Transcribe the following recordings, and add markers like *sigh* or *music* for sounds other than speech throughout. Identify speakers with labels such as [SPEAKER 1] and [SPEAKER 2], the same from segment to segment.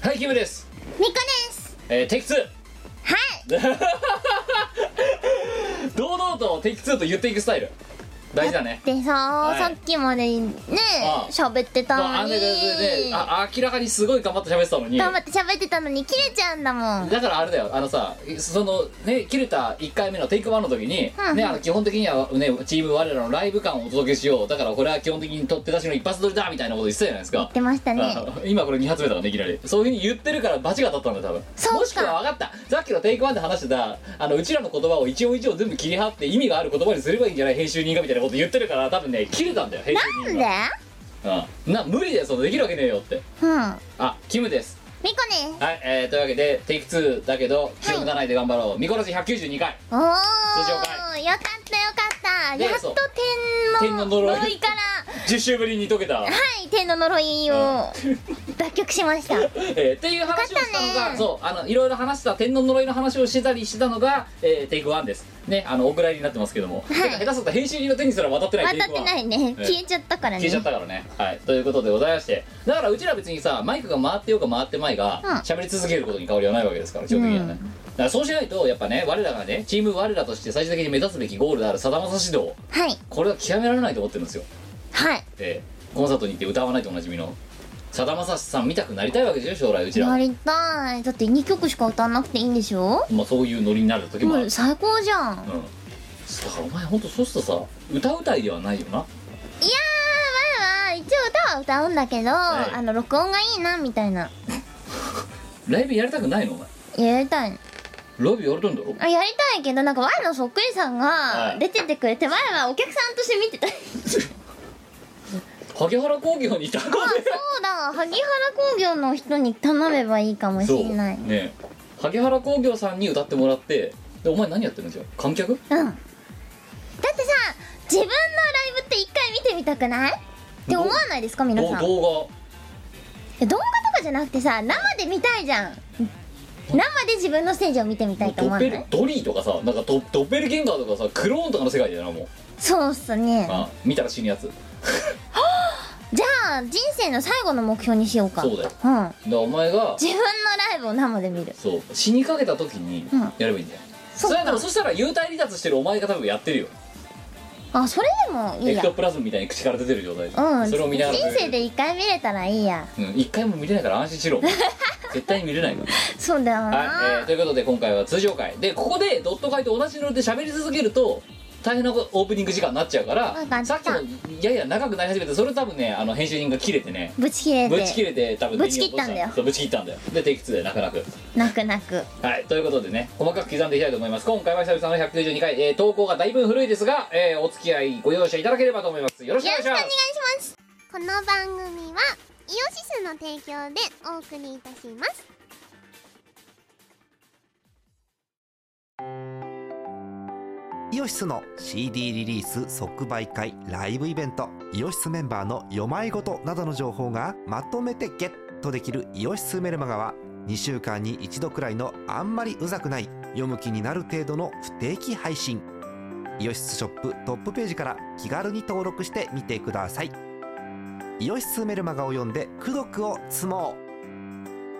[SPEAKER 1] はいキムです、
[SPEAKER 2] ニコです
[SPEAKER 1] えー、テイク2
[SPEAKER 2] はい
[SPEAKER 1] 堂々とテイク2と言っていくスタイル大事だね
[SPEAKER 2] でさ、
[SPEAKER 1] い
[SPEAKER 2] さっきまでね
[SPEAKER 1] ああ
[SPEAKER 2] 喋ってた
[SPEAKER 1] まあ
[SPEAKER 2] の
[SPEAKER 1] あ
[SPEAKER 2] に
[SPEAKER 1] ででであ明らかにすごい頑張って喋ってたのに
[SPEAKER 2] 頑張って喋ってたのに切れちゃうんだもん
[SPEAKER 1] だからあれだよあのさそのね切れた1回目のテイク1の時に、
[SPEAKER 2] うんうん
[SPEAKER 1] ね、あの基本的にはねチーム我らのライブ感をお届けしようだからこれは基本的に取って出しの一発撮りだみたいなこと言ってたじゃないです
[SPEAKER 2] 言
[SPEAKER 1] か
[SPEAKER 2] ってましたね
[SPEAKER 1] あ今これ2発目だからねいきなりそういうふうに言ってるから罰が当たったんだよ多
[SPEAKER 2] そ
[SPEAKER 1] 分
[SPEAKER 2] うか
[SPEAKER 1] もしくは分かったさっきのテイク1で話してたあのうちらの言葉を一音一音全部切り張って意味がある言葉にすればいいんじゃない編集人がみたいなこと言ってるから多分ね切れたんだよ編集
[SPEAKER 2] なん
[SPEAKER 1] 人
[SPEAKER 2] で
[SPEAKER 1] がうん、な無理だよそのできるわけねえよって
[SPEAKER 2] うん
[SPEAKER 1] あキムです
[SPEAKER 2] ニコです
[SPEAKER 1] はい、えー、というわけでテイク2だけど気を抜かないで頑張ろう、見殺し192回
[SPEAKER 2] おお
[SPEAKER 1] 通
[SPEAKER 2] よ
[SPEAKER 1] 常
[SPEAKER 2] かったよかった
[SPEAKER 1] で
[SPEAKER 2] やっと
[SPEAKER 1] そう
[SPEAKER 2] 天の
[SPEAKER 1] 天の呪い
[SPEAKER 2] 呪いから
[SPEAKER 1] 10週ぶりに解けた、
[SPEAKER 2] はい天の呪
[SPEAKER 1] *laughs*
[SPEAKER 2] いを脱却しました
[SPEAKER 1] えーっていう話をしたの
[SPEAKER 2] よかっ
[SPEAKER 1] が
[SPEAKER 2] たね
[SPEAKER 1] そうあのいろいろ話した天の呪いの話をしてたりしてたのが、えーテイク1ですねあのお蔵入りになってますけども、
[SPEAKER 2] い
[SPEAKER 1] てか下手すると編集人の手にすら渡ってないテイ
[SPEAKER 2] 渡
[SPEAKER 1] ク
[SPEAKER 2] っ
[SPEAKER 1] 1
[SPEAKER 2] てないね
[SPEAKER 1] ええ
[SPEAKER 2] 消えちゃったから
[SPEAKER 1] 消
[SPEAKER 2] ね
[SPEAKER 1] えちゃったからねはいということでございましてだからうちら別にさマイクが回ってようが回ってまいが
[SPEAKER 2] うん
[SPEAKER 1] 喋、り続けることに変わりはないわけですから基本的にはね、
[SPEAKER 2] う
[SPEAKER 1] だからそうしないとやっぱね我らがねチーム我らとして最終的に目指すべきゴールであるさだまさし指導
[SPEAKER 2] はい
[SPEAKER 1] これは極められないと思ってるんですよ
[SPEAKER 2] はい
[SPEAKER 1] でコンサートに行って歌わないとおなじみのさだまさしさん見たくなりたいわけでしょ将来うちら
[SPEAKER 2] や
[SPEAKER 1] は
[SPEAKER 2] りたいだって2曲しか歌わなくていいんでしょ
[SPEAKER 1] まあそういうノリになる時もある、う、
[SPEAKER 2] もうん
[SPEAKER 1] だ
[SPEAKER 2] 最高じゃんいやーわ
[SPEAKER 1] からお前ほんとそうするとさ歌うたいではないよな
[SPEAKER 2] 前は一応歌は歌うんだけど、
[SPEAKER 1] はい
[SPEAKER 2] あの録音がいいなみたいな
[SPEAKER 1] ライブやりたくないのお前
[SPEAKER 2] やりたい
[SPEAKER 1] ライブやりたいんだろ
[SPEAKER 2] あやりたいけどなんかワイのそっくりさん
[SPEAKER 1] は
[SPEAKER 2] が
[SPEAKER 1] い
[SPEAKER 2] 出ててくれて前はお客さんとして
[SPEAKER 1] *laughs*
[SPEAKER 2] 見てたあ
[SPEAKER 1] 萩原工業にいたの
[SPEAKER 2] そうだ萩原工業の人に頼めばいいかもし
[SPEAKER 1] そう
[SPEAKER 2] れない
[SPEAKER 1] ねえ萩原工業さんに歌ってもらってでお前何やってるんじゃん観客
[SPEAKER 2] うんだってさ自分のライブって一回見てみたくないって思わないですか皆
[SPEAKER 1] ど
[SPEAKER 2] さんい
[SPEAKER 1] 動
[SPEAKER 2] や動画とかじゃなくてさ生で見たいじゃん生で自分のステージを見てみた
[SPEAKER 1] 画も
[SPEAKER 2] い
[SPEAKER 1] ドペ
[SPEAKER 2] うと思わな
[SPEAKER 1] ル
[SPEAKER 2] い
[SPEAKER 1] ドリーとかさなんかドドッペルゲンガーとかさクローンとかの世界だよなもう、
[SPEAKER 2] そうっすね
[SPEAKER 1] あ見たら死ぬやつ
[SPEAKER 2] じゃあ人生の最後の目標にしようか
[SPEAKER 1] そうだよ
[SPEAKER 2] うん
[SPEAKER 1] でお前が
[SPEAKER 2] 自分のライブを生で見る
[SPEAKER 1] そう死にかけた時に
[SPEAKER 2] うん
[SPEAKER 1] やればいいんだよ、
[SPEAKER 2] そ
[SPEAKER 1] そ
[SPEAKER 2] っか
[SPEAKER 1] れでもそしたら幽体離脱してるお前が多分やってるよ
[SPEAKER 2] あそれでもいい
[SPEAKER 1] エ
[SPEAKER 2] や
[SPEAKER 1] クトプラズムみたいに口から出てる状態で、
[SPEAKER 2] うん
[SPEAKER 1] それを見ながら
[SPEAKER 2] 人生で一回見れたらいいや
[SPEAKER 1] うん一回も見れないから安心しろ
[SPEAKER 2] *laughs*
[SPEAKER 1] お前絶対に見れないか
[SPEAKER 2] そうだよな、
[SPEAKER 1] ら、はいえーということで今回は通常回でここでドット会と同じノリで喋り続けると大変なオープニング時間になっちゃうから
[SPEAKER 2] わかった
[SPEAKER 1] さっきのやや長くなり始めてそれ多分ねあの編集人が切れてね
[SPEAKER 2] ぶち切れて
[SPEAKER 1] ぶち切れて多分
[SPEAKER 2] ぶち切ったんだよ
[SPEAKER 1] そうぶち切ったんだよでテイク2で泣く泣く
[SPEAKER 2] 泣く泣く
[SPEAKER 1] はい、ということでね、細かく刻んでいきたいと思います。今回は久々の192回、えー投稿がだいぶ古いですが、えーお付き合いご容赦いただければと思います。よろしくお
[SPEAKER 2] よ
[SPEAKER 1] 願
[SPEAKER 2] ろ
[SPEAKER 1] い
[SPEAKER 2] し
[SPEAKER 1] し
[SPEAKER 2] くお
[SPEAKER 1] ま
[SPEAKER 2] 願いし
[SPEAKER 1] す。
[SPEAKER 2] ますこの番組はイオシスの提供でお送りいたします
[SPEAKER 3] イオシスの CD リリース即売会ライブイベントイオシスメンバーの読まいごとなどの情報がまとめてゲットできる「イオシスメルマガ」は2週間に1度くらいのあんまりうざくない読む気になる程度の不定期配信イオシスショップトップページから気軽に登録してみてくださいイオシスメルマガを読んで「功徳を積もう」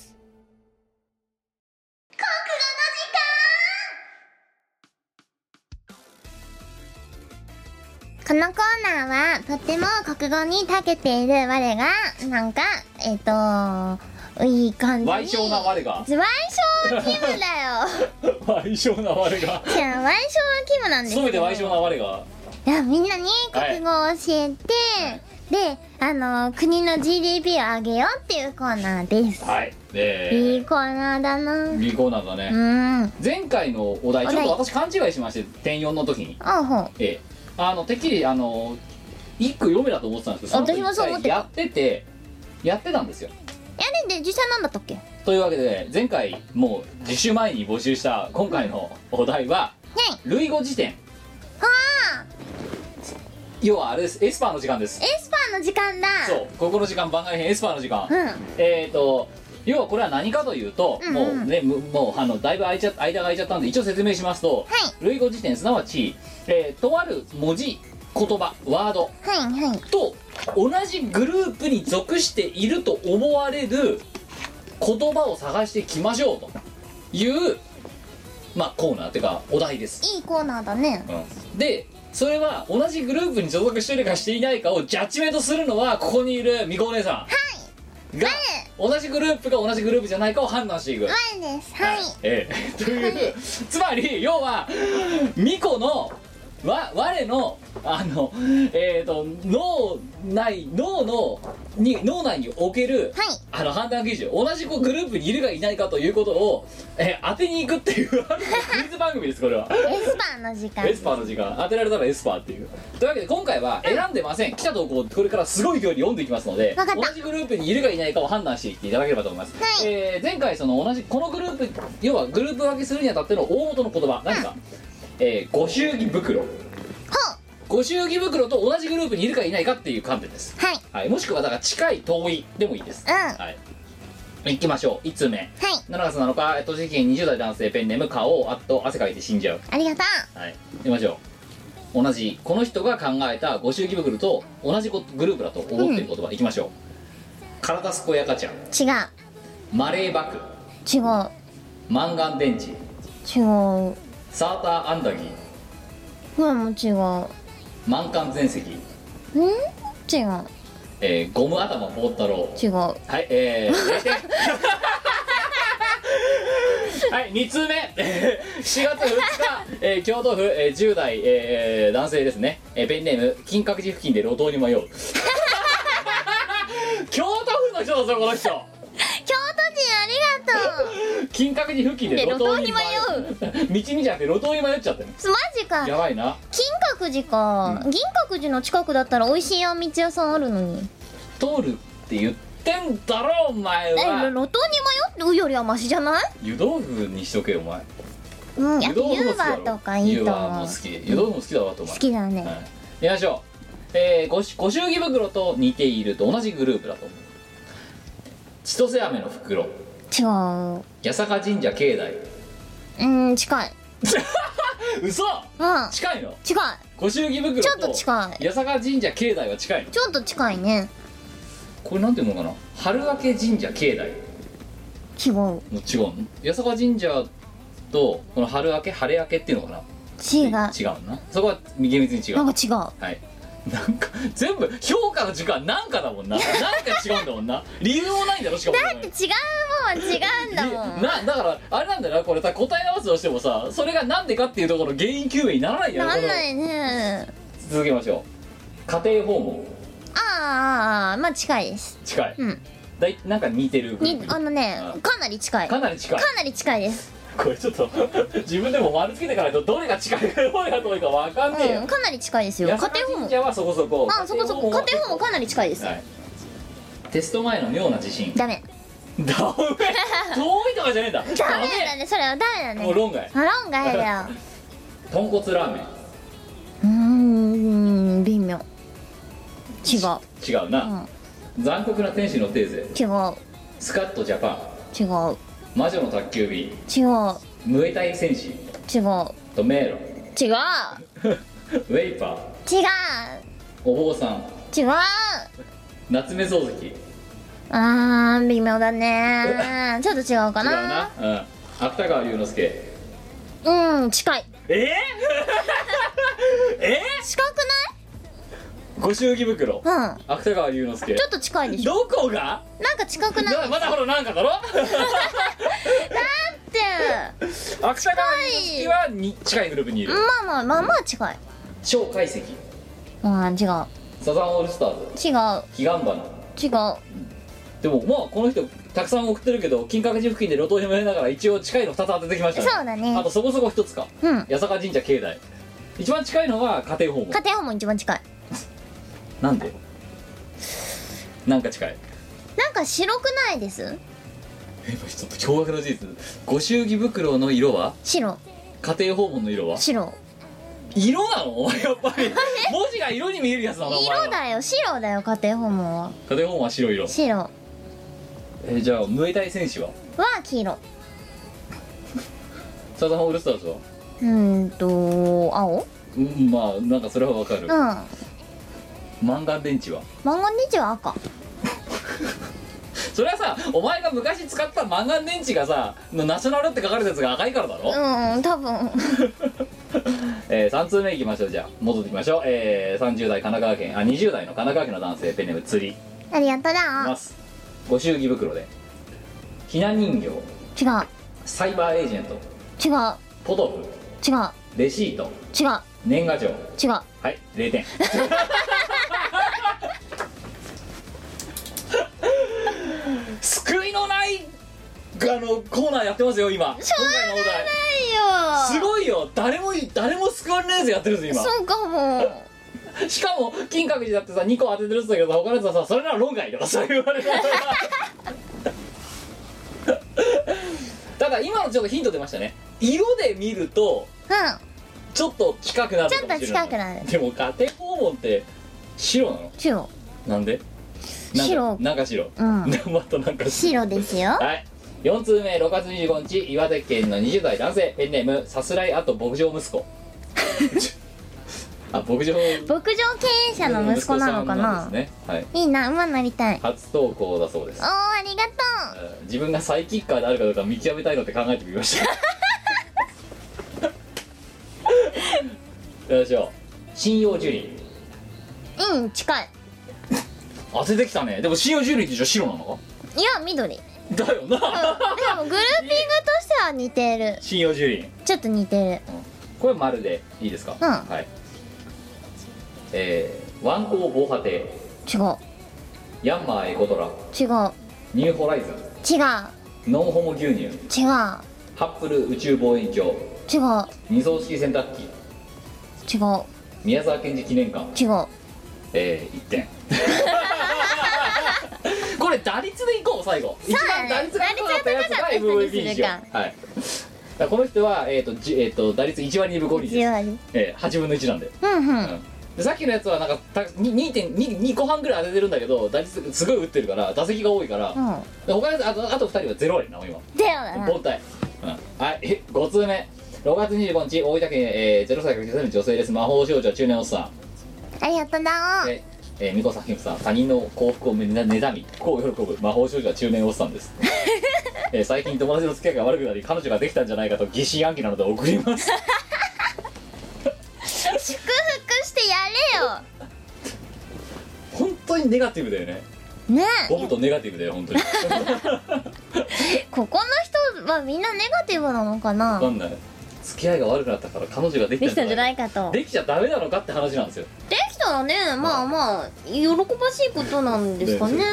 [SPEAKER 2] このコーナーはとっても国語に長けている我がなんかえっ、といい感じに
[SPEAKER 1] 賠償な我が。
[SPEAKER 2] 賠償キムだよ
[SPEAKER 1] 賠償な我が。
[SPEAKER 2] じゃあ賠償はキムなんです
[SPEAKER 1] 努めて賠償な我が。
[SPEAKER 2] いやみんなに国語を教えて、であの国の GDP を上げようっていうコーナーです、
[SPEAKER 1] はい。
[SPEAKER 2] い
[SPEAKER 1] で
[SPEAKER 2] い、コーナーだなうん
[SPEAKER 1] いいコーナーだね。前回のお題、
[SPEAKER 2] お
[SPEAKER 1] ち
[SPEAKER 2] 題
[SPEAKER 1] ょっと私勘違いしまして、点4の時に。
[SPEAKER 2] あほう
[SPEAKER 1] ええあの、てっきり、あの、一句読めだと思ってたんですけど、の時
[SPEAKER 2] 私もそう思ってた
[SPEAKER 1] やってて、やってたんですよ。
[SPEAKER 2] あれで実際なんだったっけはい
[SPEAKER 1] というわけで前回もう10週前に募集した今回のお題は類語辞典
[SPEAKER 2] あ
[SPEAKER 1] 要はあれですエスパーの時間です
[SPEAKER 2] ーエスパーの時間だ
[SPEAKER 1] そうここの時間番外編エスパーの時間
[SPEAKER 2] うん
[SPEAKER 1] えー、と要はこれは何かというと、
[SPEAKER 2] うんうん
[SPEAKER 1] もうねむもうあのだいぶ空いちゃ間が空いちゃったんで一応説明しますと、
[SPEAKER 2] は
[SPEAKER 1] 類語辞典すなわち、えーとある文字言葉ワード
[SPEAKER 2] はいはい
[SPEAKER 1] と同じグループに属していると思われる言葉を探してきましょうという、まあ、コーナーっていうかお題です、
[SPEAKER 2] いいコーナーだね
[SPEAKER 1] うんでそれは同じグループに所属しているかしていないかをジャッジメントするのはここにいるみこお姉さんが同じグループか同じグループじゃないかを判断していく
[SPEAKER 2] 前ですはい
[SPEAKER 1] ええ、と *laughs* いうつまり要はミコのわ我のあのえっ、と脳内脳のに脳内における、
[SPEAKER 2] はい
[SPEAKER 1] あの判断基準同じこうグループにいるかいないかということを、えー当てに行くっていう *laughs* あのクイズ番組ですこれは
[SPEAKER 2] エスパーの時間
[SPEAKER 1] エスパーの時間当てられたらエスパーっていうというわけで今回は選んでません来た投稿をこれからすごい勢いに読んでいきますので
[SPEAKER 2] わかった
[SPEAKER 1] 同じグループにいるかいないかを判断していっていただければと思います、
[SPEAKER 2] はい
[SPEAKER 1] えー前回その同じこのグループ要はグループ分けするにあたっての大元の言葉何か、えーご祝儀袋
[SPEAKER 2] ほ
[SPEAKER 1] ご祝儀袋と同じグループにいるかいないかっていう観点です、
[SPEAKER 2] うはい
[SPEAKER 1] はい、もしくはだから近い遠いでもいいです、
[SPEAKER 2] うん
[SPEAKER 1] はい行きましょう1通目
[SPEAKER 2] はい
[SPEAKER 1] 7月7日栃木県20代男性ペンネーム顔をあっと汗かいて死んじゃう
[SPEAKER 2] ありがと
[SPEAKER 1] はい行きましょう同じこの人が考えたご祝儀袋と同じこグループだと思っている言葉、行きましょう体すこやかちゃん
[SPEAKER 2] う違う
[SPEAKER 1] マレーバッグ
[SPEAKER 2] 違う
[SPEAKER 1] マンガン電池
[SPEAKER 2] 違う
[SPEAKER 1] サーターアンダギー
[SPEAKER 2] これも違う
[SPEAKER 1] 満貫全席、
[SPEAKER 2] ん違う
[SPEAKER 1] えーゴム頭棒太郎
[SPEAKER 2] 違う
[SPEAKER 1] はいえー0点 *laughs* はい2通目 *laughs* えー4月2日、えー京都府、えー10代、えー男性ですね、えーペンネーム金閣寺付近で路頭に迷う *laughs* 京都府の人だぞこの人
[SPEAKER 2] 京都人ありがとう
[SPEAKER 1] 金閣寺付近で路頭に迷う *laughs* 道にじゃなくて路頭に迷っちゃってる
[SPEAKER 2] *laughs* マジか
[SPEAKER 1] やばいな
[SPEAKER 2] 金閣寺か、銀閣寺の近くだったら美味しいお道屋さんあるのに
[SPEAKER 1] 通るって言ってんだろお前
[SPEAKER 2] え路頭に
[SPEAKER 1] は
[SPEAKER 2] 迷ってうよりはマシじゃない
[SPEAKER 1] 湯豆腐にしとけお前
[SPEAKER 2] うんやっ
[SPEAKER 1] 湯
[SPEAKER 2] ぱ
[SPEAKER 1] 豆腐
[SPEAKER 2] ユ
[SPEAKER 1] も好きだ
[SPEAKER 2] ーバ
[SPEAKER 1] ろ
[SPEAKER 2] ーとかいいと
[SPEAKER 1] 湯豆腐
[SPEAKER 2] 思
[SPEAKER 1] も
[SPEAKER 2] う
[SPEAKER 1] 好き湯豆腐も好きだわと思う
[SPEAKER 2] 好きだね、
[SPEAKER 1] はい、やりましょう、えー、ごしご祝儀袋と似ていると同じグループだと思う千歳飴の袋
[SPEAKER 2] 違う
[SPEAKER 1] 八坂神社境内
[SPEAKER 2] うん近い
[SPEAKER 1] 嘘
[SPEAKER 2] うん
[SPEAKER 1] 近いの
[SPEAKER 2] 近い
[SPEAKER 1] ご祝儀袋と
[SPEAKER 2] ちょっと近い
[SPEAKER 1] 八坂神社境内は近いの
[SPEAKER 2] ちょっと近いね
[SPEAKER 1] これなんていうのかな春明神社境内
[SPEAKER 2] 違う
[SPEAKER 1] も違うの八坂神社とこの春明晴れ明けっていうのかな
[SPEAKER 2] 違うなんか
[SPEAKER 1] 違うのなそこは厳密に違う
[SPEAKER 2] 違う
[SPEAKER 1] はいなんか全部評価の時間なんかだもんななんか違うんだもんな理由もないんだろしかも
[SPEAKER 2] だって違うもんは違うんだもん
[SPEAKER 1] なだからあれなんだよなこれさ答え合わせをしてもさそれがなんでかっていうところ原因究明にならないよ
[SPEAKER 2] なんな
[SPEAKER 1] こ
[SPEAKER 2] いね
[SPEAKER 1] の続けましょう家庭訪問
[SPEAKER 2] あーあーあーまあ近いです
[SPEAKER 1] 近い、
[SPEAKER 2] うん
[SPEAKER 1] だいなんか似てる
[SPEAKER 2] にあのね
[SPEAKER 1] うん
[SPEAKER 2] かなり近い
[SPEAKER 1] か
[SPEAKER 2] か
[SPEAKER 1] なり近い
[SPEAKER 2] なり近いです
[SPEAKER 1] これちょっと自分でも丸つけてからとどれが近いかどれが遠いかわかんねえよ、
[SPEAKER 2] うんかなり近いですよ家
[SPEAKER 1] 八
[SPEAKER 2] 庭
[SPEAKER 1] 坂
[SPEAKER 2] 訪問
[SPEAKER 1] 神社はそこそこ
[SPEAKER 2] あそこそこ
[SPEAKER 1] は
[SPEAKER 2] 家庭訪問かなり近いです、
[SPEAKER 1] はいテスト前の妙な自信
[SPEAKER 2] ダメ
[SPEAKER 1] ダメ遠いとかじゃねえんだ
[SPEAKER 2] ダメだねそれはダメだ
[SPEAKER 1] もう
[SPEAKER 2] ね
[SPEAKER 1] 論外
[SPEAKER 2] あらんが *laughs* やだよ
[SPEAKER 1] 豚骨ラーメン
[SPEAKER 2] うーん微妙違う
[SPEAKER 1] 違うな、残酷な天使のテーゼ
[SPEAKER 2] 違う
[SPEAKER 1] スカットジャパン
[SPEAKER 2] 違う
[SPEAKER 1] 魔女の宅急便
[SPEAKER 2] 違う
[SPEAKER 1] ムエタイ戦士
[SPEAKER 2] 違う
[SPEAKER 1] と迷路
[SPEAKER 2] 違う違う
[SPEAKER 1] ウェイパーお坊さん
[SPEAKER 2] 違う
[SPEAKER 1] 夏目漱石違
[SPEAKER 2] あー微妙だねちょっと違うか
[SPEAKER 1] うな
[SPEAKER 2] な、
[SPEAKER 1] うん、芥川龍之介
[SPEAKER 2] うん近い
[SPEAKER 1] え *laughs* ー、え
[SPEAKER 2] 近く
[SPEAKER 1] ー、ご祝儀袋
[SPEAKER 2] ないうん
[SPEAKER 1] 芥川龍之介
[SPEAKER 2] ちょっと近いでしょ
[SPEAKER 1] どこが
[SPEAKER 2] なんか近くない
[SPEAKER 1] なまだほらなんかだろ
[SPEAKER 2] って
[SPEAKER 1] 芥川龍之介はに近いグループにいる、
[SPEAKER 2] まあまあまあまあ近い
[SPEAKER 1] 超解析
[SPEAKER 2] うん違う
[SPEAKER 1] サザンオールスターズ
[SPEAKER 2] 違う
[SPEAKER 1] 彼岸花
[SPEAKER 2] 違う
[SPEAKER 1] でもまあこの人たくさん送ってるけど金閣寺付近で路頭に迷いながら一応近いの2つ当ててきました
[SPEAKER 2] そうだね
[SPEAKER 1] あとそこそこ1つか
[SPEAKER 2] うん
[SPEAKER 1] 八坂神社境内一番近いのは家庭訪問
[SPEAKER 2] 家庭訪問一番近い
[SPEAKER 1] なんでなんか近い
[SPEAKER 2] なんか白くないです
[SPEAKER 1] えちょっと驚愕の事実ご祝儀袋の色は
[SPEAKER 2] 白
[SPEAKER 1] 家庭訪問の色は
[SPEAKER 2] 白
[SPEAKER 1] 色なのやっぱり文字が色に見えるやつなのお前は
[SPEAKER 2] 色だよ白だよ家庭訪問は
[SPEAKER 1] 家庭訪問は白色
[SPEAKER 2] 白は
[SPEAKER 1] えじゃあムエタイ戦士は
[SPEAKER 2] 黄色
[SPEAKER 1] サザンオールスターズは
[SPEAKER 2] うーんと青
[SPEAKER 1] うんまあなんかそれはわかる
[SPEAKER 2] うんマン
[SPEAKER 1] マンガン電池は
[SPEAKER 2] ゴンディッチは赤
[SPEAKER 1] それはさお前が昔使ったマンガン電池がさのナショナルって書かれたやつが赤いからだろ、
[SPEAKER 2] うん多分
[SPEAKER 1] えー、3通目いきましょうじゃあ戻ってきましょう、えー、30代神奈川県あ20代の神奈川県の男性ペンネーム釣りい
[SPEAKER 2] ありがとう
[SPEAKER 1] ま
[SPEAKER 2] だ
[SPEAKER 1] すご祝儀袋でひな人形
[SPEAKER 2] 違う
[SPEAKER 1] サイバーエージェント
[SPEAKER 2] 違う
[SPEAKER 1] ポトフ
[SPEAKER 2] 違う
[SPEAKER 1] レシート
[SPEAKER 2] 違う
[SPEAKER 1] 年賀状
[SPEAKER 2] 違う
[SPEAKER 1] はい0点 *laughs* 救いのないあのコーナーやってますよ今しょうがない
[SPEAKER 2] ない
[SPEAKER 1] すごいよ誰も誰も救われないやつやってるぞ今
[SPEAKER 2] そうかも
[SPEAKER 1] しかも金閣寺だってさ2個当ててるっつったけどさ他のやつはさそれなら論外とかそう言われるただ今のちょっとヒント出ましたね色で見ると
[SPEAKER 2] うん
[SPEAKER 1] ちょっと近くなるかもしれない
[SPEAKER 2] ちょっと近くなる
[SPEAKER 1] でも家庭訪問って白なの
[SPEAKER 2] 白
[SPEAKER 1] なんでなんか
[SPEAKER 2] 白
[SPEAKER 1] なんか白
[SPEAKER 2] うん
[SPEAKER 1] *laughs* またなんか
[SPEAKER 2] 白ですよ
[SPEAKER 1] はい4通目6月25日岩手県の20代男性ペンネームさすらいあと牧場息
[SPEAKER 2] *laughs*
[SPEAKER 1] 子あ牧場
[SPEAKER 2] 牧場経営者の息子なのかな
[SPEAKER 1] さんんですねはい
[SPEAKER 2] いいな馬なりたい
[SPEAKER 1] 初投稿だそうです
[SPEAKER 2] おーありがとう
[SPEAKER 1] えー自分がサイキッカーであるかどうか見極めたいのって考えてみま
[SPEAKER 2] *laughs*
[SPEAKER 1] したよいしょ信用樹里
[SPEAKER 2] うん近い
[SPEAKER 1] 当ててきたねでも信用樹里ってじゃあ白なの
[SPEAKER 2] いや緑
[SPEAKER 1] かだよな
[SPEAKER 2] でもグルーピングとしては似てる
[SPEAKER 1] 信用樹里
[SPEAKER 2] ちょっと似てる
[SPEAKER 1] これ丸でいいですか、
[SPEAKER 2] うん
[SPEAKER 1] はいえー、ワンコー防波堤
[SPEAKER 2] 違う
[SPEAKER 1] ヤンマーエコトラ
[SPEAKER 2] 違う
[SPEAKER 1] ニューホライズン
[SPEAKER 2] 違う
[SPEAKER 1] ノンホモ牛乳
[SPEAKER 2] 違う
[SPEAKER 1] ハッブル宇宙望遠鏡
[SPEAKER 2] 違う
[SPEAKER 1] 二層式洗濯機
[SPEAKER 2] 違う
[SPEAKER 1] 宮沢賢治記念館
[SPEAKER 2] 違う
[SPEAKER 1] えー、1点 *laughs* これ打率でいこう最後一
[SPEAKER 2] だ
[SPEAKER 1] 番
[SPEAKER 2] ね
[SPEAKER 1] 打率が高かったやつが
[SPEAKER 2] 打率が高かったやつ
[SPEAKER 1] MVP
[SPEAKER 2] に
[SPEAKER 1] に
[SPEAKER 2] す
[SPEAKER 1] し
[SPEAKER 2] る
[SPEAKER 1] よう
[SPEAKER 2] か
[SPEAKER 1] はいだからこの人は、えーとじえー、と打率1割2分5厘
[SPEAKER 2] 1
[SPEAKER 1] です、
[SPEAKER 2] 割
[SPEAKER 1] えー、8分の1なんで
[SPEAKER 2] うんう
[SPEAKER 1] うんんでさっきのやつはなんかたに 2, 点 2, 2個半ぐらい当ててるんだけど打率すごい打ってるから打席が多いから、
[SPEAKER 2] うん
[SPEAKER 1] で他のやつあとあと2人は0割なの今
[SPEAKER 2] だよだな
[SPEAKER 1] 凡退、うん、はいえ5通目6月25日大分県、えー、0歳から9歳の女性です魔法少女中年おっさん
[SPEAKER 2] ありがとうだ
[SPEAKER 1] ええー、美子さん、キムさん、他人の幸福をめな妬み、こう喜ぶ魔法少女は中年おっさん *laughs* です。えー最近友達の付き合いが悪くなり、彼女ができたんじゃないかと疑心暗鬼なので送ります。
[SPEAKER 2] お祝福してや
[SPEAKER 1] *laughs* 本当にネガティブだよ *laughs* ね。
[SPEAKER 2] れよね
[SPEAKER 1] ボブとネガティブだよ、本当に。 *laughs*
[SPEAKER 2] えここの人はみんなネガティブなのか
[SPEAKER 1] わ
[SPEAKER 2] な
[SPEAKER 1] かんない。付き合いが悪くなったから彼女がで
[SPEAKER 2] で
[SPEAKER 1] きた
[SPEAKER 2] きた
[SPEAKER 1] ん
[SPEAKER 2] ん
[SPEAKER 1] じゃ
[SPEAKER 2] じゃ
[SPEAKER 1] な
[SPEAKER 2] ないいかと
[SPEAKER 1] できちゃダメなのかって話なんですよ。
[SPEAKER 2] できたらねまあまあ喜ばしいことなんですかね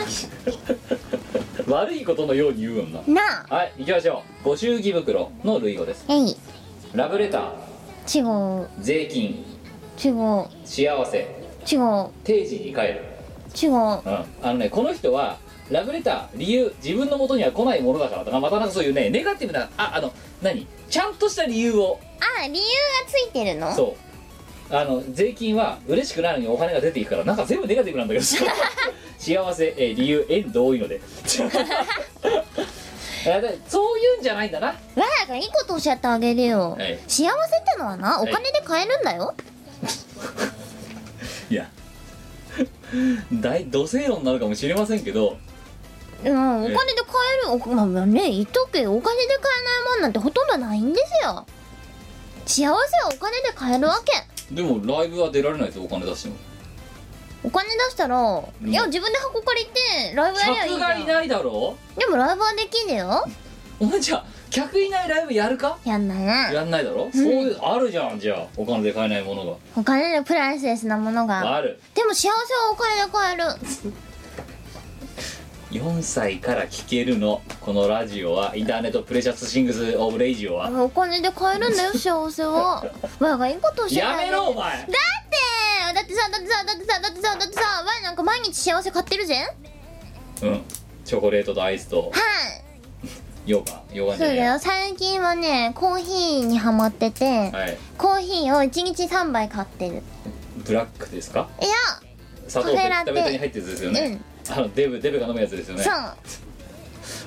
[SPEAKER 1] 悪いことのように言うもんな。
[SPEAKER 2] なあ
[SPEAKER 1] はい、行きましょう。ご祝儀袋の類語です。
[SPEAKER 2] えい
[SPEAKER 1] ラブレター、
[SPEAKER 2] 違う
[SPEAKER 1] 税金、
[SPEAKER 2] 違う
[SPEAKER 1] 幸せ、
[SPEAKER 2] 違う
[SPEAKER 1] 定時に帰る。
[SPEAKER 2] 違う
[SPEAKER 1] うん、あのねこの人はラブレター理由自分の元には来ないものだからとかまたなんかそういうねネガティブなああの何ちゃんとした理由を
[SPEAKER 2] あ理由がついてるの
[SPEAKER 1] そうあの税金は嬉しくないのにお金が出ていくからなんか全部ネガティブなんだけど
[SPEAKER 2] *laughs*
[SPEAKER 1] 幸せ、えー理由縁同意のでえーでそういうんじゃないんだな
[SPEAKER 2] わやがいいこと教えてあげるよ、
[SPEAKER 1] はい
[SPEAKER 2] 幸せってのはなお
[SPEAKER 1] はい
[SPEAKER 2] 金で買えるんだよ、
[SPEAKER 1] いや大土星論になるかもしれませんけど
[SPEAKER 2] うんお金で買えるおまあまあね言っとくけどお金で買えないもんなんてほとんどないんですよ幸せはお金で買えるわけ
[SPEAKER 1] でもライブは出られないですお金出しても
[SPEAKER 2] お金出したら、
[SPEAKER 1] ん
[SPEAKER 2] いや自分で箱借りてライブやりゃい
[SPEAKER 1] 客
[SPEAKER 2] いじゃ
[SPEAKER 1] が
[SPEAKER 2] ん
[SPEAKER 1] いないだろ
[SPEAKER 2] でもライブはできんだよ
[SPEAKER 1] お前じゃあ客いないライブやるか
[SPEAKER 2] やんない
[SPEAKER 1] やんないだろ、そういうあるじゃんじゃあお金で買えないもの
[SPEAKER 2] お金でプライスレスなもの
[SPEAKER 1] が
[SPEAKER 2] が
[SPEAKER 1] ある
[SPEAKER 2] でも幸せはお金で買える
[SPEAKER 1] 4歳から聴けるのこのラジオはインターネットプレシャスシングス・オブ・レイジオは
[SPEAKER 2] お金で買えるんだよ幸
[SPEAKER 1] *laughs*
[SPEAKER 2] せはわやがいいこと教えてあ
[SPEAKER 1] や
[SPEAKER 2] げる
[SPEAKER 1] めろお前
[SPEAKER 2] だってだってさだってさだってさだってさだってさワイなんか毎日幸せ買ってるぜ
[SPEAKER 1] うんチョコレートとアイスと
[SPEAKER 2] はい
[SPEAKER 1] ヨガヨガ
[SPEAKER 2] そ
[SPEAKER 1] じゃ
[SPEAKER 2] う
[SPEAKER 1] ねえ
[SPEAKER 2] だ
[SPEAKER 1] や
[SPEAKER 2] よ最近はねコーヒーにハマってて
[SPEAKER 1] はい
[SPEAKER 2] コーヒーを1日3杯買ってる
[SPEAKER 1] ブラックですか
[SPEAKER 2] いや
[SPEAKER 1] 砂糖
[SPEAKER 2] カフ
[SPEAKER 1] ベ
[SPEAKER 2] ェラテ
[SPEAKER 1] タベタに入ってるやつですよね、あのデブデブが飲むやつですよね
[SPEAKER 2] そう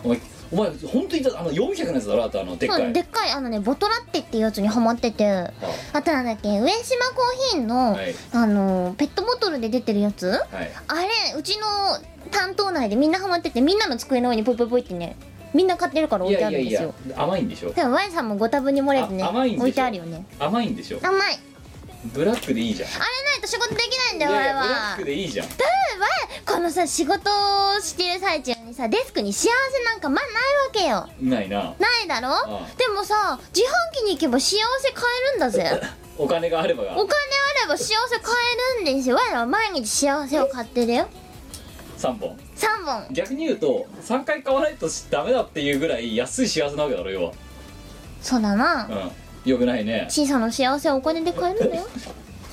[SPEAKER 1] お前お前本当にあの400のやつだろあとあのでっかい、
[SPEAKER 2] そうでっかいあのねボトラッテっていうやつにハマってて
[SPEAKER 1] あ
[SPEAKER 2] あとなんだっけ上島コーヒーの、
[SPEAKER 1] はい
[SPEAKER 2] あのペットボトルで出てるやつ
[SPEAKER 1] はい
[SPEAKER 2] あれうちの担当内でみんなハマっててみんなの机の上にポイポイポイってねみんな買ってるから置
[SPEAKER 1] い
[SPEAKER 2] いて
[SPEAKER 1] や
[SPEAKER 2] あ
[SPEAKER 1] い
[SPEAKER 2] る
[SPEAKER 1] や
[SPEAKER 2] んで
[SPEAKER 1] い
[SPEAKER 2] す
[SPEAKER 1] や
[SPEAKER 2] よ
[SPEAKER 1] 甘いんでしょ
[SPEAKER 2] でもワイさんもご多分に漏れてね
[SPEAKER 1] あ甘いんでしょ
[SPEAKER 2] 置いてあるよね
[SPEAKER 1] 甘いんでしょ
[SPEAKER 2] 甘い
[SPEAKER 1] ブラックでいいじゃん
[SPEAKER 2] あれないと仕事できないんだよ
[SPEAKER 1] いや
[SPEAKER 2] ワ
[SPEAKER 1] い
[SPEAKER 2] イ
[SPEAKER 1] やブラッ
[SPEAKER 2] は
[SPEAKER 1] クでいいじゃん
[SPEAKER 2] このさ仕事をしてる最中にさデスクに幸せなんかまあないわけよ
[SPEAKER 1] ないな
[SPEAKER 2] ないだろ
[SPEAKER 1] あ
[SPEAKER 2] でもさ自販機に行けば幸せ買えるんだぜ
[SPEAKER 1] お金があればが
[SPEAKER 2] お金あれば幸せ買えるんですよ我らは毎日幸せを買ってるよ
[SPEAKER 1] 3本
[SPEAKER 2] 3本
[SPEAKER 1] 逆に言うと3回買わないとダメだっていうぐらい安い幸せなわけだろ要
[SPEAKER 2] そうだな、
[SPEAKER 1] はうんよくないね
[SPEAKER 2] 小さな幸せはお金で買えるんだよ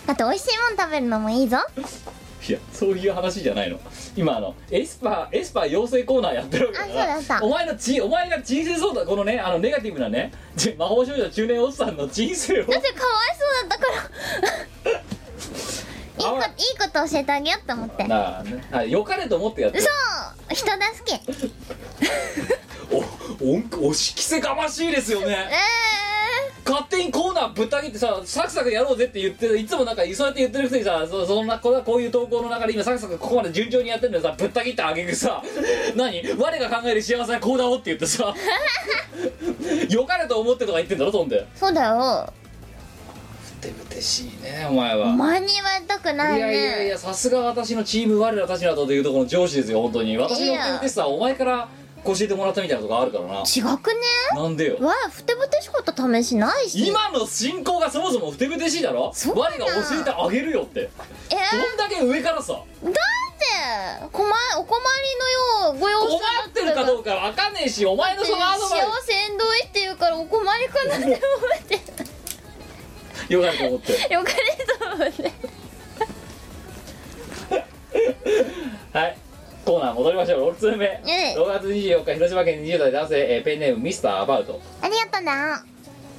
[SPEAKER 2] だって美味しいもん食べるのもいいぞ
[SPEAKER 1] いやそういう話じゃないの今あのエスパーエスパー養成コーナーやってるわけだから
[SPEAKER 2] あそうだそうだ
[SPEAKER 1] お前のちお前が人生相談このねあのネガティブなねじ魔法少女中年おっさんの人生を
[SPEAKER 2] だってかわいそうだった
[SPEAKER 1] *laughs*
[SPEAKER 2] からいいこ
[SPEAKER 1] あ
[SPEAKER 2] いいこと教えてあげようと思ってそう
[SPEAKER 1] なあ、ね、あ良かれと思ってやってる
[SPEAKER 2] 人助けえ
[SPEAKER 1] お音押し着せがましいですよね勝手にコーナーぶった切ってさサクサクやろうぜって言っていつもなんかそうやって言ってるくせにさそそんなここういう投稿の中で今サクサクここまで順調にやってるのにさぶった切ったあげくさ何我が考える幸せはこうだろって言って *laughs* さよかれと思ってとか言ってんだろそんで
[SPEAKER 2] ー、そうだよ
[SPEAKER 1] ぶてぶてしいねお前
[SPEAKER 2] お
[SPEAKER 1] は
[SPEAKER 2] 前に言われたくないい
[SPEAKER 1] やいやい
[SPEAKER 2] ね
[SPEAKER 1] やさすが私のチーム我らたちなどというところの上司ですよ本当に私の手ってさお前から教えてもらったみたいなとこあるからな
[SPEAKER 2] 違くね
[SPEAKER 1] なんでよ
[SPEAKER 2] わあふてぶてしかった試しないし
[SPEAKER 1] 今の進行がそもそもふてぶてしいだろ
[SPEAKER 2] そうな
[SPEAKER 1] 我
[SPEAKER 2] ん
[SPEAKER 1] が教えてあげるよってど
[SPEAKER 2] え
[SPEAKER 1] んだけ上からさ
[SPEAKER 2] ー、だってこまお困りのようご様子
[SPEAKER 1] 困
[SPEAKER 2] だ
[SPEAKER 1] っ
[SPEAKER 2] た
[SPEAKER 1] てるかどうかわかんねえしお前のそのアド
[SPEAKER 2] 幸
[SPEAKER 1] バイ
[SPEAKER 2] せ縁遠いって言うからお困りかなって思っ
[SPEAKER 1] スよかったと思って
[SPEAKER 2] てよかれと思って
[SPEAKER 1] はいコーナー戻りましょう6通目、
[SPEAKER 2] え
[SPEAKER 1] 6月24日広島県20代男性、えーペンネームミスターアバウト
[SPEAKER 2] ありがとうな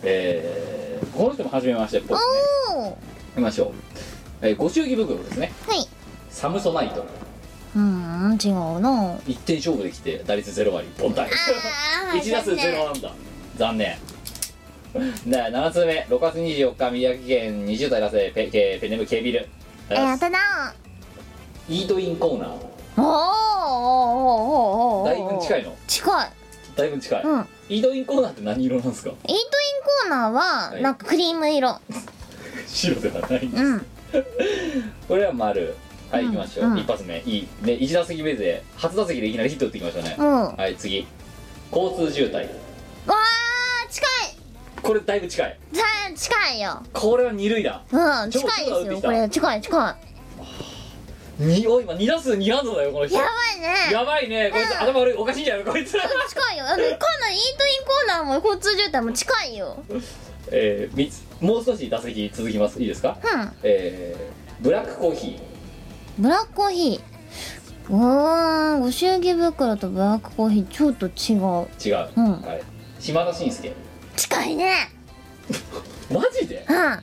[SPEAKER 1] えーこの人も初めましてっぽいですね
[SPEAKER 2] おお
[SPEAKER 1] 見ましょう、えーご祝儀袋ですね
[SPEAKER 2] はい
[SPEAKER 1] サムソナイト
[SPEAKER 2] うん違
[SPEAKER 1] *laughs*
[SPEAKER 2] うな
[SPEAKER 1] 1点勝負できて打率0割凡退
[SPEAKER 2] あ
[SPEAKER 1] 1打数0アンダー残念だ7つ目6月24日宮城県20代男性ペペペネムケビル
[SPEAKER 2] ありがとうな
[SPEAKER 1] イートインコーナー
[SPEAKER 2] おーおーおーおーおーおー
[SPEAKER 1] だいぶ近いの
[SPEAKER 2] 近い
[SPEAKER 1] だいぶ近い、
[SPEAKER 2] うんイー
[SPEAKER 1] イートインコーナーって何色なんですか *laughs*
[SPEAKER 2] トインコーナーは
[SPEAKER 1] はい
[SPEAKER 2] なんかクリーム色
[SPEAKER 1] 白ではない
[SPEAKER 2] うん
[SPEAKER 1] これは丸はい
[SPEAKER 2] うん
[SPEAKER 1] 行きましょう、
[SPEAKER 2] うん
[SPEAKER 1] 一発目いいね1打席目で初打席でいきなりヒット打ってきましたね、
[SPEAKER 2] うんわ
[SPEAKER 1] はい次交通渋滞
[SPEAKER 2] あ近い
[SPEAKER 1] これだいぶ近い
[SPEAKER 2] さあ近いよ
[SPEAKER 1] これは二塁打
[SPEAKER 2] うん近いです
[SPEAKER 1] ちょ
[SPEAKER 2] よ
[SPEAKER 1] っと
[SPEAKER 2] これ近い近い
[SPEAKER 1] にお今2打数2安打だよこの人
[SPEAKER 2] やばいね
[SPEAKER 1] やばいねこいつ、
[SPEAKER 2] うん
[SPEAKER 1] 頭悪いおかしいんじゃないのこいつ *laughs*
[SPEAKER 2] 近いよあのかなりイートインコーナーも交通渋滞も近いようん
[SPEAKER 1] えーみつ、もう少し打席続きますいいですか、えー、ブラックコーヒ
[SPEAKER 2] ブラックコーヒーうーんご祝儀袋とブラックコーヒーちょっと違う
[SPEAKER 1] ー違う、
[SPEAKER 2] うん
[SPEAKER 1] はい、島田紳介
[SPEAKER 2] 近いね
[SPEAKER 1] マジで
[SPEAKER 2] う、ん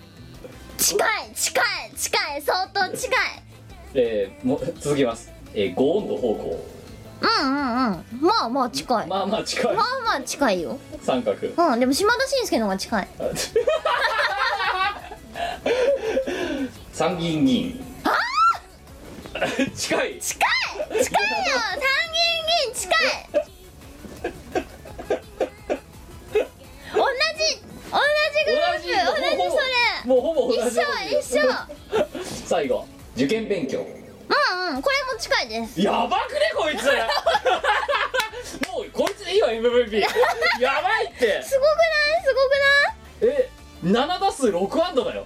[SPEAKER 2] 近い近い近い相当近い
[SPEAKER 1] えー、もう続きます、えー、ゴーンド方向
[SPEAKER 2] うんうんうんまあまあ近いま
[SPEAKER 1] まあまあ近い
[SPEAKER 2] あまあ近いよ
[SPEAKER 1] 三角
[SPEAKER 2] うんでも島田紳介の方が近い
[SPEAKER 1] あ参議院議員近い
[SPEAKER 2] 近い近いよ参議院議員近い同じ同じグループ同じそれ
[SPEAKER 1] もうほぼ同じ
[SPEAKER 2] 一緒一緒
[SPEAKER 1] 最後受験勉強
[SPEAKER 2] うんうんこれも近いです
[SPEAKER 1] やばくねこいつもうこいつでいいわ MVP やばいって
[SPEAKER 2] すごくないすご
[SPEAKER 1] え7打数6安打だよ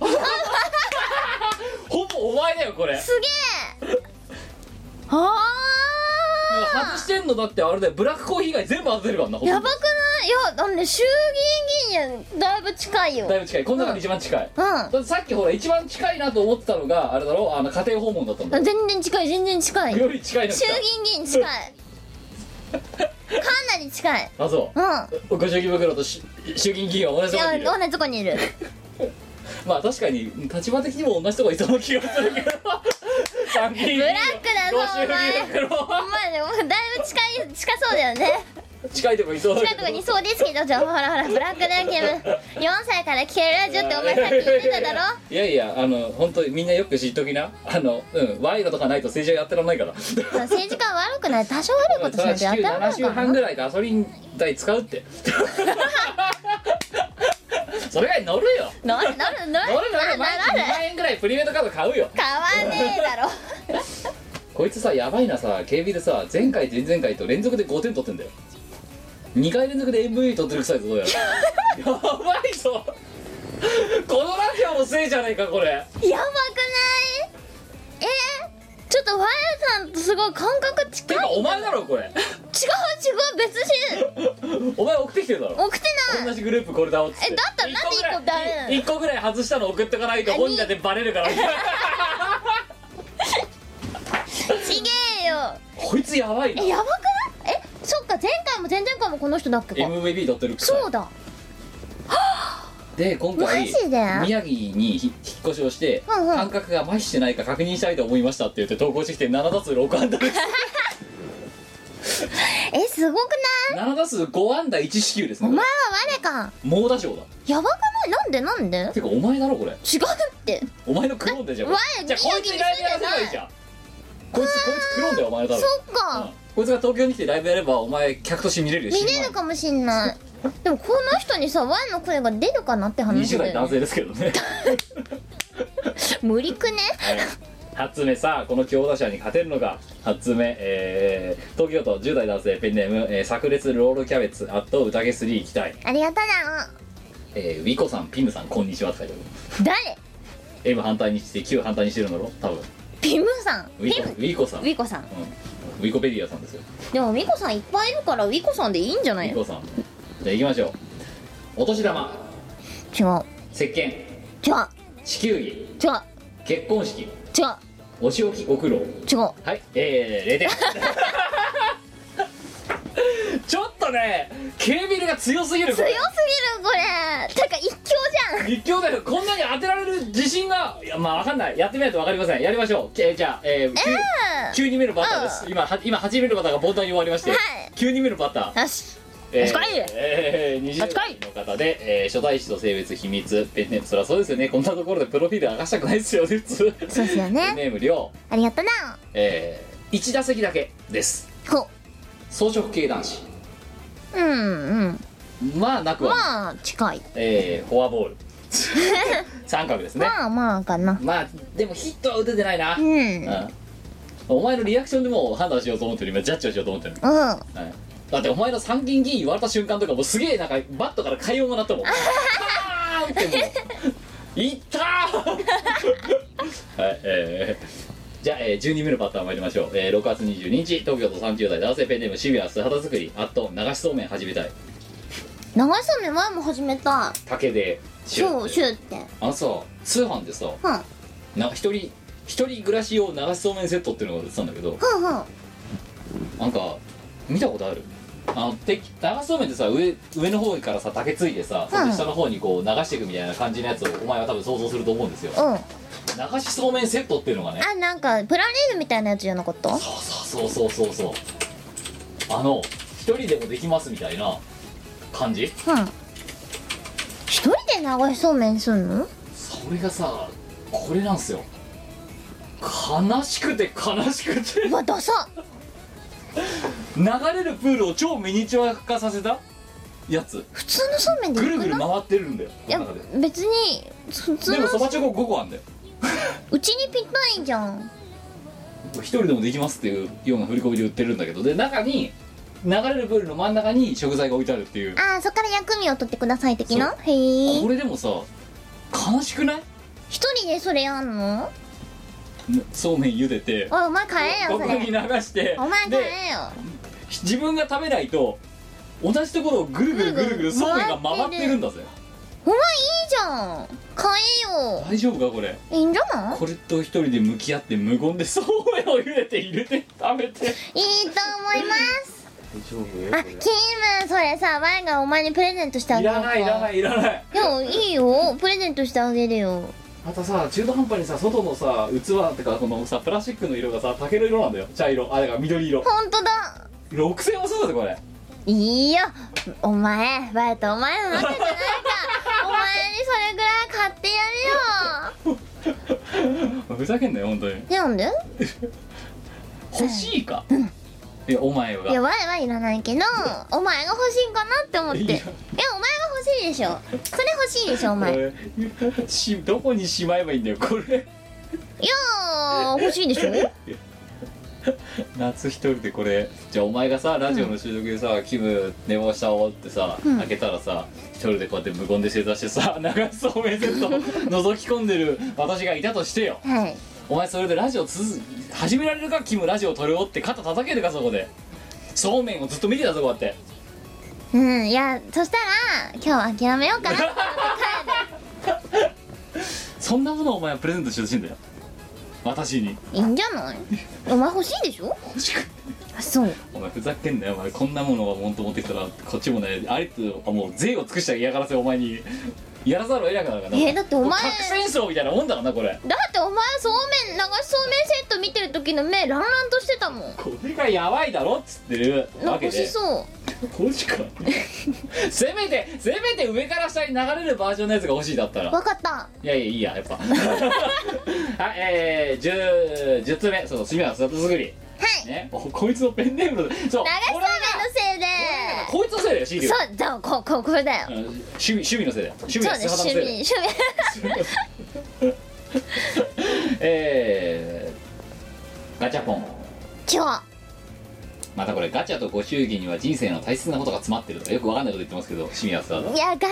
[SPEAKER 1] ほぼお前だよこれ
[SPEAKER 2] くないすげえあ
[SPEAKER 1] 外してんのだってあれだよブラックコーヒー以外全部外せるからな
[SPEAKER 2] あやばくないいやだって衆議院議員にはだいぶ近いよ
[SPEAKER 1] だいぶ近いこの中で一番近い、
[SPEAKER 2] う
[SPEAKER 1] だってさっきほら一番近いなと思ってたのがあれだろあの家庭訪問だったんだ
[SPEAKER 2] ん
[SPEAKER 1] よ
[SPEAKER 2] 全然近い全然近い
[SPEAKER 1] より近いの来
[SPEAKER 2] 衆
[SPEAKER 1] た
[SPEAKER 2] 議院議員近いに近い
[SPEAKER 1] あそ
[SPEAKER 2] うん
[SPEAKER 1] うご祝儀袋とし祝金企業同じ
[SPEAKER 2] い
[SPEAKER 1] とこ
[SPEAKER 2] や
[SPEAKER 1] にいる
[SPEAKER 2] 同じとこにいる
[SPEAKER 1] まあ確かに立場的にも同じとこいそうな気がするけど参議院
[SPEAKER 2] ブ
[SPEAKER 1] の
[SPEAKER 2] ラックだぞ
[SPEAKER 1] ご祝儀袋
[SPEAKER 2] お
[SPEAKER 1] は
[SPEAKER 2] 前ねもうだいぶ近い近そうだよね
[SPEAKER 1] 近いとこいそうだけ
[SPEAKER 2] 近い
[SPEAKER 1] ど
[SPEAKER 2] とこにいそうですけどじゃあほらほらブラックだけど4歳から消えるラジオってお前さっき言ってただろ
[SPEAKER 1] いやいやあの本当にみんなよく知っときなあのうん賄賂とかないと政治はやってらんないから
[SPEAKER 2] そう政治家は悪くない多少悪いことしないとやってらんない
[SPEAKER 1] 7週
[SPEAKER 2] から
[SPEAKER 1] 半
[SPEAKER 2] な
[SPEAKER 1] ぐらいガソリン代使うってそれぐらい乗るよ
[SPEAKER 2] なるなるなる
[SPEAKER 1] 乗る乗る毎日2
[SPEAKER 2] なる
[SPEAKER 1] 万円ぐらいプリメイトカード買うよ
[SPEAKER 2] 買わねえだろ
[SPEAKER 1] こいつさやばいなさ警備でさ前回前々回と連続で5点取ってんだよ2回連続で MV 取ってるくさいぞどうやらやばいぞこのラジオのせいじゃねえかこれ
[SPEAKER 2] やばくないえーちょっとファイアさんとすごい感覚近
[SPEAKER 1] て
[SPEAKER 2] い
[SPEAKER 1] かお前だろこれ
[SPEAKER 2] 違う違う別人
[SPEAKER 1] お前送ってきてるだろ
[SPEAKER 2] 送ってな
[SPEAKER 1] 同
[SPEAKER 2] い
[SPEAKER 1] じグループこれだおっつって
[SPEAKER 2] えだったらなんで一個ダメなの
[SPEAKER 1] 1個ぐらい外したの送ってかないと本人だってバレるから
[SPEAKER 2] ちげえよ
[SPEAKER 1] こいつやばいな
[SPEAKER 2] えやばくないえそっか前回も前々回もこの人だっけか
[SPEAKER 1] MVP 取ってるくさい
[SPEAKER 2] そうだ
[SPEAKER 1] で今
[SPEAKER 2] マ
[SPEAKER 1] 回
[SPEAKER 2] ジで
[SPEAKER 1] 宮城にひ引っ越しをして、
[SPEAKER 2] うんうん
[SPEAKER 1] 感覚が麻痺してないか確認したいと思いましたって言って投稿してきて7打数6安打
[SPEAKER 2] *laughs*
[SPEAKER 1] です
[SPEAKER 2] えすごくない
[SPEAKER 1] 7打数5安打1四球です
[SPEAKER 2] お前
[SPEAKER 1] ね
[SPEAKER 2] は我か
[SPEAKER 1] 猛打賞だ
[SPEAKER 2] やばくないなんでなんで
[SPEAKER 1] てかお前だろこれ
[SPEAKER 2] 違うって
[SPEAKER 1] お前のクローンだじゃん
[SPEAKER 2] わ
[SPEAKER 1] じゃあこいつにライブやらせばいいじゃんこいつこいつクローンだよお前だ
[SPEAKER 2] そ
[SPEAKER 1] ろ
[SPEAKER 2] っか、
[SPEAKER 1] うんこいつが東京に来てライブやればお前客として見れるよ
[SPEAKER 2] 見れるかもしんないでもこの人にさワンの声が出るかなって話
[SPEAKER 1] 20
[SPEAKER 2] だ
[SPEAKER 1] 代
[SPEAKER 2] よ
[SPEAKER 1] 男
[SPEAKER 2] ね
[SPEAKER 1] 性ですけどね
[SPEAKER 2] 無理くね
[SPEAKER 1] 初目さあこの強打者に勝てるのか初目、えー、東京都10代男性ペンネーム、えー、炸裂ロールキャベツあと宴3行きたい、
[SPEAKER 2] ありがとな
[SPEAKER 1] えー、ウィコさんピムさんこんにちはって書いてある
[SPEAKER 2] 誰
[SPEAKER 1] M 反対にして Q 反対にしてるんだろ多分
[SPEAKER 2] ピムさん
[SPEAKER 1] ウィ
[SPEAKER 2] ピ
[SPEAKER 1] コ
[SPEAKER 2] ム
[SPEAKER 1] ウィコさん
[SPEAKER 2] ウィコさん
[SPEAKER 1] うん、ウィコペディアさんですよ
[SPEAKER 2] でもウィコさんいっぱいいるからウィコさんでいいんじゃ
[SPEAKER 1] ウ
[SPEAKER 2] ない
[SPEAKER 1] ィ
[SPEAKER 2] 違う
[SPEAKER 1] コさんじゃあ行きましょうお年玉
[SPEAKER 2] 違う
[SPEAKER 1] 石鹸
[SPEAKER 2] 違う
[SPEAKER 1] 地球儀
[SPEAKER 2] 違う
[SPEAKER 1] 結婚式
[SPEAKER 2] 違
[SPEAKER 1] お仕置きご苦労
[SPEAKER 2] う違う
[SPEAKER 1] はい、え
[SPEAKER 2] *laughs*
[SPEAKER 1] ー、0点ちょっとね警備が強すぎるこ
[SPEAKER 2] 強すぎ
[SPEAKER 1] れ
[SPEAKER 2] るこれてか一強じゃん
[SPEAKER 1] 立教大学こんなに当てられる自信がいやまあわかんないやってみないとわかりませんやりましょうけじゃあ、えー9人目のバッターです、今は今8人目のバッターが冒頭に終わりまして、
[SPEAKER 2] はい
[SPEAKER 1] 9人目のバッター
[SPEAKER 2] よし
[SPEAKER 1] え
[SPEAKER 2] 近い
[SPEAKER 1] えー20代の方で、えー、初代と性別秘密ペンネームそりゃそうですよねこんなところでプロフィール明かしたくないですよね普通
[SPEAKER 2] そうですよね
[SPEAKER 1] *laughs* ペンネームりょう
[SPEAKER 2] ありがとな
[SPEAKER 1] えー、1打席だけです
[SPEAKER 2] ほ
[SPEAKER 1] 草食系男子
[SPEAKER 2] うんうん
[SPEAKER 1] まあなくはない、
[SPEAKER 2] まあ近い
[SPEAKER 1] えー、フォアボール *laughs* 三角ですね
[SPEAKER 2] まあまあかな
[SPEAKER 1] まあでもヒットは打ててないな、
[SPEAKER 2] うんう
[SPEAKER 1] う
[SPEAKER 2] ん
[SPEAKER 1] んお前のリアクションでもう判断しようと思ってる今ジャッジをしようと思ってる、はいだってお前の参議院議員言われた瞬間とかもうすげえなんかバットから快音が鳴ったもんカーンってもういったーはいえーじゃあ、えー、12目のパターン参りましょう、えー、6月22日東京都30代男性ペンネームシビア素肌作りあと流しそうめん始めたい
[SPEAKER 2] 流しそうめん前も始めた
[SPEAKER 1] 竹でシュッ
[SPEAKER 2] そうシュって
[SPEAKER 1] あのさ通販でさ
[SPEAKER 2] うんうん
[SPEAKER 1] な一人一人暮らし用流しそうめんセットっていうのが売ってたんだけど
[SPEAKER 2] うん
[SPEAKER 1] なんか見たことあるあのて流しそうめんってさ上上の方からさ竹ついてさ、そして下の方にこう流していくみたいな感じのやつをお前は多分想像すると思うんですよ
[SPEAKER 2] うん
[SPEAKER 1] 流しそうめんセットっていうのがね
[SPEAKER 2] あなんかプラレールみたいなやつじゃなかった
[SPEAKER 1] そうそうそうそうそうそうあの一人でもできますみたいな感じ
[SPEAKER 2] うん一人で流しそうめんすんの
[SPEAKER 1] それがさこれなんすよ悲しくて悲しくて
[SPEAKER 2] うわダサ
[SPEAKER 1] 流れるプールを超ミニチュア化させたやつ
[SPEAKER 2] 普通のそうめんで
[SPEAKER 1] ぐる
[SPEAKER 2] よ
[SPEAKER 1] ぐ
[SPEAKER 2] く
[SPEAKER 1] る
[SPEAKER 2] ない
[SPEAKER 1] 回ってるんだよ
[SPEAKER 2] いや
[SPEAKER 1] この中で
[SPEAKER 2] 別に普通
[SPEAKER 1] でもそ
[SPEAKER 2] の
[SPEAKER 1] ばちょこ5個あんだよ
[SPEAKER 2] うちにぴったりじゃん
[SPEAKER 1] 一人でもできますっていうような振り込みで売ってるんだけどで中に流れるプールの真ん中に食材が置いてあるっていう
[SPEAKER 2] あーそっから薬味を取ってください的な
[SPEAKER 1] そ
[SPEAKER 2] へえ
[SPEAKER 1] これでもさ悲しくない
[SPEAKER 2] 一人でそれやんの
[SPEAKER 1] ねそうめん茹でて
[SPEAKER 2] おいお前買えよ
[SPEAKER 1] こ
[SPEAKER 2] そ
[SPEAKER 1] こに流
[SPEAKER 2] れ
[SPEAKER 1] して
[SPEAKER 2] お前買
[SPEAKER 1] で
[SPEAKER 2] えよ
[SPEAKER 1] 自分が食べないと同じところをぐるぐるぐるぐるそうめんが回ってるんだぜ
[SPEAKER 2] お前いいじゃん買えよ
[SPEAKER 1] 大丈夫かこれ
[SPEAKER 2] いいんじゃない
[SPEAKER 1] これと一人で向き合って無言でそうめんを茹でて入れて食べて
[SPEAKER 2] いいと思います
[SPEAKER 1] 丈夫よ
[SPEAKER 2] あキムそれさ前がお前にプレゼントしてあ
[SPEAKER 1] い
[SPEAKER 2] げよう
[SPEAKER 1] ら
[SPEAKER 2] か
[SPEAKER 1] ないいらないいらない
[SPEAKER 2] でもいいよプレゼントしてあげるよ
[SPEAKER 1] またさ中途半端にさ外のさ器ってかこのさプラスチックの色がさ竹の色なんだよ茶色あだから緑色
[SPEAKER 2] ほんとだ
[SPEAKER 1] 6000円もするんだぜこれ
[SPEAKER 2] いいよお前バイトお前のわけじゃないかお前にそれぐらい買ってや
[SPEAKER 1] *laughs* ふざけんなよ本当に
[SPEAKER 2] るよなんで
[SPEAKER 1] 欲しいか、いやお前が
[SPEAKER 2] いやわいはいらないけどお前が欲しいかなって思って
[SPEAKER 1] い
[SPEAKER 2] い
[SPEAKER 1] や
[SPEAKER 2] やお前が欲しいでしょそれ欲しいでしょお前いや
[SPEAKER 1] これしどこにしまえばいいんだよこれ
[SPEAKER 2] ー欲しいでしょ
[SPEAKER 1] 夏一人でこれじゃあお前がさラジオの収録でさ「キム寝坊したお」ってさ、
[SPEAKER 2] うん
[SPEAKER 1] 開けたらさ一人でこうやって無言で正座してさ流しそうめんセットを覗き込んでる私がいたとしてよ
[SPEAKER 2] はい
[SPEAKER 1] お前それでラジオ続始められるかキムラジオ撮るよって肩叩けるかそこでそうめんをずっと見てたぞこうやって
[SPEAKER 2] うんいやそしたら今日は諦めようかな
[SPEAKER 1] *laughs*
[SPEAKER 2] って
[SPEAKER 1] そんなものをお前はプレゼントしてほしいんだよ私に
[SPEAKER 2] 帰るいいんじゃないお前欲しいでしょ
[SPEAKER 1] 欲しく
[SPEAKER 2] あそう
[SPEAKER 1] お前ふざけんなよお前こんなものを本当持ってきたらこっちもねありとあもう税を尽くした嫌がらせをお前にやらざるを得なくなるからな
[SPEAKER 2] えーだってお前
[SPEAKER 1] もう核戦争みたいなもんだからなこれ
[SPEAKER 2] だってお前そうめん流しそうめんセット見てる時の目ランランとしてたもん
[SPEAKER 1] これがやばいだろっつってるわけ
[SPEAKER 2] 残し
[SPEAKER 1] で
[SPEAKER 2] そう
[SPEAKER 1] マジかせめてせめて上から下に流れるバージョンのやつが欲しいだったら
[SPEAKER 2] わかった
[SPEAKER 1] いやいやいいややっぱ *laughs* はいえー、10, 10つ目そう墨は砂糖作り
[SPEAKER 2] はい
[SPEAKER 1] ねおこいつのペンネームのそう
[SPEAKER 2] 流しそう
[SPEAKER 1] 俺は
[SPEAKER 2] めんのせ
[SPEAKER 1] こいつのせいだよ CD
[SPEAKER 2] いで
[SPEAKER 1] は
[SPEAKER 2] そうじゃあこここれだよ
[SPEAKER 1] うん趣味趣味のせいだよ趣味
[SPEAKER 2] そ
[SPEAKER 1] は
[SPEAKER 2] う
[SPEAKER 1] 素
[SPEAKER 2] です
[SPEAKER 1] 肌の
[SPEAKER 2] 趣
[SPEAKER 1] せいだよ
[SPEAKER 2] 味趣味
[SPEAKER 1] えー、ガチャポン
[SPEAKER 2] 今
[SPEAKER 1] またこれガチャとご祝儀には人生の大切なことが詰まってるとかよくわかんないこと言ってますけど清水さん
[SPEAKER 2] 日いやガチャ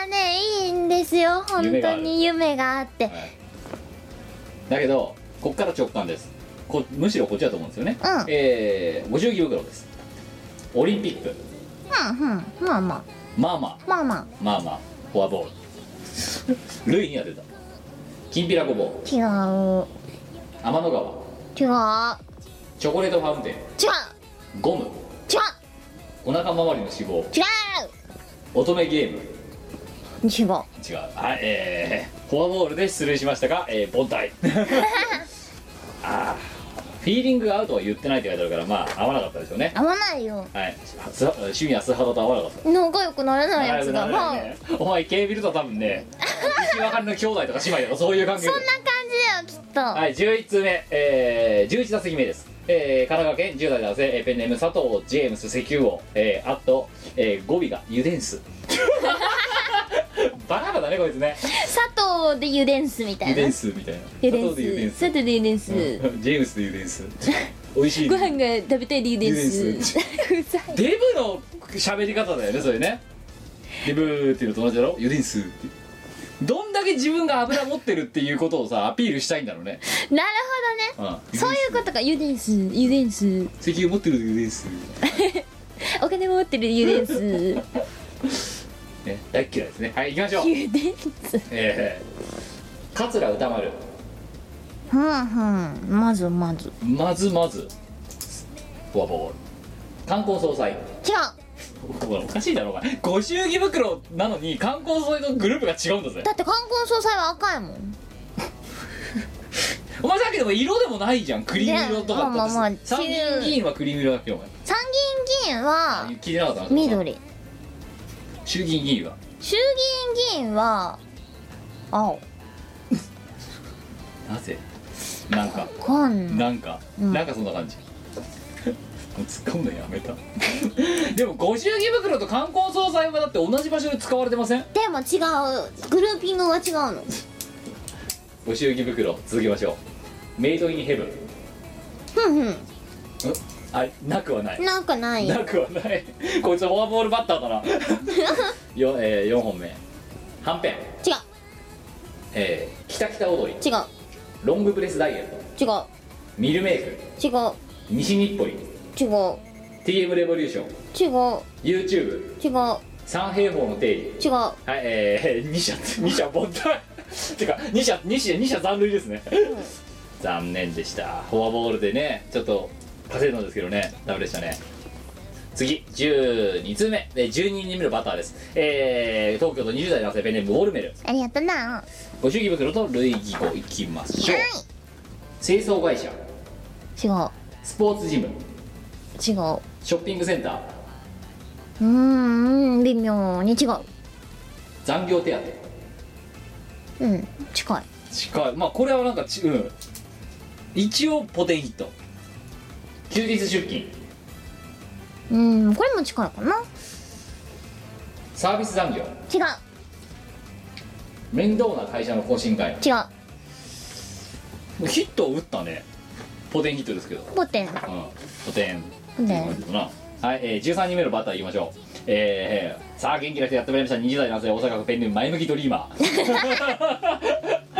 [SPEAKER 2] はねいいんですよ本
[SPEAKER 1] 夢があ
[SPEAKER 2] 当
[SPEAKER 1] る
[SPEAKER 2] に夢があって
[SPEAKER 1] はいだけどこっから直感ですこむしろこっちだと思うんですよね、
[SPEAKER 2] うん
[SPEAKER 1] えー、ご祝儀袋ですオリンピック
[SPEAKER 2] うんうんまあま
[SPEAKER 1] まあまあ
[SPEAKER 2] あまあま
[SPEAKER 1] まあまあフォアボールルイには出たきんぴらごぼう
[SPEAKER 2] あ違う
[SPEAKER 1] 天の川
[SPEAKER 2] 違う違う
[SPEAKER 1] チョコレートファウンテ
[SPEAKER 2] 違う
[SPEAKER 1] ンゴム
[SPEAKER 2] 違う
[SPEAKER 1] お腹周りの脂肪
[SPEAKER 2] 違
[SPEAKER 1] 乙女ゲーム
[SPEAKER 2] う違う
[SPEAKER 1] 違うはいえー、フォアボールで失礼しましたが、えー、凡退 *laughs* あーフィーリングがアウトは言ってないって書いてあるからまあ合わなかったでしょうね
[SPEAKER 2] 合わないよ
[SPEAKER 1] はいす趣味は素肌と合わなかった
[SPEAKER 2] 仲良くならないやつが
[SPEAKER 1] なるほど
[SPEAKER 2] はい
[SPEAKER 1] ねお前 K ビルと多分ね石分かりの兄弟とか姉妹とかそういう関係
[SPEAKER 2] そんな感じだよきっと
[SPEAKER 1] はい11通目、えー、11打席目です、えー、神奈川県10代男性えーペンネーム佐藤ジェームス石油王、えー、あと、えー、語尾が油田水 *laughs* バカだねこいつね
[SPEAKER 2] 佐藤で油田水みたい
[SPEAKER 1] 油
[SPEAKER 2] な
[SPEAKER 1] 田水みたいな
[SPEAKER 2] 油田
[SPEAKER 1] 佐藤で油田
[SPEAKER 2] 水佐
[SPEAKER 1] 水
[SPEAKER 2] 藤で油田水
[SPEAKER 1] うんジェームスで油田
[SPEAKER 2] *laughs*
[SPEAKER 1] 水美味しい
[SPEAKER 2] ご飯が食べたいで油田 *laughs* 水う
[SPEAKER 1] 油田
[SPEAKER 2] ざい
[SPEAKER 1] デブの喋り方だよねそれねデブーっていうのと同じだろ油田水ってどんだけ自分が油持ってるっていうことをさアピールしたいんだろうね、
[SPEAKER 2] なるほ
[SPEAKER 1] うん、
[SPEAKER 2] どねそういうことか油田水油田水
[SPEAKER 1] 石油持ってる油田水
[SPEAKER 2] お金持ってる油田水
[SPEAKER 1] ね大っ嫌いですねはい行きましょう
[SPEAKER 2] 油田水
[SPEAKER 1] えー、桂歌丸
[SPEAKER 2] ふんふんまずまず
[SPEAKER 1] まずまずフォアボール観光総裁
[SPEAKER 2] 違う
[SPEAKER 1] お前おかしいだろお前ご祝儀袋なのに観光総裁とグループが違うんだぜ
[SPEAKER 2] だって冠婚葬祭は赤いもん
[SPEAKER 1] お前さっきでも色でもないじゃんクリーム色とか
[SPEAKER 2] いやまあまあ
[SPEAKER 1] だっ
[SPEAKER 2] まあ
[SPEAKER 1] て参議院議員はクリーム色だっけお前
[SPEAKER 2] 参議院議員は
[SPEAKER 1] 聞いてなかったな
[SPEAKER 2] 緑
[SPEAKER 1] 衆議院議員は
[SPEAKER 2] 衆議院議員は青
[SPEAKER 1] なぜなんか
[SPEAKER 2] かんない
[SPEAKER 1] なんか、
[SPEAKER 2] ん
[SPEAKER 1] なんかそんな感じもう突っ込むのやめたでもご祝儀袋と観光総裁はだって同じ場所で使われてません
[SPEAKER 2] でも違うグルーピングが違うの
[SPEAKER 1] ご祝儀袋続きましょうメイドインヘブン
[SPEAKER 2] ふん
[SPEAKER 1] あなくはない
[SPEAKER 2] ふんなんかない
[SPEAKER 1] なくはない *laughs* こいつフォアボールバッターだなよ、えー、4本目はんぺん
[SPEAKER 2] 違う
[SPEAKER 1] えー、きたきた踊り
[SPEAKER 2] 違う
[SPEAKER 1] ロングブレスダイエット
[SPEAKER 2] 違う
[SPEAKER 1] ミルメイク
[SPEAKER 2] 違う
[SPEAKER 1] 西日暮里
[SPEAKER 2] 違う
[SPEAKER 1] TM レボリューション
[SPEAKER 2] 違う
[SPEAKER 1] YouTube
[SPEAKER 2] 違う
[SPEAKER 1] 三平方の定理
[SPEAKER 2] 違う
[SPEAKER 1] はいえー、2社2社 *laughs* 凡退 *laughs* てか2社2社二社残塁ですね、残念でしたフォアボールでねちょっと稼いだんですけどねダメでしたね次12通目えー12人目のバターです、えー東京都20代男性ペンネームウォールメル
[SPEAKER 2] ありがとな
[SPEAKER 1] ご祝儀袋と類義語いきましょう、
[SPEAKER 2] はい
[SPEAKER 1] 清掃会社
[SPEAKER 2] 違う
[SPEAKER 1] スポーツジム
[SPEAKER 2] 違うう
[SPEAKER 1] ショッピングセンター
[SPEAKER 2] ーん微妙に違う
[SPEAKER 1] 残業手当
[SPEAKER 2] うん近い
[SPEAKER 1] 近いまあこれはなんかちうん一応ポテンヒット休日出勤
[SPEAKER 2] うんこれも近いかな
[SPEAKER 1] サービス残業
[SPEAKER 2] 違う
[SPEAKER 1] 面倒な会社の懇親会
[SPEAKER 2] 違う
[SPEAKER 1] ヒットを打ったねポテンヒットですけど
[SPEAKER 2] ポテン
[SPEAKER 1] うんポテン
[SPEAKER 2] ポテン
[SPEAKER 1] ポテンなはい、えー、13人目のバッターいきましょうえー、さあ元気な人やってまいりました20代男性大阪府ペンネーム前向きドリーマー
[SPEAKER 2] *laughs*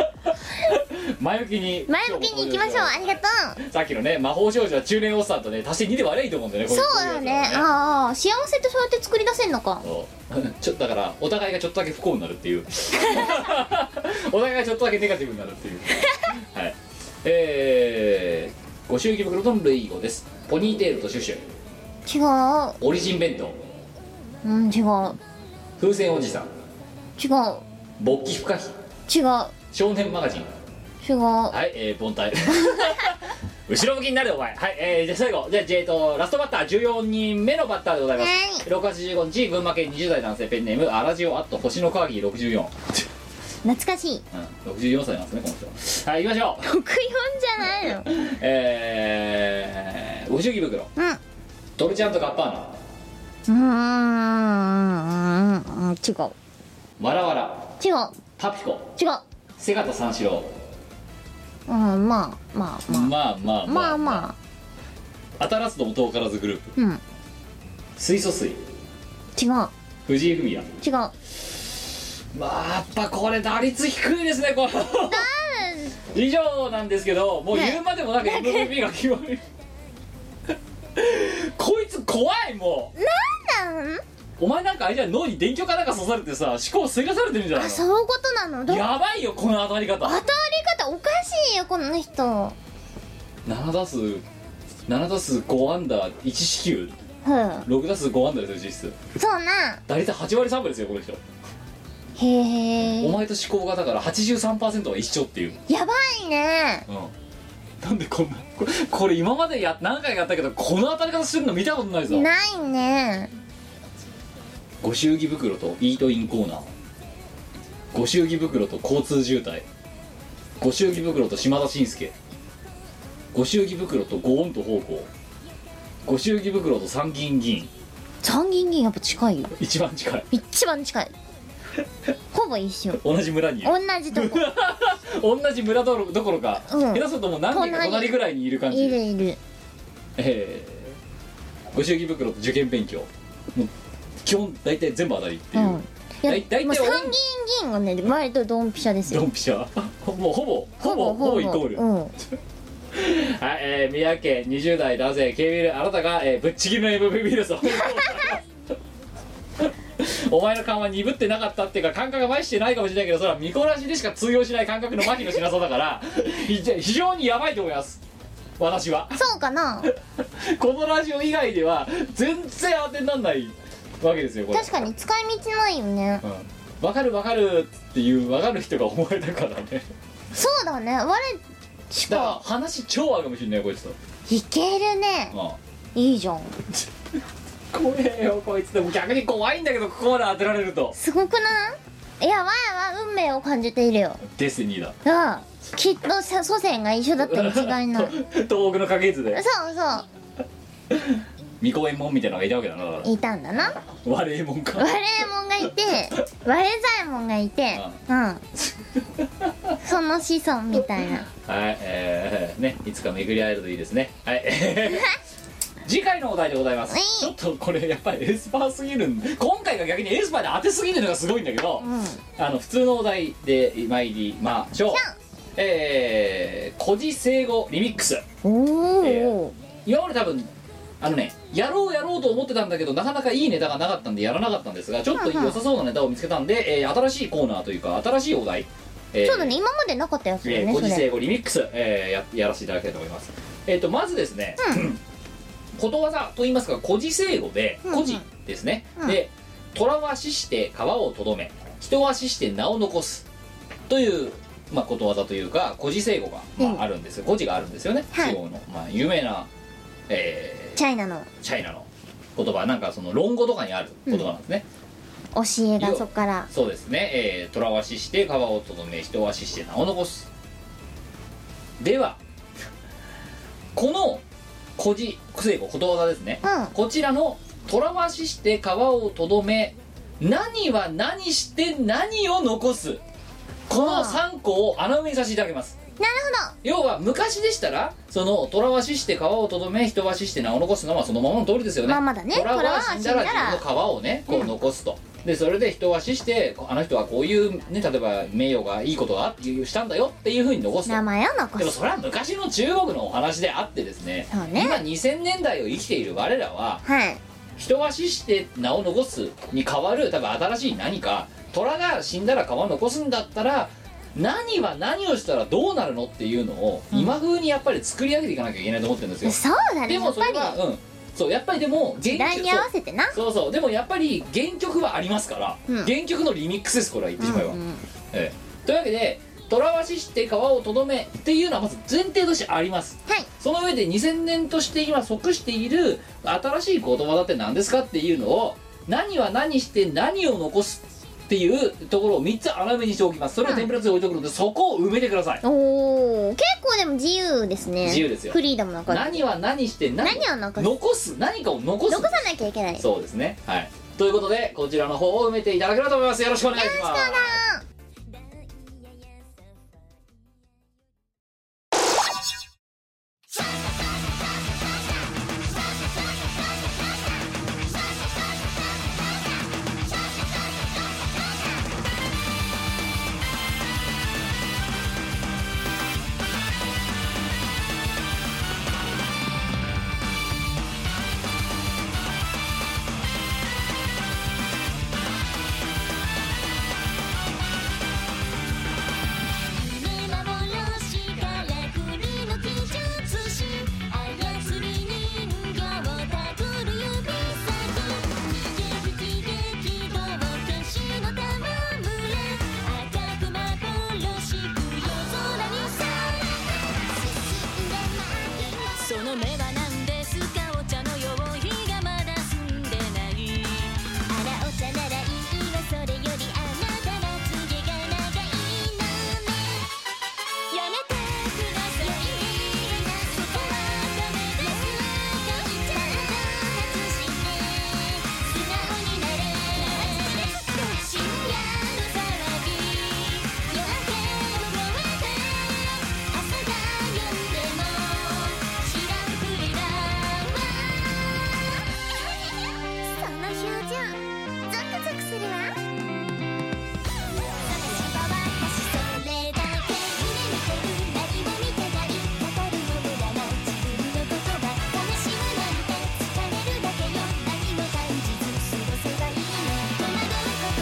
[SPEAKER 1] 前向きに
[SPEAKER 2] 前向きに行きましょうありがとう
[SPEAKER 1] さっきのね魔法少女は中年おっさんとね足して2で割ればいいと思うんだよねこ
[SPEAKER 2] そ
[SPEAKER 1] れ
[SPEAKER 2] うだねああ幸せってそうやって作り出せんのか
[SPEAKER 1] そう *laughs* ちょっとだからお互いがちょっとだけ不幸になるっていうお互いがちょっとだけネガティブになるっていうはいえー、ご祝儀袋との類語ですポニーテールとシュッシュ
[SPEAKER 2] 違う
[SPEAKER 1] オリジン弁当
[SPEAKER 2] うん違う
[SPEAKER 1] 風船おじさん
[SPEAKER 2] 違う
[SPEAKER 1] 勃起不可避
[SPEAKER 2] 違う
[SPEAKER 1] 少年マガジン
[SPEAKER 2] 違う
[SPEAKER 1] はいえー、凡退後ろ向きになれお前はいえー、じゃあ最後じゃあ、じゃあえーとラストバッター14人目のバッターでございます6月15日群馬県20代男性ペンネームアラジオアット星の川木64
[SPEAKER 2] 懐かしい
[SPEAKER 1] うん、64歳なんですねこの人はい行きましょう
[SPEAKER 2] 64じゃないの
[SPEAKER 1] えー、ご祝儀袋
[SPEAKER 2] うん
[SPEAKER 1] ドルチャンとガッパーナ
[SPEAKER 2] うーんうん違う
[SPEAKER 1] わらわら
[SPEAKER 2] 違う
[SPEAKER 1] パピコ
[SPEAKER 2] 違う
[SPEAKER 1] セガと三四郎
[SPEAKER 2] うんまあまあま
[SPEAKER 1] まあまあ
[SPEAKER 2] あまあま
[SPEAKER 1] あ当たらずとも遠からずグループ
[SPEAKER 2] あうん
[SPEAKER 1] 水素水
[SPEAKER 2] 違う
[SPEAKER 1] 藤井フミヤ
[SPEAKER 2] 違う
[SPEAKER 1] まあやっぱこれ打率低いですねこの以上なんですけどもう
[SPEAKER 2] ね
[SPEAKER 1] 言うまでもなく MVP が決まるこいつ怖いもう
[SPEAKER 2] なん
[SPEAKER 1] お前なんかあれじゃん脳に電極かなんか刺されてさ思考すり出されてるんじゃない
[SPEAKER 2] あ
[SPEAKER 1] の
[SPEAKER 2] そういうことなのど当
[SPEAKER 1] やばいよこの当たり方
[SPEAKER 2] たり方おかしいよこの人
[SPEAKER 1] 7打数7打数5安打1四球
[SPEAKER 2] うん
[SPEAKER 1] 6打数5安打ですよ実質
[SPEAKER 2] そうな
[SPEAKER 1] 打率8割3分ですよこの人、お
[SPEAKER 2] へえ
[SPEAKER 1] 前と思考がだから83%が一緒っていう、
[SPEAKER 2] やばいね
[SPEAKER 1] うん、なんでこんなこ *laughs* れこれ今までや何回かやったけどこの当たり方するの見たことないぞ
[SPEAKER 2] ないね
[SPEAKER 1] ご祝儀袋とイートインコーナーご祝儀袋と交通渋滞ご祝儀袋と島田紳介ご祝儀袋とご恩と奉公ご祝儀袋と参議院議員
[SPEAKER 2] 参議院議員やっぱ近いよ
[SPEAKER 1] 一番近い
[SPEAKER 2] 一番近 *laughs* いほぼ一緒
[SPEAKER 1] 同じ村にいる
[SPEAKER 2] 同じとこ
[SPEAKER 1] 同じ村どころどころか、
[SPEAKER 2] うん
[SPEAKER 1] 下手するともう何人か隣
[SPEAKER 2] 隣
[SPEAKER 1] ぐらいにいる感じ
[SPEAKER 2] いるいる
[SPEAKER 1] えーご祝儀袋と受験勉強もう基本大体全部当たりって
[SPEAKER 2] う
[SPEAKER 1] い
[SPEAKER 2] ん
[SPEAKER 1] う、
[SPEAKER 2] いや
[SPEAKER 1] だい大体
[SPEAKER 2] もう参議院議員はね割とドンピシャです
[SPEAKER 1] ド
[SPEAKER 2] よ
[SPEAKER 1] ンピシャ *laughs* もうほぼほぼほぼイコール、
[SPEAKER 2] うん
[SPEAKER 1] はい、えー、宮家20代男性 k ビルあなたが、えーぶっちぎりの MVP です *laughs* お前の勘は鈍ってなかったっていうか感覚が麻痺してないかもしれないけどそれは見こなしでしか通用しない感覚の麻痺のしなさだから *laughs* 非常にやばいと思います私は
[SPEAKER 2] そうかな
[SPEAKER 1] このラジオ以外では全然当てにならないわけですよこれ
[SPEAKER 2] 確かに使い道ないよね
[SPEAKER 1] うんわかるわかるっていうわかる人が思えたから *laughs* ね
[SPEAKER 2] そうだね我し
[SPEAKER 1] だから
[SPEAKER 2] か
[SPEAKER 1] 話超合うかもしれないよこいつと、
[SPEAKER 2] いけるね
[SPEAKER 1] うん
[SPEAKER 2] いいじゃん
[SPEAKER 1] 怖えよこいつでも逆に怖いんだけどここまで当てられると
[SPEAKER 2] すごくないいやわやわ運命を感じているよ
[SPEAKER 1] デスティニーだ
[SPEAKER 2] うんきっとさ祖先が一緒だったに違いない *laughs* そ
[SPEAKER 1] *laughs* 東
[SPEAKER 2] う
[SPEAKER 1] 北の影図で
[SPEAKER 2] そ
[SPEAKER 1] 未公演門みたいなのがいたわけだなだから
[SPEAKER 2] ういたんだな
[SPEAKER 1] 悪いもんか
[SPEAKER 2] 我えもんがいて我左衛門がいてうんその子孫みたいな
[SPEAKER 1] はいえー、ねいつか巡り会えるといいですねはい *laughs* 次回のお題でございます
[SPEAKER 2] はい
[SPEAKER 1] ちょっとこれやっぱりエースパーすぎるんで今回が逆にエースパーで当てすぎるのがすごいんだけど、
[SPEAKER 2] うん
[SPEAKER 1] あの普通のお題で参りましょうえー「孤児生後リミックス」
[SPEAKER 2] お
[SPEAKER 1] え
[SPEAKER 2] お
[SPEAKER 1] 今まで多分あのねやろうやろうと思ってたんだけどなかなかいいネタがなかったんでやらなかったんですがちょっと
[SPEAKER 2] うんうん
[SPEAKER 1] 良さそうなネタを見つけたんで、えー新しいコーナーというか新しいお題、えー
[SPEAKER 2] そうだね今までなかったやつだ
[SPEAKER 1] え
[SPEAKER 2] よ
[SPEAKER 1] ー
[SPEAKER 2] ね
[SPEAKER 1] ご
[SPEAKER 2] そ
[SPEAKER 1] 時
[SPEAKER 2] れ
[SPEAKER 1] 世語リミックス、えーややらせていただきたいと思いますえっ、とまずですね、
[SPEAKER 2] う
[SPEAKER 1] えことわざといいますか古事成語で
[SPEAKER 2] うんうん
[SPEAKER 1] 古事ですね、
[SPEAKER 2] うん
[SPEAKER 1] で虎は死して川をとどめ人は死して名を残すという、まあ、ことわざというか古事成語が、まあ
[SPEAKER 2] うん
[SPEAKER 1] あるんですよ古事があるんですよね
[SPEAKER 2] は
[SPEAKER 1] 中
[SPEAKER 2] い
[SPEAKER 1] 国の、まあ、有名な、えー
[SPEAKER 2] チャイナの
[SPEAKER 1] チャイナの言葉なんかその論語とかにある言葉なんですね、
[SPEAKER 2] 教えがそっから
[SPEAKER 1] そうですね、えー、虎は死して川をとどめ人は死して名を残すでは *laughs* この古事成語ことわざですね、
[SPEAKER 2] うん
[SPEAKER 1] こちらの虎は死して川をとどめ何は何して何を残すこ
[SPEAKER 2] は
[SPEAKER 1] の
[SPEAKER 2] あ
[SPEAKER 1] 3個を穴埋めにさせていただきます
[SPEAKER 2] なる
[SPEAKER 1] 要は昔でしたらその虎は死して川をとどめ人は死して名を残すのはそのままの通りですよ
[SPEAKER 2] ほど
[SPEAKER 1] ね
[SPEAKER 2] まあまだね
[SPEAKER 1] 虎
[SPEAKER 2] 虎
[SPEAKER 1] は
[SPEAKER 2] は
[SPEAKER 1] 死
[SPEAKER 2] 死
[SPEAKER 1] ん
[SPEAKER 2] ん
[SPEAKER 1] だら
[SPEAKER 2] だら
[SPEAKER 1] 自分の皮をねこう残すと、でそれで人は死してこあの人はこういうね例えば名誉がいいことがあってしたんだよっていうふうに残すと
[SPEAKER 2] 名前を残
[SPEAKER 1] でも
[SPEAKER 2] す
[SPEAKER 1] それは昔の中国のお話であってですね
[SPEAKER 2] そうね
[SPEAKER 1] 今2000年代を生きている我らは
[SPEAKER 2] はい
[SPEAKER 1] 人は死して名を残すに変わる多分新しい何か虎が死んだら皮を残すんだったら何は何をしたらどうなるのっていうのを今風にやっぱり作り上げていかなきゃいけないと思ってるんですよ、
[SPEAKER 2] そうだね
[SPEAKER 1] で
[SPEAKER 2] や
[SPEAKER 1] も
[SPEAKER 2] っ
[SPEAKER 1] それ
[SPEAKER 2] ぱ
[SPEAKER 1] は
[SPEAKER 2] り
[SPEAKER 1] うんそうやっぱりでも現
[SPEAKER 2] 時代に合わせてな
[SPEAKER 1] そうそうでもやっぱり原曲はありますから、
[SPEAKER 2] うん
[SPEAKER 1] 原曲のリミックスですこれは言ってしまえば、
[SPEAKER 2] うんうん
[SPEAKER 1] ええというわけで「虎は死して川をとどめ」っていうのはまず前提としてあります
[SPEAKER 2] はい
[SPEAKER 1] その上で2000年として今即している新しい言葉だって何ですかっていうのを何は何して何を残すっていうところを3つ穴埋めにしておきますそれをテンプレートで置いておくので、そこを埋めてください
[SPEAKER 2] おお結構でも自由ですね
[SPEAKER 1] 自由ですよ
[SPEAKER 2] フリーダムな感じ
[SPEAKER 1] 何は何して何
[SPEAKER 2] 何を残す
[SPEAKER 1] 残す何かを残す
[SPEAKER 2] 残さなきゃいけない
[SPEAKER 1] そうですねはいということでこちらの方を埋めていただければと思いますよろしくお願いします
[SPEAKER 4] 幻から来るの記述し操り人形を手繰る指先逃げ引き激動天使のたまむれ赤く幻く夜空にさその目は何ですかお茶のよう日がまだ澄んでないあらお茶ならいいわそれよりあなたの次が長いのねやめてくださいそこはダメですちゃんと外して素直になれ独身やの騒ぎ夜明けを越えて朝が呼んでも知らんふりだわその表情ゾクゾクするわ私は私それだけ夢見てる何も見てない語るの無駄な自分の言葉悲しむなんて疲れるだけよ何も感じず過ごせばいいの戸惑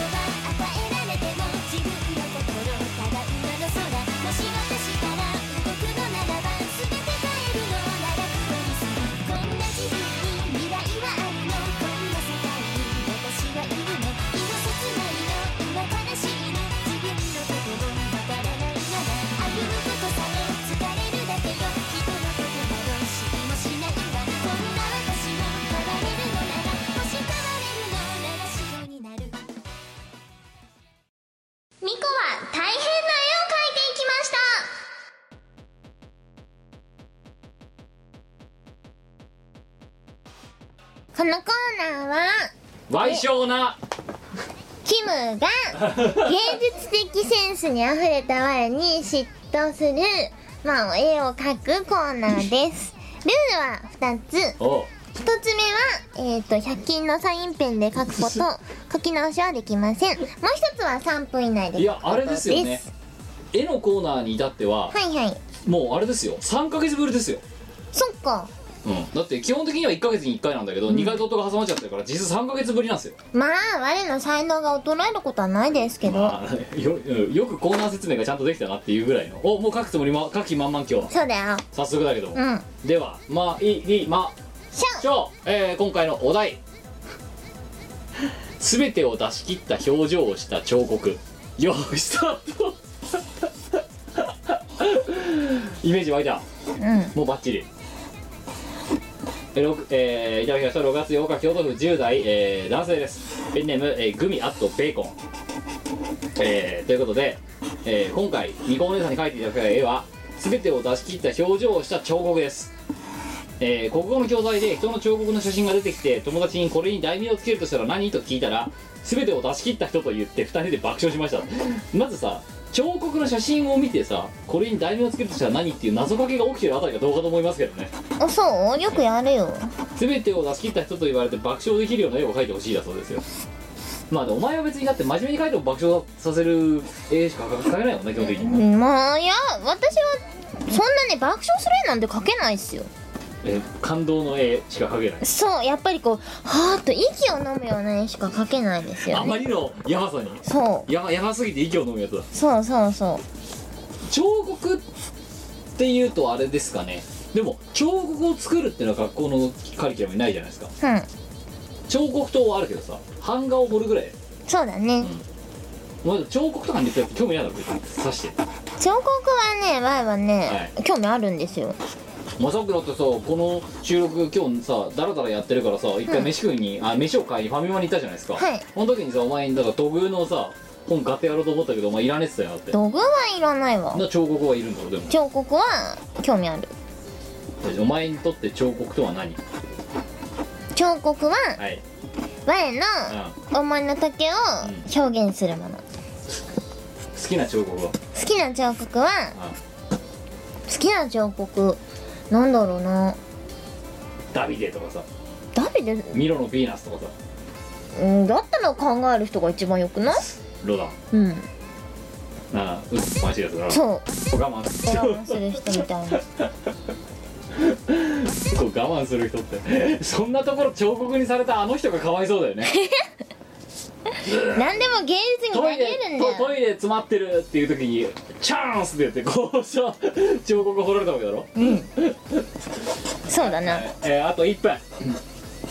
[SPEAKER 4] う言葉与えられても自分の心ただ馬の空もし私から動くのならば全て変えるのならこにするこんな自分に未来はあるのこんな世界に私はいるの色切ないの今悲しいの自分のことをわからないなら歩むことさえ疲れるだけよ人の言葉を知りもしないわこんな私も変われるのならもし変われるのなら白になる
[SPEAKER 2] ミコは大変な絵を描いていきましたこのコーナーは
[SPEAKER 1] 賠償な
[SPEAKER 2] キムが芸術的センスにあふれた我に嫉妬する、まあ、絵を描くコーナ
[SPEAKER 1] *laughs*
[SPEAKER 2] ーですルールは2つ
[SPEAKER 1] おう
[SPEAKER 2] 1つ目は、えっと100均のサインペンで描くこと書き直しはできませんもう1つは3分以内で
[SPEAKER 1] い
[SPEAKER 2] 描
[SPEAKER 1] や
[SPEAKER 2] くこと
[SPEAKER 1] あれですよね絵のコーナーに至っては
[SPEAKER 2] はいはい
[SPEAKER 1] もうあれですよ3ヶ月ぶりですよ、
[SPEAKER 2] そっか
[SPEAKER 1] うん、だって基本的には1ヶ月に1回なんだけど、2回ドットが挟まっちゃってるから実質3ヶ月ぶりなんですよ、
[SPEAKER 2] まあ我の才能が衰えることはないですけど、
[SPEAKER 1] まあ、よよくコーナー説明がちゃんとできたなっていうぐらいのおもう書くつもりま書き満々今日は
[SPEAKER 2] そうだよ
[SPEAKER 1] 早速だけども
[SPEAKER 2] うん
[SPEAKER 1] ではまあいいま
[SPEAKER 2] シ
[SPEAKER 1] ショー、えー今回のお題「全てを出し切った表情をした彫刻」よーいスタート *laughs* イメージ湧いた
[SPEAKER 2] ャン
[SPEAKER 1] もうバッチリえーろくえーいただきました6月8日京都府10代、えー男性ですペンネーム、えーグミアットベーコン、えーということで、えー今回みこお姉さんに描いていただく絵は全てを出し切った表情をした彫刻です、えー国語の教材で人の彫刻の写真が出てきて友達にこれに題名をつけるとしたら何と聞いたら全てを出し切った人と言って2人で爆笑しましたまずさ彫刻の写真を見てさこれに題名をつけるとしたら何っていう謎かけが起きてるあたりがどうかと思いますけどね
[SPEAKER 2] うんあそうよくやるよ
[SPEAKER 1] 全てを出し切った人と言われて爆笑できるような絵を描いてほしいだそうですよまあでもお前は別にだって真面目に描いても爆笑させる絵しか描けないもんね基本的に、
[SPEAKER 2] まあいや私はそんなね爆笑する絵なんて描けないっすよ
[SPEAKER 1] えー感動の絵しか描けない
[SPEAKER 2] そうやっぱりこうはーっと息を飲むような絵しか描けないです
[SPEAKER 1] あ
[SPEAKER 2] よ
[SPEAKER 1] ま
[SPEAKER 2] ね
[SPEAKER 1] りのヤバさに
[SPEAKER 2] そう
[SPEAKER 1] やばやばすぎて息を飲むやつだ
[SPEAKER 2] そうそうそ
[SPEAKER 1] 彫刻っていうとあれですかねでも彫刻を作るっていうのは学校のカリキュラムにないじゃないですか
[SPEAKER 2] ううん
[SPEAKER 1] 彫刻刀はあるけどさ版画を彫るぐらい
[SPEAKER 2] そうだね
[SPEAKER 1] お前彫刻とかに言って興味ないだろ別に刺して
[SPEAKER 2] 彫刻はねワイはね、
[SPEAKER 1] は
[SPEAKER 2] 興味あるんですよ
[SPEAKER 1] まさくらってさこの収録今日さダラダラやってるからさ一回
[SPEAKER 2] うん
[SPEAKER 1] 飯食いに、あ飯を買いにファミマに行ったじゃないですか、
[SPEAKER 2] はい
[SPEAKER 1] その時にさお前にだから土偶のさ本買ってやろうと思ったけどお前いらねえってたよってだか
[SPEAKER 2] 土偶はいらないわ
[SPEAKER 1] ら彫刻はいるんだろでも
[SPEAKER 2] 彫刻は興味ある
[SPEAKER 1] お前にとって彫刻とは何
[SPEAKER 2] 彫刻は
[SPEAKER 1] はい、
[SPEAKER 2] 我
[SPEAKER 1] うん、
[SPEAKER 2] の
[SPEAKER 1] 好
[SPEAKER 2] 思いの丈を表現するもの好
[SPEAKER 1] きな彫刻は、
[SPEAKER 2] きな彫刻は
[SPEAKER 1] う、
[SPEAKER 2] 好きな彫刻なんだろうなん
[SPEAKER 1] ダビデとかさ
[SPEAKER 2] 誰で
[SPEAKER 1] ミロのヴィーナスとかさ
[SPEAKER 2] うんだったら考える人が一番よくない
[SPEAKER 1] ロダン
[SPEAKER 2] うん
[SPEAKER 1] ああうっマジですから
[SPEAKER 2] そう我
[SPEAKER 1] 我慢する
[SPEAKER 2] 慢する人みたいな
[SPEAKER 1] こう我慢する人って *laughs* そんなところ彫刻にされたあの人がかわいそうだ
[SPEAKER 2] *laughs*
[SPEAKER 1] よね
[SPEAKER 2] 何でも芸術に投
[SPEAKER 1] トイ
[SPEAKER 2] げ
[SPEAKER 1] レ
[SPEAKER 2] るんだ
[SPEAKER 1] トト
[SPEAKER 2] よ
[SPEAKER 1] イレ詰まってるっていう時に「チャンス!」って言ってこうさ彫刻を掘られたわけだろ、
[SPEAKER 2] そうだな
[SPEAKER 1] えーあと1分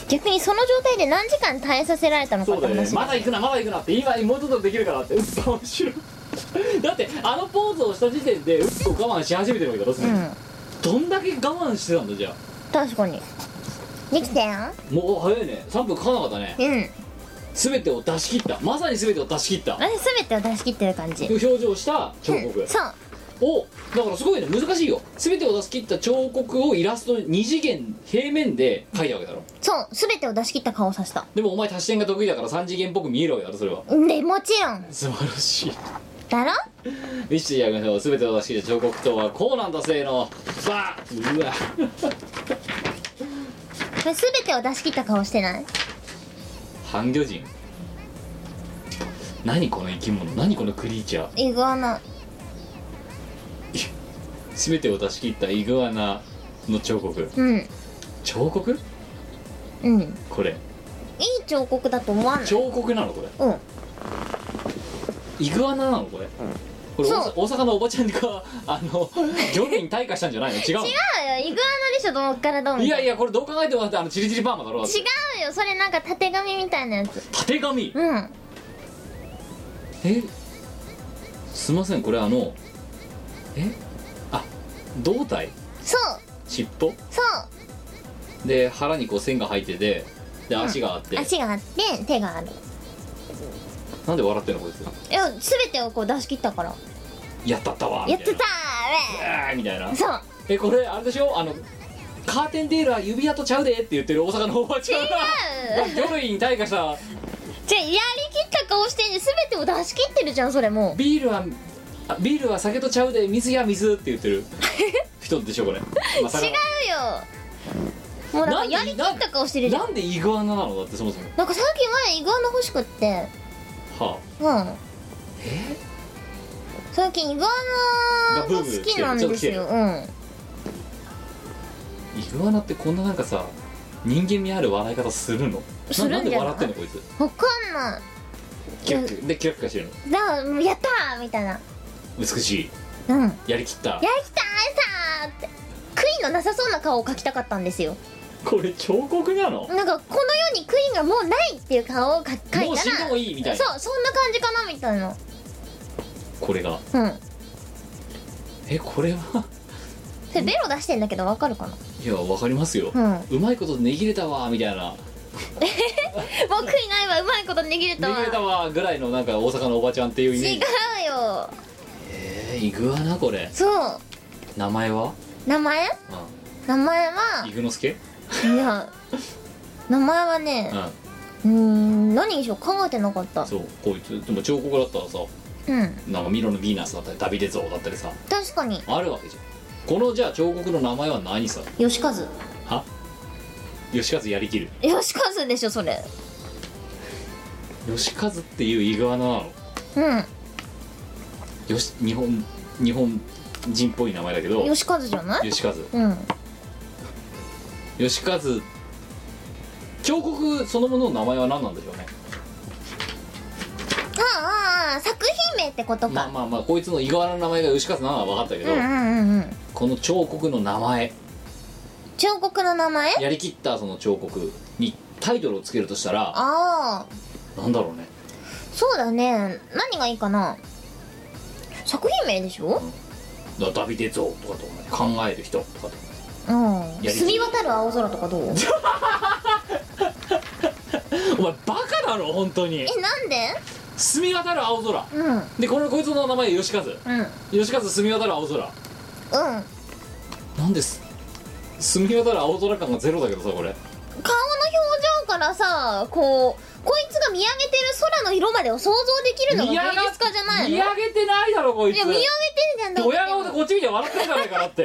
[SPEAKER 2] 逆にその状態で何時間耐えさせられたのか
[SPEAKER 1] そ
[SPEAKER 2] っ
[SPEAKER 1] う
[SPEAKER 2] て
[SPEAKER 1] だよね
[SPEAKER 2] 話
[SPEAKER 1] まだ行くなまだ行くなって今もうちょっとできるからってうっそ面白い *laughs* だってあのポーズをした時点でうっそ我慢し始めてるわけだろ、それ
[SPEAKER 2] うん
[SPEAKER 1] どんだけ我慢してたんだじゃあ
[SPEAKER 2] 確かにできたよ
[SPEAKER 1] もう早いね3分かかんなかったね
[SPEAKER 2] うん
[SPEAKER 1] 全てを出し切ったまさに全てを出し切った
[SPEAKER 2] 私全てを出し切ってる感じ
[SPEAKER 1] 表情をした彫刻、
[SPEAKER 2] うんそう
[SPEAKER 1] おだからすごいね難しいよ全てを出し切った彫刻をイラスト2次元平面で描いたわけだろ
[SPEAKER 2] そう全てを出し切った顔させた
[SPEAKER 1] でもお前足し算が得意だから3次元っぽく見えるわけだろそれは
[SPEAKER 2] でもちろん
[SPEAKER 1] 素晴らしい
[SPEAKER 2] だろ
[SPEAKER 1] ミッシーやが全てを出し切った彫刻刀はこうなんだせーのさあうわ
[SPEAKER 2] これ全てを出し切った顔してない
[SPEAKER 1] 半魚人何この生き物何このクリーチャー
[SPEAKER 2] イグアナ
[SPEAKER 1] 全てを出し切ったイグアナの彫刻
[SPEAKER 2] うん
[SPEAKER 1] 彫刻
[SPEAKER 2] うんいい
[SPEAKER 1] これ
[SPEAKER 2] 彫刻だと思わない
[SPEAKER 1] 彫刻なのこれ
[SPEAKER 2] うん
[SPEAKER 1] イグアナなのこれ、これ
[SPEAKER 2] そう
[SPEAKER 1] 大阪大阪のおばちゃんが *laughs* あの魚類に退化したんじゃ
[SPEAKER 2] *laughs*
[SPEAKER 1] ないの違うの
[SPEAKER 2] あイグアナでしょどっからどうも
[SPEAKER 1] いやいやこれどう考えてもだってあのチリチリパーマだろだって
[SPEAKER 2] 違うよそれなんかたてがみみたいなやつ
[SPEAKER 1] 縦紙
[SPEAKER 2] うん
[SPEAKER 1] えすいませんこれあのえあ胴体
[SPEAKER 2] そう
[SPEAKER 1] 尻尾
[SPEAKER 2] そ
[SPEAKER 1] で腹にこう線が入っててで
[SPEAKER 2] ん
[SPEAKER 1] 足があって、
[SPEAKER 2] う足があって手がある
[SPEAKER 1] なんで笑ってんのこいつ
[SPEAKER 2] いや全てをこう出し切ったから
[SPEAKER 1] やったったわ
[SPEAKER 2] やってたー
[SPEAKER 1] みたいなあーみたいな
[SPEAKER 2] ウェイそう
[SPEAKER 1] えこれあれでしょあのカーテンテールは指輪とちゃうでって言ってる大阪のおば *laughs* ちゃんが
[SPEAKER 2] 違う
[SPEAKER 1] 魚類に退化した
[SPEAKER 2] じゃあやりきった顔してんじゃん全てを出し切ってるじゃんそれもう
[SPEAKER 1] ビールはあビールは酒とちゃうで水や水って言って
[SPEAKER 2] *laughs*
[SPEAKER 1] る人でしょこれ、まあ
[SPEAKER 2] 違うよもうだからやりきった顔してるじゃん
[SPEAKER 1] なんでイグアナなのだってそもそも
[SPEAKER 2] なんか最近前イグアナ欲しくって
[SPEAKER 1] は
[SPEAKER 2] うん最近イグアナが好きなんですようん
[SPEAKER 1] あイグアナってこんななんかさ人間味ある笑い方するの
[SPEAKER 2] するんじゃない
[SPEAKER 1] なんで笑ってんのこいつ
[SPEAKER 2] わかんな
[SPEAKER 1] キラッキラでキラッキラしてるの
[SPEAKER 2] いだからもうやったーみたいな
[SPEAKER 1] 美しい
[SPEAKER 2] うんやり
[SPEAKER 1] やりきった
[SPEAKER 2] きたーさーって悔いのなさそうな顔を描きたかったんですよ
[SPEAKER 1] これ彫刻なの
[SPEAKER 2] なんかこの世に悔いがもうないっていう顔をか描いたら
[SPEAKER 1] もう死んでもいいみたいな
[SPEAKER 2] そうそんな感じかなみたいな
[SPEAKER 1] これが
[SPEAKER 2] うん
[SPEAKER 1] えこれは
[SPEAKER 2] それベロ出してんだけどわかるかない
[SPEAKER 1] やわかりますよ、
[SPEAKER 2] う
[SPEAKER 1] うん
[SPEAKER 2] もう
[SPEAKER 1] まいことねぎれたわみたいな
[SPEAKER 2] 悔いないわうまいこと握れた
[SPEAKER 1] ね
[SPEAKER 2] わ
[SPEAKER 1] ぎれたわぐらいのなんか大阪のおばちゃんっていうイメー
[SPEAKER 2] 違
[SPEAKER 1] ジ
[SPEAKER 2] うよ
[SPEAKER 1] えー、イグアナこれ
[SPEAKER 2] そう
[SPEAKER 1] 名前は
[SPEAKER 2] 名前
[SPEAKER 1] う
[SPEAKER 2] 名前
[SPEAKER 1] んイ
[SPEAKER 2] は
[SPEAKER 1] グノスケ
[SPEAKER 2] いや名前はね
[SPEAKER 1] う
[SPEAKER 2] うーん何にしよう考えてなかった
[SPEAKER 1] んそうこいつでも彫刻だったらさ
[SPEAKER 2] うん
[SPEAKER 1] なんかミロのヴィーナスだったりダビデ像だったりさ
[SPEAKER 2] 確かに
[SPEAKER 1] あるわけじゃんこのじゃあ彫刻の名前は何さ
[SPEAKER 2] 吉和
[SPEAKER 1] は吉和やりきる
[SPEAKER 2] 吉和でしょそれ
[SPEAKER 1] 吉和っていうイグアナなの
[SPEAKER 2] う
[SPEAKER 1] よし日本日本人っぽい名前だけど
[SPEAKER 2] ん吉和じゃない
[SPEAKER 1] 吉和
[SPEAKER 2] うん
[SPEAKER 1] 吉和彫刻そのものの名前は何なんでしょうね
[SPEAKER 2] ああああ作品名ってこと
[SPEAKER 1] まあ
[SPEAKER 2] か、
[SPEAKER 1] まあまあこいつのイグアナの名前が吉和なのは分かったけど、
[SPEAKER 2] うんうんうんうん
[SPEAKER 1] この彫刻の名前
[SPEAKER 2] 彫刻の名前
[SPEAKER 1] やりきったその彫刻にタイトルをつけるとしたら
[SPEAKER 2] ああ
[SPEAKER 1] なんだろうね
[SPEAKER 2] そうだね何がいいかな作品名でしょ
[SPEAKER 1] だダビデ像とかと同じ考える人とかと
[SPEAKER 2] うん
[SPEAKER 1] やり
[SPEAKER 2] 澄み渡る青空とかどう
[SPEAKER 1] お前バカだろ本当に
[SPEAKER 2] えなんで
[SPEAKER 1] 澄み渡る青空
[SPEAKER 2] うんうん
[SPEAKER 1] でこのこいつの名前吉和
[SPEAKER 2] うん
[SPEAKER 1] 吉和澄み渡る青空なんです澄み渡る青空感がゼロだけどさこれ
[SPEAKER 2] 顔の表情からさこうこいつが見上げてる空の色までを想像できるのが
[SPEAKER 1] 見上が
[SPEAKER 2] 芸術家じゃないの
[SPEAKER 1] 見
[SPEAKER 2] いや
[SPEAKER 1] 上げてないだろこいつ
[SPEAKER 2] 見上げてるじゃんだって
[SPEAKER 1] 親顔でこっち見て笑ってんじゃないかなって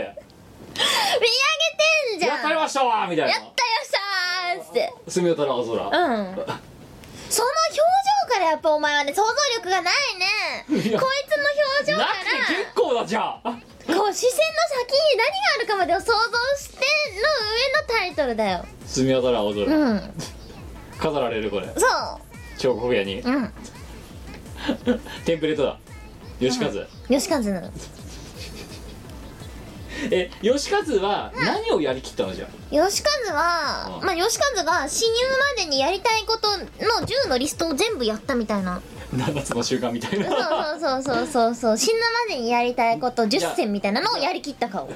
[SPEAKER 2] *laughs* 見上げてんじ
[SPEAKER 1] や
[SPEAKER 2] ゃ
[SPEAKER 1] っ
[SPEAKER 2] ん
[SPEAKER 1] たりましたわみたい
[SPEAKER 2] や
[SPEAKER 1] な
[SPEAKER 2] ったよさーっつって
[SPEAKER 1] 澄み渡る青空
[SPEAKER 2] うんその表情からやっぱお前はね想像力がないねこいつ
[SPEAKER 1] い
[SPEAKER 2] の
[SPEAKER 1] や
[SPEAKER 2] 表情か
[SPEAKER 1] な
[SPEAKER 2] ら
[SPEAKER 1] くて結構だじゃあ
[SPEAKER 2] こう視線の先に何があるかまでを想像しての上のタイトルだよ
[SPEAKER 1] 澄み渡る青空、
[SPEAKER 2] うん
[SPEAKER 1] 飾られるこれ
[SPEAKER 2] そ
[SPEAKER 1] 彫刻屋に
[SPEAKER 2] ううん
[SPEAKER 1] テンプレートだ吉和、
[SPEAKER 2] 吉和の
[SPEAKER 1] え吉和は何をやりきったのじゃ
[SPEAKER 2] 吉和は、
[SPEAKER 1] うん
[SPEAKER 2] まあ吉和が死ぬまでにやりたいことの10のリストを全部やったみたいな
[SPEAKER 1] 7つの習慣みたい
[SPEAKER 2] そう
[SPEAKER 1] な
[SPEAKER 2] そうそうそうそうそう死ぬまでにやりたいこと10選みたいなのをやりきった顔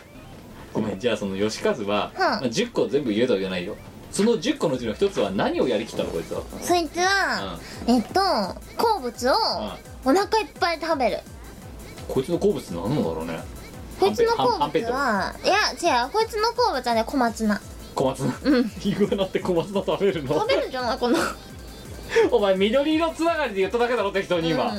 [SPEAKER 1] ごめんじゃあその吉和は、
[SPEAKER 2] うん
[SPEAKER 1] まあ、10個全部言えたわけじゃないよその10個のうちの1つは何をやりきったのこいつは
[SPEAKER 2] そいつは、えっと好物をお腹いっぱい食べる
[SPEAKER 1] こいつの好物って何なんだろうね
[SPEAKER 2] こいつの好
[SPEAKER 1] はんぺ
[SPEAKER 2] 物
[SPEAKER 1] んは
[SPEAKER 2] はいや違うこいつの好物はね小松 *laughs* 菜
[SPEAKER 1] 小松菜、イグアナって小松菜食べるの
[SPEAKER 2] 食べるんじゃないこの
[SPEAKER 1] お前緑色つながりで言っただけだろ適当に今、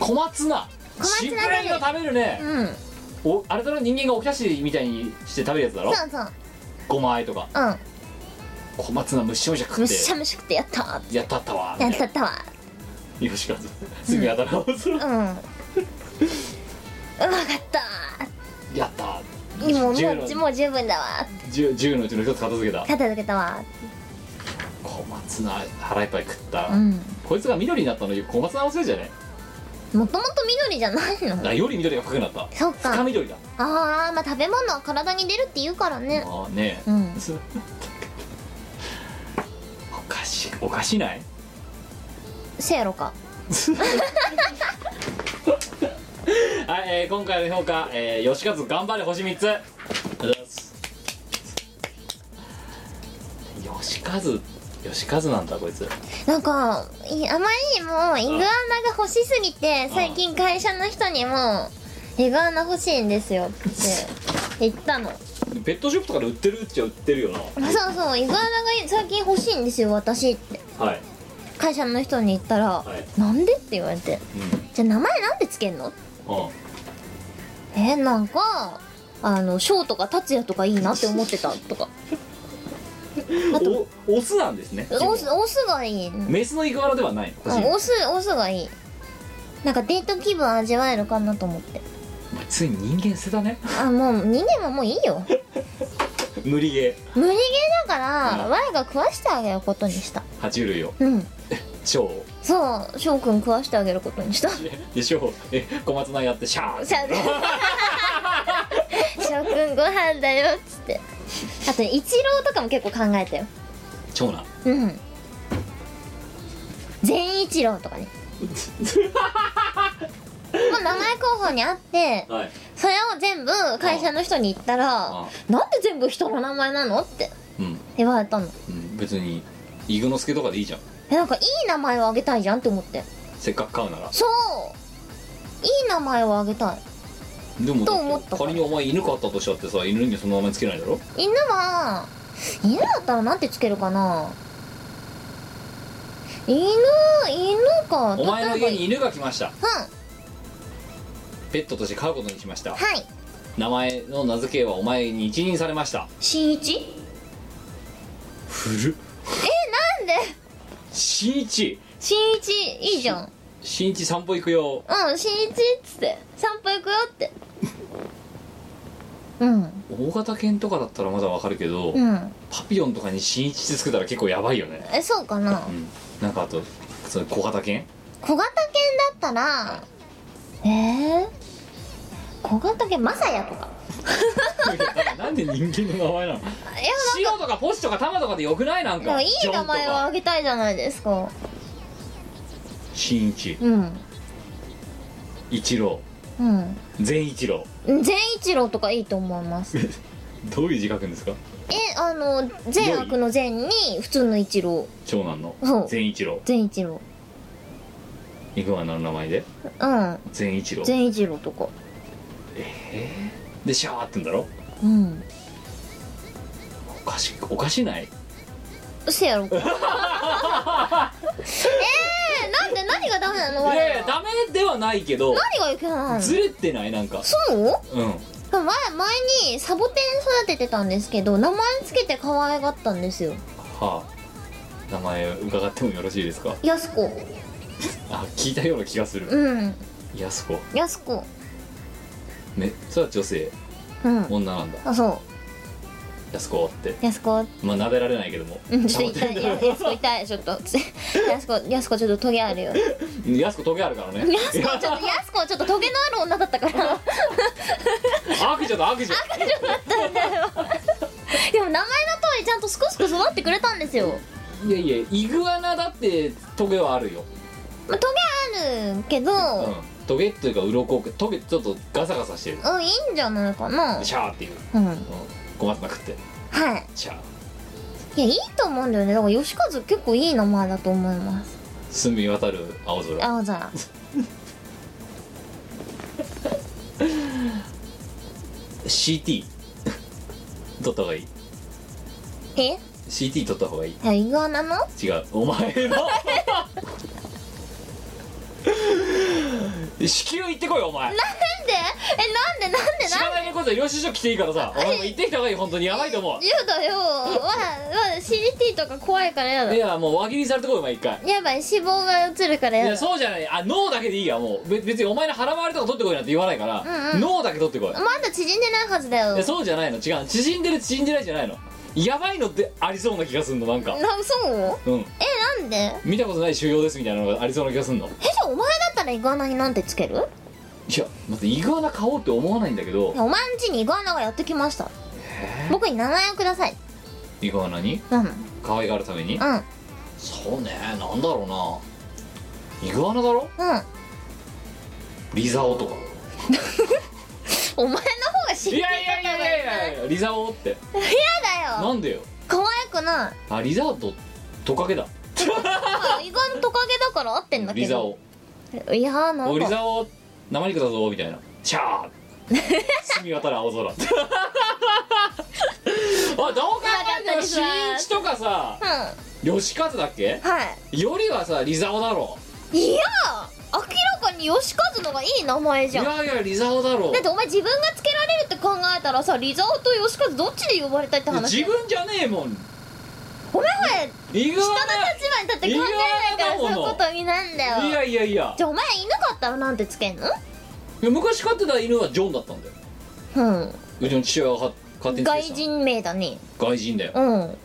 [SPEAKER 1] 小松菜
[SPEAKER 2] 小松菜
[SPEAKER 1] シンプルに食べるね
[SPEAKER 2] う、ん、うん、
[SPEAKER 1] おあれだろ人間がおひたしみたいにして食べるやつだろ
[SPEAKER 2] そうそう
[SPEAKER 1] ごまあえとか
[SPEAKER 2] うん
[SPEAKER 1] 小松菜むっしゃむしゃ食
[SPEAKER 2] む
[SPEAKER 1] っ
[SPEAKER 2] っしゃ
[SPEAKER 1] て
[SPEAKER 2] むしゃくてやったー
[SPEAKER 1] やったったわみた
[SPEAKER 2] や
[SPEAKER 1] い
[SPEAKER 2] っ
[SPEAKER 1] な
[SPEAKER 2] たったわ
[SPEAKER 1] 吉川さんすぐやたら *laughs* をする
[SPEAKER 2] うんうまかった
[SPEAKER 1] やった
[SPEAKER 2] ーもう
[SPEAKER 1] 10
[SPEAKER 2] もうもう十分だわー
[SPEAKER 1] 十十のうちの一つ片付けた
[SPEAKER 2] 片付けたわ
[SPEAKER 1] 小松菜腹いっぱい食った、
[SPEAKER 2] ーうん
[SPEAKER 1] こいつが緑になったの小松菜のせいじゃね
[SPEAKER 2] もともと緑じゃないの
[SPEAKER 1] だより緑が深くなった
[SPEAKER 2] そっ
[SPEAKER 1] 深
[SPEAKER 2] か
[SPEAKER 1] 緑だ
[SPEAKER 2] あーまあ食べ物は体に出るって言うからね
[SPEAKER 1] ああねえ、
[SPEAKER 2] うん
[SPEAKER 1] おかしいおかしない *laughs*
[SPEAKER 2] せやろか
[SPEAKER 1] はい、えー今回の評価、えー、吉和頑張れ星3つありがとうございます吉和吉和なんだこいつ
[SPEAKER 2] なんかいあまりにもイグアナが欲しすぎて最近会社の人にも「イグアナ欲しいんですよ」って言ったの
[SPEAKER 1] ペットショップとかで売ってるっちゃ売ってるよな
[SPEAKER 2] そうそうイグアナが最近欲しいんですよ私って
[SPEAKER 1] はい、
[SPEAKER 2] 会社の人に言ったら
[SPEAKER 1] はい
[SPEAKER 2] 「なんで?」って言われて
[SPEAKER 1] うん
[SPEAKER 2] 「じゃあ名前なんでつけんの?
[SPEAKER 1] うん、」
[SPEAKER 2] えーなんかあの翔とか達也とかいいなって思ってたとかあと
[SPEAKER 1] おオスなんですね
[SPEAKER 2] オスオスがいい
[SPEAKER 1] メスのイグアナではない
[SPEAKER 2] うんオスオスがいいなんかデート気分味わえるかなと思って
[SPEAKER 1] お前ついに人間捨てたね
[SPEAKER 2] あもう人間はもういいよ
[SPEAKER 1] 無理ゲ
[SPEAKER 2] 無理ゲーだから、
[SPEAKER 1] うん
[SPEAKER 2] Y が食わしてあげることにした
[SPEAKER 1] ー爬虫類を
[SPEAKER 2] うん
[SPEAKER 1] 超
[SPEAKER 2] そう翔くん食わしてあげることにした *laughs* 翔
[SPEAKER 1] で超え小松菜やって
[SPEAKER 2] *laughs*
[SPEAKER 1] シャー
[SPEAKER 2] くん翔くんご飯だよっつってあとイチローとかも結構考えたよ
[SPEAKER 1] 長男
[SPEAKER 2] うん全一郎とか *laughs* ねもう名前候補にあって
[SPEAKER 1] はい
[SPEAKER 2] それを全部会社の人に言ったら
[SPEAKER 1] あ
[SPEAKER 2] 「なんで全部人の名前なの?」って
[SPEAKER 1] うん、
[SPEAKER 2] 言われたの
[SPEAKER 1] うん、別にイグノスケとかでいいじゃん
[SPEAKER 2] えなんかいい名前をあげたいじゃんって思って
[SPEAKER 1] せっかく買うなら
[SPEAKER 2] そういい名前をあげたい
[SPEAKER 1] でも
[SPEAKER 2] と思った
[SPEAKER 1] 仮にお前犬飼ったとしたってさ犬にその名前つけないだろ
[SPEAKER 2] 犬は犬だったらなんてつけるかな犬犬か
[SPEAKER 1] お前の
[SPEAKER 2] 例えば
[SPEAKER 1] 家に犬が来ました
[SPEAKER 2] うんは
[SPEAKER 1] ペットとして飼うことにしました
[SPEAKER 2] い
[SPEAKER 1] 名前の名付けはお前に一任されました
[SPEAKER 2] 新一
[SPEAKER 1] 古っ
[SPEAKER 2] なんで
[SPEAKER 1] 新一
[SPEAKER 2] 新一いいじゃん
[SPEAKER 1] 新一散歩行くよ
[SPEAKER 2] うん新一っつって散歩行くよって *laughs* うん
[SPEAKER 1] 大型犬とかだったらまだわかるけど、
[SPEAKER 2] うん
[SPEAKER 1] パピヨンとかに新一ってつけたら結構やばいよね
[SPEAKER 2] えそうかな
[SPEAKER 1] うんなんかあとその小型犬 *laughs*
[SPEAKER 2] 小型犬だったらえー、小型犬マサヤとか
[SPEAKER 1] いやだからなんで人間の名前なの
[SPEAKER 2] いや
[SPEAKER 1] 塩とかポチとかタマとかでよくないなん
[SPEAKER 2] でも
[SPEAKER 1] か
[SPEAKER 2] いい名前をあげたいじゃないですか
[SPEAKER 1] 新一
[SPEAKER 2] うん
[SPEAKER 1] 一郎
[SPEAKER 2] うん
[SPEAKER 1] 全一郎
[SPEAKER 2] 善一郎とかいいと思いますえ
[SPEAKER 1] どういう字書くんですか
[SPEAKER 2] あの善悪の善に普通の一郎
[SPEAKER 1] 長男の
[SPEAKER 2] そう
[SPEAKER 1] 全一郎
[SPEAKER 2] 善一郎
[SPEAKER 1] いくわなの名前で
[SPEAKER 2] うん
[SPEAKER 1] 全一郎
[SPEAKER 2] 善一郎とか
[SPEAKER 1] でシャワーってんだろ
[SPEAKER 2] うん
[SPEAKER 1] おかしいおかしない
[SPEAKER 2] せやろ *laughs* えー、なんで何がダメなの
[SPEAKER 1] い
[SPEAKER 2] 我
[SPEAKER 1] やい
[SPEAKER 2] 々
[SPEAKER 1] やダ
[SPEAKER 2] は
[SPEAKER 1] メではないけど
[SPEAKER 2] 何がいけないの
[SPEAKER 1] ずれてないなんか
[SPEAKER 2] そう
[SPEAKER 1] うん
[SPEAKER 2] 前前にサボテン育ててたんですけど名前つけて可愛がったんですよ
[SPEAKER 1] はあ名前伺ってもよろしいですか
[SPEAKER 2] やすこ
[SPEAKER 1] あ聞いたような気がする
[SPEAKER 2] うん
[SPEAKER 1] やす子
[SPEAKER 2] やすこ
[SPEAKER 1] ねそれは女性
[SPEAKER 2] うん
[SPEAKER 1] 女なんだ
[SPEAKER 2] あそ
[SPEAKER 1] やす子って
[SPEAKER 2] うやすこ
[SPEAKER 1] まあ撫でられないけども
[SPEAKER 2] うんちょっと痛いいややすこ痛いちょっと *laughs* つやすこやすこちょっとトゲあるよ *laughs* や
[SPEAKER 1] やす子トゲあるからね
[SPEAKER 2] *laughs* すこちょっとやすこちょっとトゲのある女だったから *laughs*
[SPEAKER 1] 悪女だ悪女
[SPEAKER 2] でも名前の通りちゃんとすくすく育ってくれたんですよ、
[SPEAKER 1] いやいやイグアナだってトゲはあるよ、
[SPEAKER 2] まあ、トゲあるけど、
[SPEAKER 1] うん、トゲというか鱗トゲちょっとガサガサしてる
[SPEAKER 2] うんいいんじゃないかな
[SPEAKER 1] シャーっていう、
[SPEAKER 2] うん
[SPEAKER 1] うん、ごまつなくって
[SPEAKER 2] はい
[SPEAKER 1] シャー
[SPEAKER 2] いやいいと思うんだよねだから吉和結構いい名前だと思います
[SPEAKER 1] 澄み渡る青空
[SPEAKER 2] 青
[SPEAKER 1] *laughs*
[SPEAKER 2] 空
[SPEAKER 1] で CT *laughs* 取った方がいい
[SPEAKER 2] えい
[SPEAKER 1] CT 取った方がいい
[SPEAKER 2] やイグアナの
[SPEAKER 1] 違うお前の至急行ってこいよお前
[SPEAKER 2] なんでえなんでなんで
[SPEAKER 1] 知
[SPEAKER 2] なん
[SPEAKER 1] らない猫じゃ領収書来ていいからさお前も行ってきた方がいい本当にやばいと思う
[SPEAKER 2] やだよわわ CT とか怖いからやだ
[SPEAKER 1] いやもう輪切りにされてこいお前一回
[SPEAKER 2] やばい脂肪が映るから
[SPEAKER 1] い
[SPEAKER 2] や
[SPEAKER 1] や
[SPEAKER 2] だ
[SPEAKER 1] そうじゃないあ脳だけでいいやもうべ別にお前の腹回りとか取ってこいなんて言わないから、
[SPEAKER 2] うんうん
[SPEAKER 1] 脳だけ取ってこい、
[SPEAKER 2] まだ縮んでないはずだよ
[SPEAKER 1] いやそうじゃないの違う縮んでる縮んでないじゃないのやばいのってありそうな気がすんのなんか
[SPEAKER 2] なそう
[SPEAKER 1] うん
[SPEAKER 2] えなんでえ
[SPEAKER 1] 見たことない腫瘍ですみたいなのがありそうな気がすんの
[SPEAKER 2] じゃあお前だったらイグアナになんてつけるい
[SPEAKER 1] いや待ってイグアナ買おうって思わないんだけど
[SPEAKER 2] やお前んちにイグアナがやってきました僕に名前をください
[SPEAKER 1] イグアナに
[SPEAKER 2] うんうん
[SPEAKER 1] 可愛がるために
[SPEAKER 2] うん
[SPEAKER 1] そうねなんだろうなイグアナだろリザオとか
[SPEAKER 2] お前の方が知
[SPEAKER 1] い
[SPEAKER 2] りた
[SPEAKER 1] やいやいやいやいやいやリザオって
[SPEAKER 2] だよ
[SPEAKER 1] なんでよ
[SPEAKER 2] 可愛
[SPEAKER 1] *laughs*
[SPEAKER 2] くない
[SPEAKER 1] あリザオとトカゲだ
[SPEAKER 2] あ意外とトカゲだから合ってんだけ
[SPEAKER 1] リ
[SPEAKER 2] ど
[SPEAKER 1] ザオ
[SPEAKER 2] いやーな
[SPEAKER 1] お
[SPEAKER 2] ん
[SPEAKER 1] リ
[SPEAKER 2] か
[SPEAKER 1] ザオ生肉だぞみたいなシャ
[SPEAKER 2] *laughs*
[SPEAKER 1] ー澄み渡る青空あどう考えても新一とかさ
[SPEAKER 2] うんは
[SPEAKER 1] 吉和だっけよりはさリザオだろ
[SPEAKER 2] いいやー明らかに吉和のがいい名前
[SPEAKER 1] い
[SPEAKER 2] じゃんだ
[SPEAKER 1] やいやリザオだろ
[SPEAKER 2] ってお前自分がつけられるって考えたらさリザオと吉和どっちで呼ばれたいって話
[SPEAKER 1] 自分じゃねえもん
[SPEAKER 2] お前は
[SPEAKER 1] イグ
[SPEAKER 2] 人の立場に立って考えないから
[SPEAKER 1] いやー
[SPEAKER 2] そうい
[SPEAKER 1] だも
[SPEAKER 2] う
[SPEAKER 1] の
[SPEAKER 2] ことになんだ
[SPEAKER 1] アナい
[SPEAKER 2] よ
[SPEAKER 1] やいやいや
[SPEAKER 2] じゃあお前犬飼ったらなんてつけんの
[SPEAKER 1] いや昔飼ってた犬はジョンだったんだよ
[SPEAKER 2] う
[SPEAKER 1] うちの父親が飼って
[SPEAKER 2] ん
[SPEAKER 1] た
[SPEAKER 2] 外人名だね
[SPEAKER 1] 外人だよ
[SPEAKER 2] うん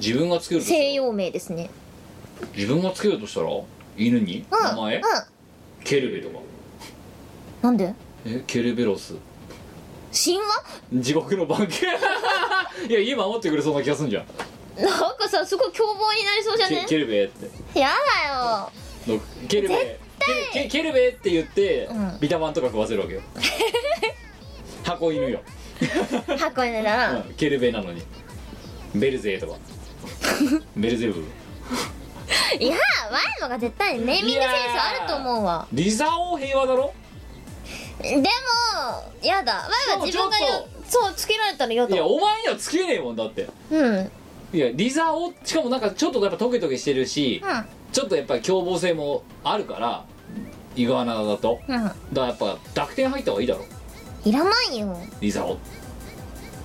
[SPEAKER 1] 自分がつけるとしたら
[SPEAKER 2] 西洋名ですね
[SPEAKER 1] 自分がつけるとしたら犬に
[SPEAKER 2] うん
[SPEAKER 1] 名前
[SPEAKER 2] うん
[SPEAKER 1] ケルベとか
[SPEAKER 2] なんで
[SPEAKER 1] えケルベロス
[SPEAKER 2] 神話 *laughs*
[SPEAKER 1] 地獄の番犬 *laughs* いや家守ってくれそうな気がすんじゃん
[SPEAKER 2] なんかさすごい凶暴になりそうじゃ
[SPEAKER 1] ケ
[SPEAKER 2] ね
[SPEAKER 1] ケルベって
[SPEAKER 2] やだよ
[SPEAKER 1] のケルベケケケルベって言って、
[SPEAKER 2] うん
[SPEAKER 1] ビタバンとか食わせる
[SPEAKER 2] *laughs*
[SPEAKER 1] わけよ箱犬よ、
[SPEAKER 2] 箱根だな
[SPEAKER 1] うんケルベなのにベルゼーと
[SPEAKER 2] *laughs*
[SPEAKER 1] かベルゼブ
[SPEAKER 2] いやワイのが絶対ネーミングセンスあると思うわ
[SPEAKER 1] リザオ平和だろ
[SPEAKER 2] でもやだワイは自分がよそうつけられたらや
[SPEAKER 1] い
[SPEAKER 2] だ
[SPEAKER 1] やお前にはつけねえもんだって
[SPEAKER 2] うんうん
[SPEAKER 1] いやリザオしかもなんかちょっとやっぱトゲトゲしてるし、ちょっとやっぱり凶暴性もあるからイグアナだと
[SPEAKER 2] うん
[SPEAKER 1] だからやっぱ濁点入った方がいいだろ
[SPEAKER 2] いらないよ
[SPEAKER 1] リザオ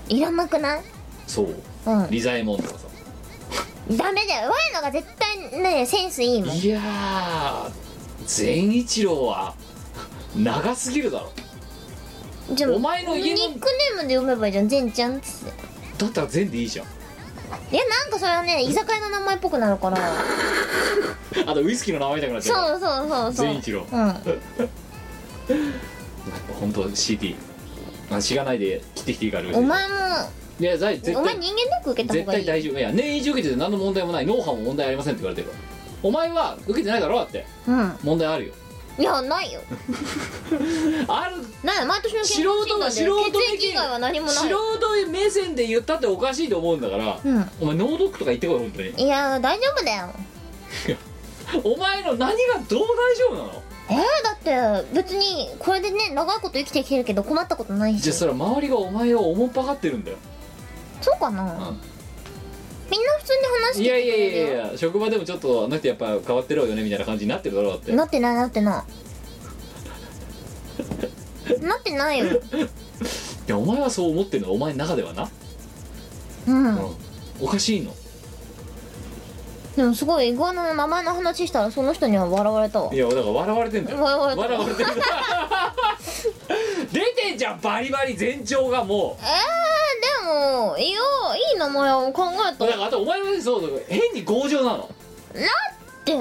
[SPEAKER 2] いらなくない
[SPEAKER 1] そう
[SPEAKER 2] うん
[SPEAKER 1] リザエモンとかさ
[SPEAKER 2] ダメだよワイのが絶対ねセンスいいもん
[SPEAKER 1] いやー善一郎は長すぎるだろ
[SPEAKER 2] じゃあ
[SPEAKER 1] お前の家の
[SPEAKER 2] ニックネームで読めばいいじゃん全ちゃんっつって
[SPEAKER 1] だったら善でいいじゃん
[SPEAKER 2] いやなんかそれはね居酒屋の名前っぽくな
[SPEAKER 1] *laughs*
[SPEAKER 2] るから
[SPEAKER 1] あとウイスキーの名前みたくなっちゃうから
[SPEAKER 2] そうそうそうそう
[SPEAKER 1] 善一郎
[SPEAKER 2] うん
[SPEAKER 1] やっぱ本当 CD あ知らないで切ってきていいから *laughs*
[SPEAKER 2] お前も
[SPEAKER 1] いや絶対
[SPEAKER 2] お前人間ドック受けた方
[SPEAKER 1] 絶
[SPEAKER 2] がい
[SPEAKER 1] 対
[SPEAKER 2] い
[SPEAKER 1] 大丈夫いや年一受けてて何の問題もない脳波も問題ありませんって言われてるからお前は受けてないだろだって
[SPEAKER 2] うん
[SPEAKER 1] 問題あるよ
[SPEAKER 2] いやないよ
[SPEAKER 1] ある
[SPEAKER 2] ない毎年の
[SPEAKER 1] 素
[SPEAKER 2] 健康
[SPEAKER 1] 人が
[SPEAKER 2] 診断で
[SPEAKER 1] 素人
[SPEAKER 2] 血液以外は何
[SPEAKER 1] 的
[SPEAKER 2] もな
[SPEAKER 1] 素
[SPEAKER 2] い
[SPEAKER 1] 人目線で言ったっておかしいと思うんだから、
[SPEAKER 2] うん
[SPEAKER 1] お前ノードックとか言ってこい本当に
[SPEAKER 2] いや大丈夫だよ
[SPEAKER 1] お前の何がどう大丈夫なの
[SPEAKER 2] えー、だって別にこれでね長いこと生きてきてるけど困ったことない
[SPEAKER 1] じ
[SPEAKER 2] し
[SPEAKER 1] ゃあそれは周りがお前をおもんぱかってるんだよ、
[SPEAKER 2] そうかな、
[SPEAKER 1] うん
[SPEAKER 2] みんな普通に話して
[SPEAKER 1] いやいやい
[SPEAKER 2] るよ
[SPEAKER 1] やいや職場でもちょっとあの人やっぱ変わってろよねみたいな感じになってるだろうだって
[SPEAKER 2] なってないなってない
[SPEAKER 1] *laughs*
[SPEAKER 2] なってないよ
[SPEAKER 1] いやお前はそう思ってるのがお前の中ではな、
[SPEAKER 2] うん、
[SPEAKER 1] うんおかしいの
[SPEAKER 2] でもすごいイグアナの名前の話したらその人には笑われたわ
[SPEAKER 1] いやだから笑われてんだよ
[SPEAKER 2] 笑われた
[SPEAKER 1] 笑われてる出てんじゃんバリバリ全長がも
[SPEAKER 2] えー、でもいやいい名前を考え
[SPEAKER 1] う
[SPEAKER 2] た
[SPEAKER 1] だ
[SPEAKER 2] っ
[SPEAKER 1] からあとお前はそうそう変に強情なの
[SPEAKER 2] ていい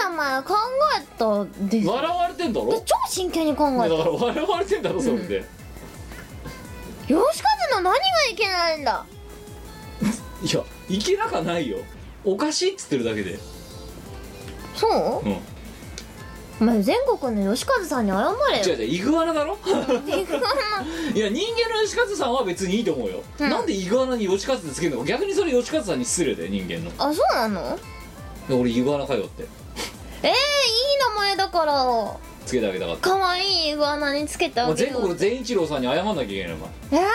[SPEAKER 2] 名前考えたです
[SPEAKER 1] 笑われてんだろ
[SPEAKER 2] 超真剣に考
[SPEAKER 1] だ
[SPEAKER 2] え
[SPEAKER 1] か
[SPEAKER 2] た
[SPEAKER 1] ら笑われてんだろそれで、
[SPEAKER 2] よしかずの何がいけないんだ
[SPEAKER 1] いやいけなかないよおかしいっつってるだけで
[SPEAKER 2] そう
[SPEAKER 1] うん
[SPEAKER 2] お前全国の吉和さんに謝れ
[SPEAKER 1] 違う
[SPEAKER 2] よ
[SPEAKER 1] 違うイグアナだろ *laughs*
[SPEAKER 2] イグアナ
[SPEAKER 1] いや人間の吉勝さんは別にいいと思うよ、
[SPEAKER 2] うん
[SPEAKER 1] なんでイグアナに吉勝ってつけるのか逆にそれ吉勝さんに失礼だよ人間の
[SPEAKER 2] *laughs* あそうなの
[SPEAKER 1] で俺イグアナかよって
[SPEAKER 2] えー、いい名前だから
[SPEAKER 1] つけてあげたかった
[SPEAKER 2] 可愛いイグアナにつけて
[SPEAKER 1] も
[SPEAKER 2] あ
[SPEAKER 1] う
[SPEAKER 2] げ
[SPEAKER 1] 全
[SPEAKER 2] よ
[SPEAKER 1] 国
[SPEAKER 2] う
[SPEAKER 1] の善一郎さんに謝んなきゃいけないのお前
[SPEAKER 2] えー、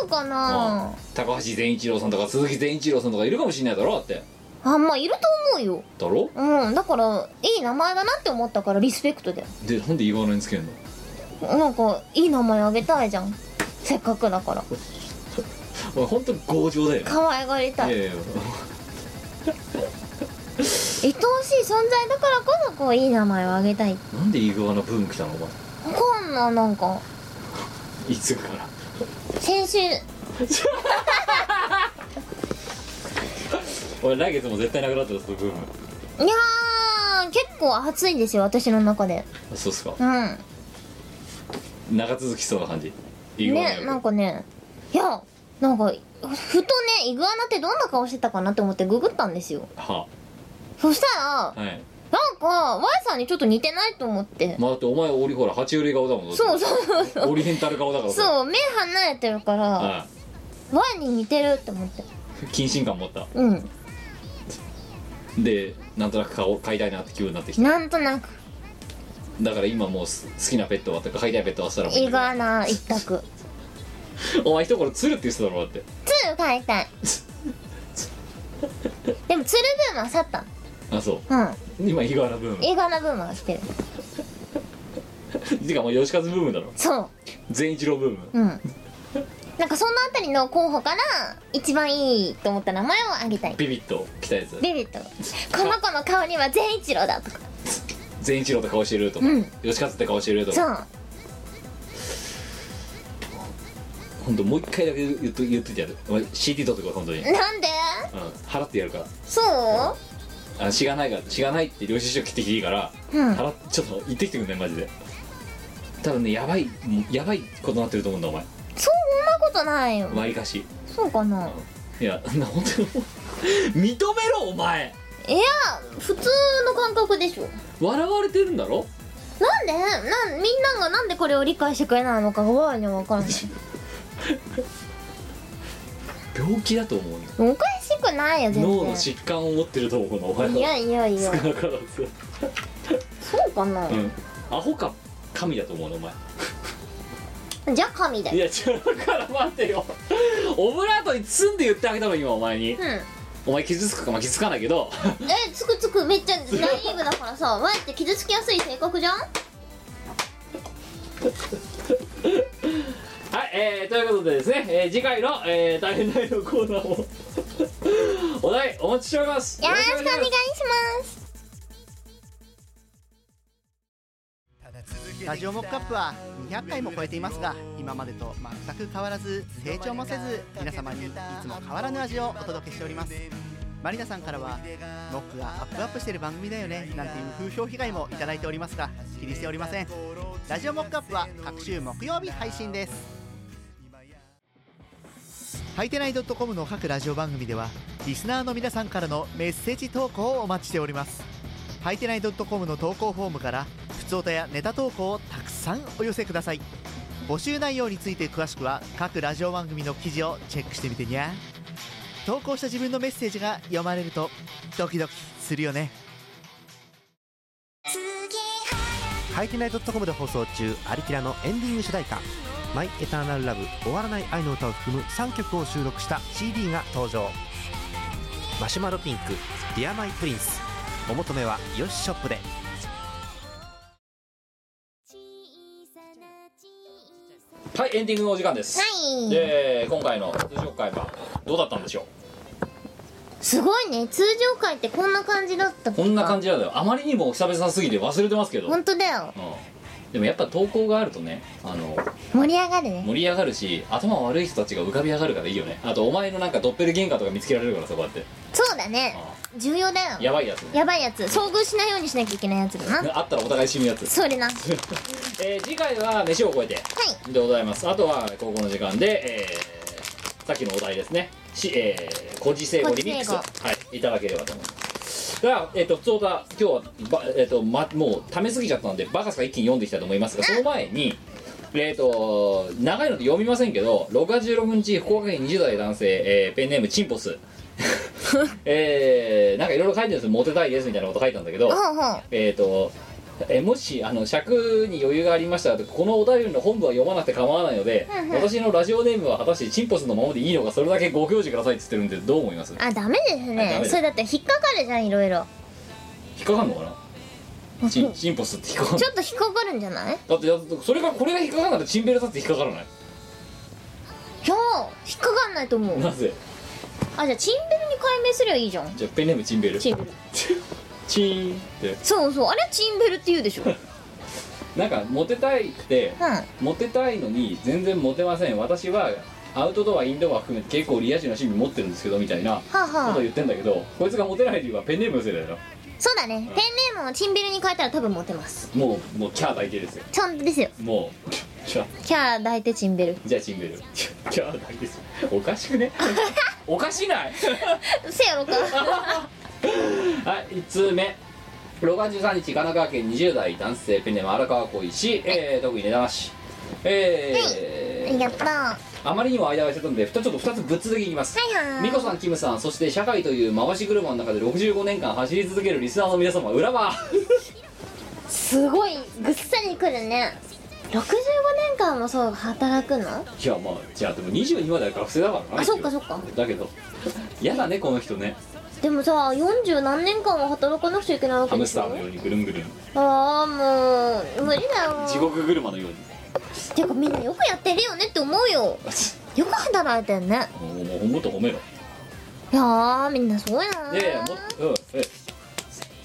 [SPEAKER 2] そうかな
[SPEAKER 1] 高橋善一郎さんとか鈴木善一郎さんとかいるかもしれないだろだって
[SPEAKER 2] あまあいると思うよ
[SPEAKER 1] だろ
[SPEAKER 2] うんだからいい名前だなって思ったからリスペクトだよ
[SPEAKER 1] でなんでイグアナにつけるの
[SPEAKER 2] なんかいい名前あげたいじゃんせっかくだから
[SPEAKER 1] お前本当に強情だよ
[SPEAKER 2] 可愛がりたい
[SPEAKER 1] いやいや
[SPEAKER 2] 愛おしい存在だからこそこういい名前をあげたい
[SPEAKER 1] なんでイグアナブーム来たのお前
[SPEAKER 2] わかんないなんか
[SPEAKER 1] いつから
[SPEAKER 2] 先週
[SPEAKER 1] 俺来月も絶対なくなったらそのブーム
[SPEAKER 2] いやー結構暑いんですよ私の中で
[SPEAKER 1] あそうっすか
[SPEAKER 2] うん
[SPEAKER 1] 長続きそうな感じイグアナよ
[SPEAKER 2] ね
[SPEAKER 1] り
[SPEAKER 2] なんかねいやなんかふとねイグアナってどんな顔してたかなって思ってググったんですよ
[SPEAKER 1] は
[SPEAKER 2] そしたら
[SPEAKER 1] あはい
[SPEAKER 2] なんか Y さんにちょっと似てないと思って
[SPEAKER 1] まあだってお前オリほら爬虫類顔だもん
[SPEAKER 2] そう
[SPEAKER 1] う
[SPEAKER 2] そうそうそう
[SPEAKER 1] オリエンタル顔だからう
[SPEAKER 2] そう目離れてるから
[SPEAKER 1] は
[SPEAKER 2] Y に似てるって思って
[SPEAKER 1] い謹慎感持った
[SPEAKER 2] うん
[SPEAKER 1] でなんとなく顔飼いたいなって気分になってきた
[SPEAKER 2] なんとなく
[SPEAKER 1] だから今もうす好きなペットはとか飼いたいペットはしたらもう
[SPEAKER 2] イグアナ一択
[SPEAKER 1] お前一頃鶴って言ってただろだって
[SPEAKER 2] 鶴飼い *laughs* たいでも鶴ブームは去った
[SPEAKER 1] あそ
[SPEAKER 2] うん
[SPEAKER 1] う今イグアナブー
[SPEAKER 2] イグアナブームは来てる
[SPEAKER 1] ムてかもう吉和ブームだろ
[SPEAKER 2] そう
[SPEAKER 1] 善一郎ブーム
[SPEAKER 2] うんなんかそのあたりの候補から一番いいと思った名前をあげたい
[SPEAKER 1] ビビッと来たやつ
[SPEAKER 2] ビビットこの子の顔には善一郎だとか
[SPEAKER 1] 善一郎って顔してるとか、
[SPEAKER 2] うん
[SPEAKER 1] 吉和って顔してると
[SPEAKER 2] そ
[SPEAKER 1] か
[SPEAKER 2] う
[SPEAKER 1] 本当もう一回だけ言っと言っといてやるお前 CD 取ってこい本当に、うん、
[SPEAKER 2] なんで
[SPEAKER 1] 払ってやるから
[SPEAKER 2] そ
[SPEAKER 1] あ知がないから知がないって領収書切ってきていいから、
[SPEAKER 2] ううん
[SPEAKER 1] 払っちょっと行ってきてくんねマジで多分ねやばいもうやばいことになってると思うんだお前
[SPEAKER 2] そんなことないよ
[SPEAKER 1] わりかし
[SPEAKER 2] そうかない
[SPEAKER 1] やな本当に認めろお前
[SPEAKER 2] いや普通の感覚でしょ
[SPEAKER 1] 笑われてるんだろ
[SPEAKER 2] なんでなんみんながなんでこれを理解してくれないのかがわには分からない
[SPEAKER 1] 病気だと思うよ
[SPEAKER 2] おかしくないよ全然
[SPEAKER 1] 脳の疾患を持ってると思うのお前
[SPEAKER 2] いや
[SPEAKER 1] はい
[SPEAKER 2] やい
[SPEAKER 1] 少
[SPEAKER 2] や
[SPEAKER 1] なからず
[SPEAKER 2] そうかな、
[SPEAKER 1] うんアホか神だと思うのお前
[SPEAKER 2] じゃあ神だ
[SPEAKER 1] い
[SPEAKER 2] よ
[SPEAKER 1] や違うから待ってよオブラートに包んで言ってあげたの今お前に
[SPEAKER 2] うん
[SPEAKER 1] お前傷つくかまあ傷つかないけど
[SPEAKER 2] えつくつくめっちゃナイーブだからさわって傷つきやすい性格じゃん
[SPEAKER 1] はい、えー、ということでですね、えー次回の、えー、大変大のコーナーもお題お待ちしております
[SPEAKER 2] よろしくお願い
[SPEAKER 1] ま
[SPEAKER 2] し
[SPEAKER 1] す
[SPEAKER 2] ます
[SPEAKER 5] ラジオモックアップは200回も超えていますが今までと全く変わらず成長もせず皆様にいつも変わらぬ味をお届けしておりますマリナさんからは「モックがアップアップしてる番組だよね」なんていう風評被害もいただいておりますが気にしておりませんラジオモックアップは各週木曜日配信ですはいてない .com の各ラジオ番組ではリスナーの皆さんからのメッセージ投稿をお待ちしておりますはいてない .com の投稿フォームからふつおたやネタ投稿をたくさんお寄せください募集内容について詳しくは各ラジオ番組の記事をチェックしてみてにゃ投稿した自分のメッセージが読まれるとドキドキするよね
[SPEAKER 3] ハイテナイドットコムで放送中「アリキラ」のエンディング主題歌「マイ・エターナル・ラブ終わらない愛の歌」を含む3曲を収録した CD が登場マシュマロピンク「ディア・マイ・プリンス」お求めはよしショップで
[SPEAKER 1] はいエンディングのお時間です、
[SPEAKER 2] はい
[SPEAKER 1] で今回の通常会はどうだったんでしょ
[SPEAKER 2] すごいね通常回ってこんな感じだった
[SPEAKER 1] うこんな感じなんだよあまりにも久々すぎて忘れてますけど、うん
[SPEAKER 2] 本当だよ
[SPEAKER 1] でもやっぱ投稿があるとねあの
[SPEAKER 2] 盛り上がるね
[SPEAKER 1] 盛り上がるし頭悪い人たちが浮かび上がるからいいよねあとお前のなんかドッペルゲンガーとか見つけられるからさこうやって
[SPEAKER 2] そうだね重要だよ
[SPEAKER 1] やばいやつね
[SPEAKER 2] やばいやつ遭遇しないようにしなきゃいけないやつだな
[SPEAKER 1] あったらお互い死ぬやつ
[SPEAKER 2] それなはい
[SPEAKER 1] えー次回は飯を超えてでございますあとは高校の時間で、えーさっきのお題ですねし、えー、古事聖語リミックス、は
[SPEAKER 2] 古
[SPEAKER 1] い、いただければと思いますでは、えっと普通だ今日はば、えっとま、もうためすぎちゃったのでバカスカ一気に読んでいきたいと思いますがその前にえっと長いので読みませんけど6月16日福岡県20代男性、えーペンネームチンポ *laughs* スえー、なんかいろいろ書いてるんですモテたいですみたいなこと書いたんだけど、
[SPEAKER 2] ほうほう
[SPEAKER 1] えー、とえーもしあの尺に余裕がありましたらこのお便りの本部は読まなくて構わないので、
[SPEAKER 2] うんうん
[SPEAKER 1] 私のラジオネームは果たしてチンポスのままでいいのかそれだけご教示くださいって言ってるんでどう思います
[SPEAKER 2] あダメです
[SPEAKER 1] あダメ
[SPEAKER 2] ね
[SPEAKER 1] です
[SPEAKER 2] それだって引っかかるじゃんいろいろ
[SPEAKER 1] 引っかかんのかなチンチンポスって引っかかんの
[SPEAKER 2] ちょっと引っかかるんじゃない
[SPEAKER 1] だってだってそれがこれが引っかかんならチンベルだって引っかからない
[SPEAKER 2] いや引っかかんないと思う
[SPEAKER 1] なぜ
[SPEAKER 2] あじゃあチンベルに解明すりゃいいじゃん
[SPEAKER 1] じゃあペンネームチンベル
[SPEAKER 2] チンベル
[SPEAKER 1] チーンって
[SPEAKER 2] そうそうあれはチンベルって言うでしょうん
[SPEAKER 1] なんかモテたいってモテたいのに全然モテません私はアウトドアインドア含めて結構リア充な趣味持ってるんですけどみたいな
[SPEAKER 2] はあ
[SPEAKER 1] こ
[SPEAKER 2] はあ
[SPEAKER 1] と言ってんだけどこいつがモテない理由はペンネームのせいだよ
[SPEAKER 2] そうだねペンネームをチンベルに変えたら多分モテます
[SPEAKER 1] もうもうキャー大抵ですよ
[SPEAKER 2] ちゃんとですよ
[SPEAKER 1] もうキャー
[SPEAKER 2] キャー抱いてチンベル
[SPEAKER 1] じゃあチンベルキャーキャー大抵ですおかしく
[SPEAKER 2] *laughs*
[SPEAKER 1] ねおかしない *laughs*
[SPEAKER 2] せやろ *laughs* か
[SPEAKER 1] はい1通目6月13日神奈川県20代男性ペンネーム荒川小石、えー、特に値段なしえー
[SPEAKER 2] やったは
[SPEAKER 1] あまりにも間が空いちゃったのでふたちょっと2つぶっ続けいきます
[SPEAKER 2] いはい
[SPEAKER 1] ミコさんキムさんそして社会という回し車の中で65年間走り続けるリスナーの皆様裏は
[SPEAKER 2] すごいぐっさりくるね65年間もそう働くの
[SPEAKER 1] いやまあじゃあでも22までは学生だからな
[SPEAKER 2] あそっか
[SPEAKER 1] 一応
[SPEAKER 2] そっか
[SPEAKER 1] だけど嫌だねこの人
[SPEAKER 2] *laughs*
[SPEAKER 1] ね
[SPEAKER 2] でもさ40何年間も働かなくちゃいけないわ
[SPEAKER 1] ハ
[SPEAKER 2] け
[SPEAKER 1] ム
[SPEAKER 2] で
[SPEAKER 1] ス
[SPEAKER 2] し
[SPEAKER 1] ター
[SPEAKER 2] ょ
[SPEAKER 1] のようにぐるんぐるん
[SPEAKER 2] ああもう無理だよ
[SPEAKER 1] 地獄車のように
[SPEAKER 2] てかみんなよくやってるよねって思う
[SPEAKER 1] *laughs*
[SPEAKER 2] よよく働いてんね
[SPEAKER 1] もうもうもっと褒めろ
[SPEAKER 2] いやーみんなすごいなー
[SPEAKER 1] でもっと、うん、え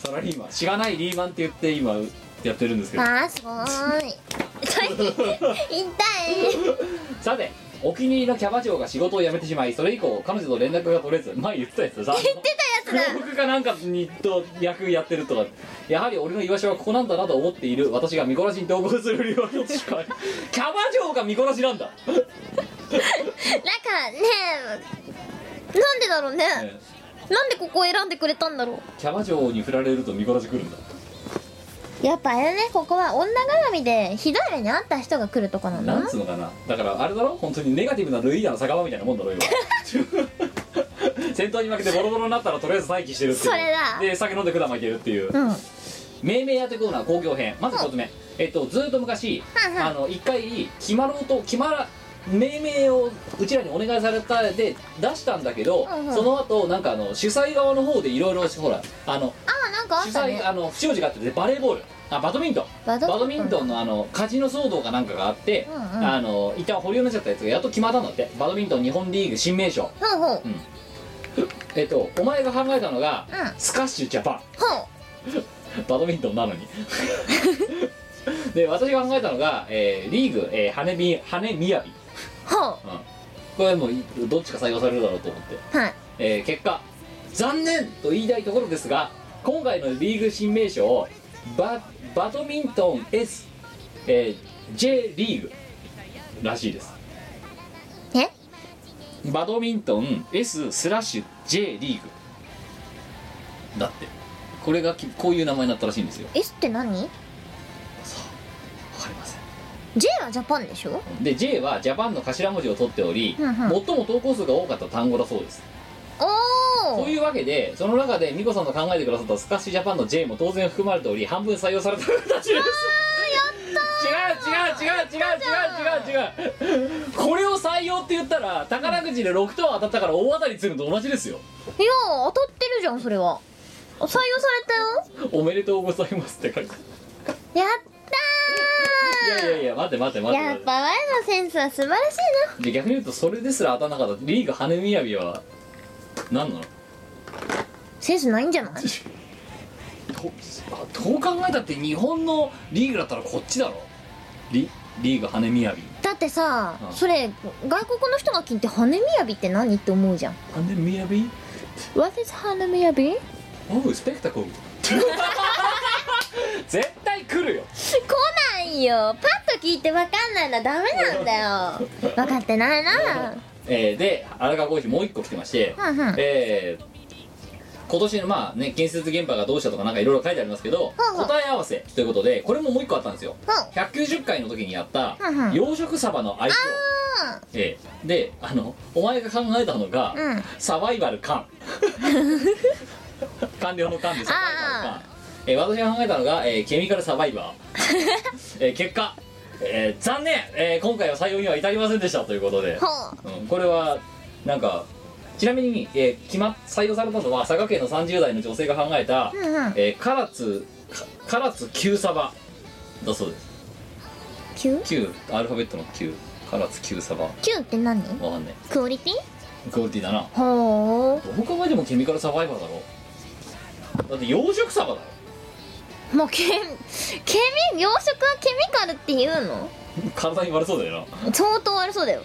[SPEAKER 1] サラリーマンしがないリーマンって言って今やってるんですけど
[SPEAKER 2] あーすごーい
[SPEAKER 1] *laughs*
[SPEAKER 2] 痛い痛い
[SPEAKER 1] さてお気に入りのキャバ嬢が仕事を辞めてしまいそれ以降彼女と連絡が取れず前言ってたやつだ
[SPEAKER 2] 出たやつ
[SPEAKER 1] *laughs* 洋服かなんかにと役やってるとかやはり俺の居場所はここなんだなと思っている私が見殺しに同行する理由は一つし
[SPEAKER 2] *laughs*
[SPEAKER 1] かないキャバ嬢が見殺しなんだ
[SPEAKER 2] なんかねなんでだろうね
[SPEAKER 1] ね
[SPEAKER 2] なんでここを選んでくれたんだろ
[SPEAKER 1] キャバ嬢に振られると見殺し来るんだ
[SPEAKER 2] うやっぱあれだねここは女絡みでひどい目に遭った人が来るとこなんだ
[SPEAKER 1] なん
[SPEAKER 2] な
[SPEAKER 1] つうのかなだからあれだろ本当にネガティブなルイーダの酒場みたいなもんだろ今 *laughs* 戦闘に負けてボロボロになったらとりあえず待機してるっていう
[SPEAKER 2] それだ
[SPEAKER 1] で酒飲んで管巻いてるっていう、
[SPEAKER 2] うん
[SPEAKER 1] 命名やってコーナー工業編まず一つ目、えっとずーっと昔
[SPEAKER 2] はいはい
[SPEAKER 1] あの一回決まろうと決まら命名をうちらにお願いされたで出したんだけど、
[SPEAKER 2] うんうん
[SPEAKER 1] その後なんかあの主催側の方でいろいろほらあの
[SPEAKER 2] あーなんかあ
[SPEAKER 1] 主
[SPEAKER 2] った
[SPEAKER 1] 催、
[SPEAKER 2] ね
[SPEAKER 1] あの不祥事があってでバレーボールあバドミントン
[SPEAKER 2] バドミントン
[SPEAKER 1] のあのカジノ騒動かなんかがあって、
[SPEAKER 2] うんうん
[SPEAKER 1] あの一旦保留になっちゃったやつがやっと決まったんだってバドミントン日本リーグ新名称
[SPEAKER 2] ほうほう
[SPEAKER 1] えっとお前が考えたのが、
[SPEAKER 2] うん
[SPEAKER 1] スカッシュジャパン
[SPEAKER 2] ほう
[SPEAKER 1] バドミン *laughs* トンなのにで私が考えたのが、えーリーグ、えー、羽び羽みやび
[SPEAKER 2] ほう
[SPEAKER 1] これはもういどっちか採用されるだろうと思って、
[SPEAKER 2] はい
[SPEAKER 1] えー結果残念と言いたいところですが今回のリーグ新名称ババドミントン S、えー J リーグらしいです
[SPEAKER 2] え
[SPEAKER 1] バドミントン S スラッシュ J リーグだってこれがきこういう名前になったらしいんですよ
[SPEAKER 2] S って何
[SPEAKER 1] さあわかりません
[SPEAKER 2] J はジャパンでしょ
[SPEAKER 1] で J はジャパンの頭文字を取っており、
[SPEAKER 2] うんうん
[SPEAKER 1] 最も投稿数が多かった単語だそうです
[SPEAKER 2] お
[SPEAKER 1] と
[SPEAKER 2] お
[SPEAKER 1] いうわけでその中で美子さんの考えてくださったスカッシュジャパンの J も当然含まれており半分採用された形です違う違う違う違う違う違う違う違うこれを採用って言ったら宝くじで6等当たったから大当たりするのと同じですよ
[SPEAKER 2] いや当たってるじゃんそれは採用されたよ
[SPEAKER 1] おめでとうございますって書いて
[SPEAKER 2] やっ
[SPEAKER 1] い
[SPEAKER 2] たー
[SPEAKER 1] やいやいや待って待って待って
[SPEAKER 2] や
[SPEAKER 1] 待
[SPEAKER 2] っ
[SPEAKER 1] って
[SPEAKER 2] ぱ我のセンスは素晴らしいな
[SPEAKER 1] で逆に言うとそれですら当たんなかったリーグ羽みやびは何なの
[SPEAKER 2] センスないんじゃない
[SPEAKER 1] どどう考えたって日本のリーグだったらこっちだろリリーグ羽みやび
[SPEAKER 2] だってさ、
[SPEAKER 1] うん
[SPEAKER 2] それ外国の人が聞いて「羽みやび」って何って思うじゃん
[SPEAKER 1] 羽みやび
[SPEAKER 2] What is 羽みやびこんな
[SPEAKER 1] おうスペクタク *laughs* ル絶対来るよ
[SPEAKER 2] いよパッと聞いて分かんないのはダメなんだよ分かってないな
[SPEAKER 1] えーで荒川浩一もう一個来てまして、
[SPEAKER 2] うんうん
[SPEAKER 1] えー今年のまあね建設現場がどうしたとかなんかいろいろ書いてありますけど、
[SPEAKER 2] うんうん
[SPEAKER 1] 答え合わせということでこれももう一個あったんですよ、
[SPEAKER 2] う
[SPEAKER 1] 190回の時にやった
[SPEAKER 2] うんうん
[SPEAKER 1] 養殖サバの相性、ええであのお前が考えたのが、
[SPEAKER 2] うん
[SPEAKER 1] サバイバル缶 *laughs* 官僚の缶でサバイバル
[SPEAKER 2] あ
[SPEAKER 1] 缶、ええ私が考えたのが、ええケミカルサバイバ
[SPEAKER 2] *laughs*
[SPEAKER 1] ー、ええ結果、ええ残念、ええ今回は採用には至りませんでしたということで、
[SPEAKER 2] ほう
[SPEAKER 1] うんこれはなんかちなみに、ええ決まっ採用されたのは佐賀県の30代の女性が考えた、
[SPEAKER 2] うんうん
[SPEAKER 1] ええ唐津か唐津旧サバだそうです
[SPEAKER 2] 9
[SPEAKER 1] 9アルファベットの9唐津旧サバわ
[SPEAKER 2] 9って何
[SPEAKER 1] かんない
[SPEAKER 2] クオリティ
[SPEAKER 1] クオリティだな
[SPEAKER 2] ほ
[SPEAKER 1] どう考えてもケミカルサバイバーだろだって養殖サバだろ *laughs*
[SPEAKER 2] うもうケミケミ養殖はケミカルっていうの
[SPEAKER 1] 体に悪そうだよな
[SPEAKER 2] 相当悪そうだよ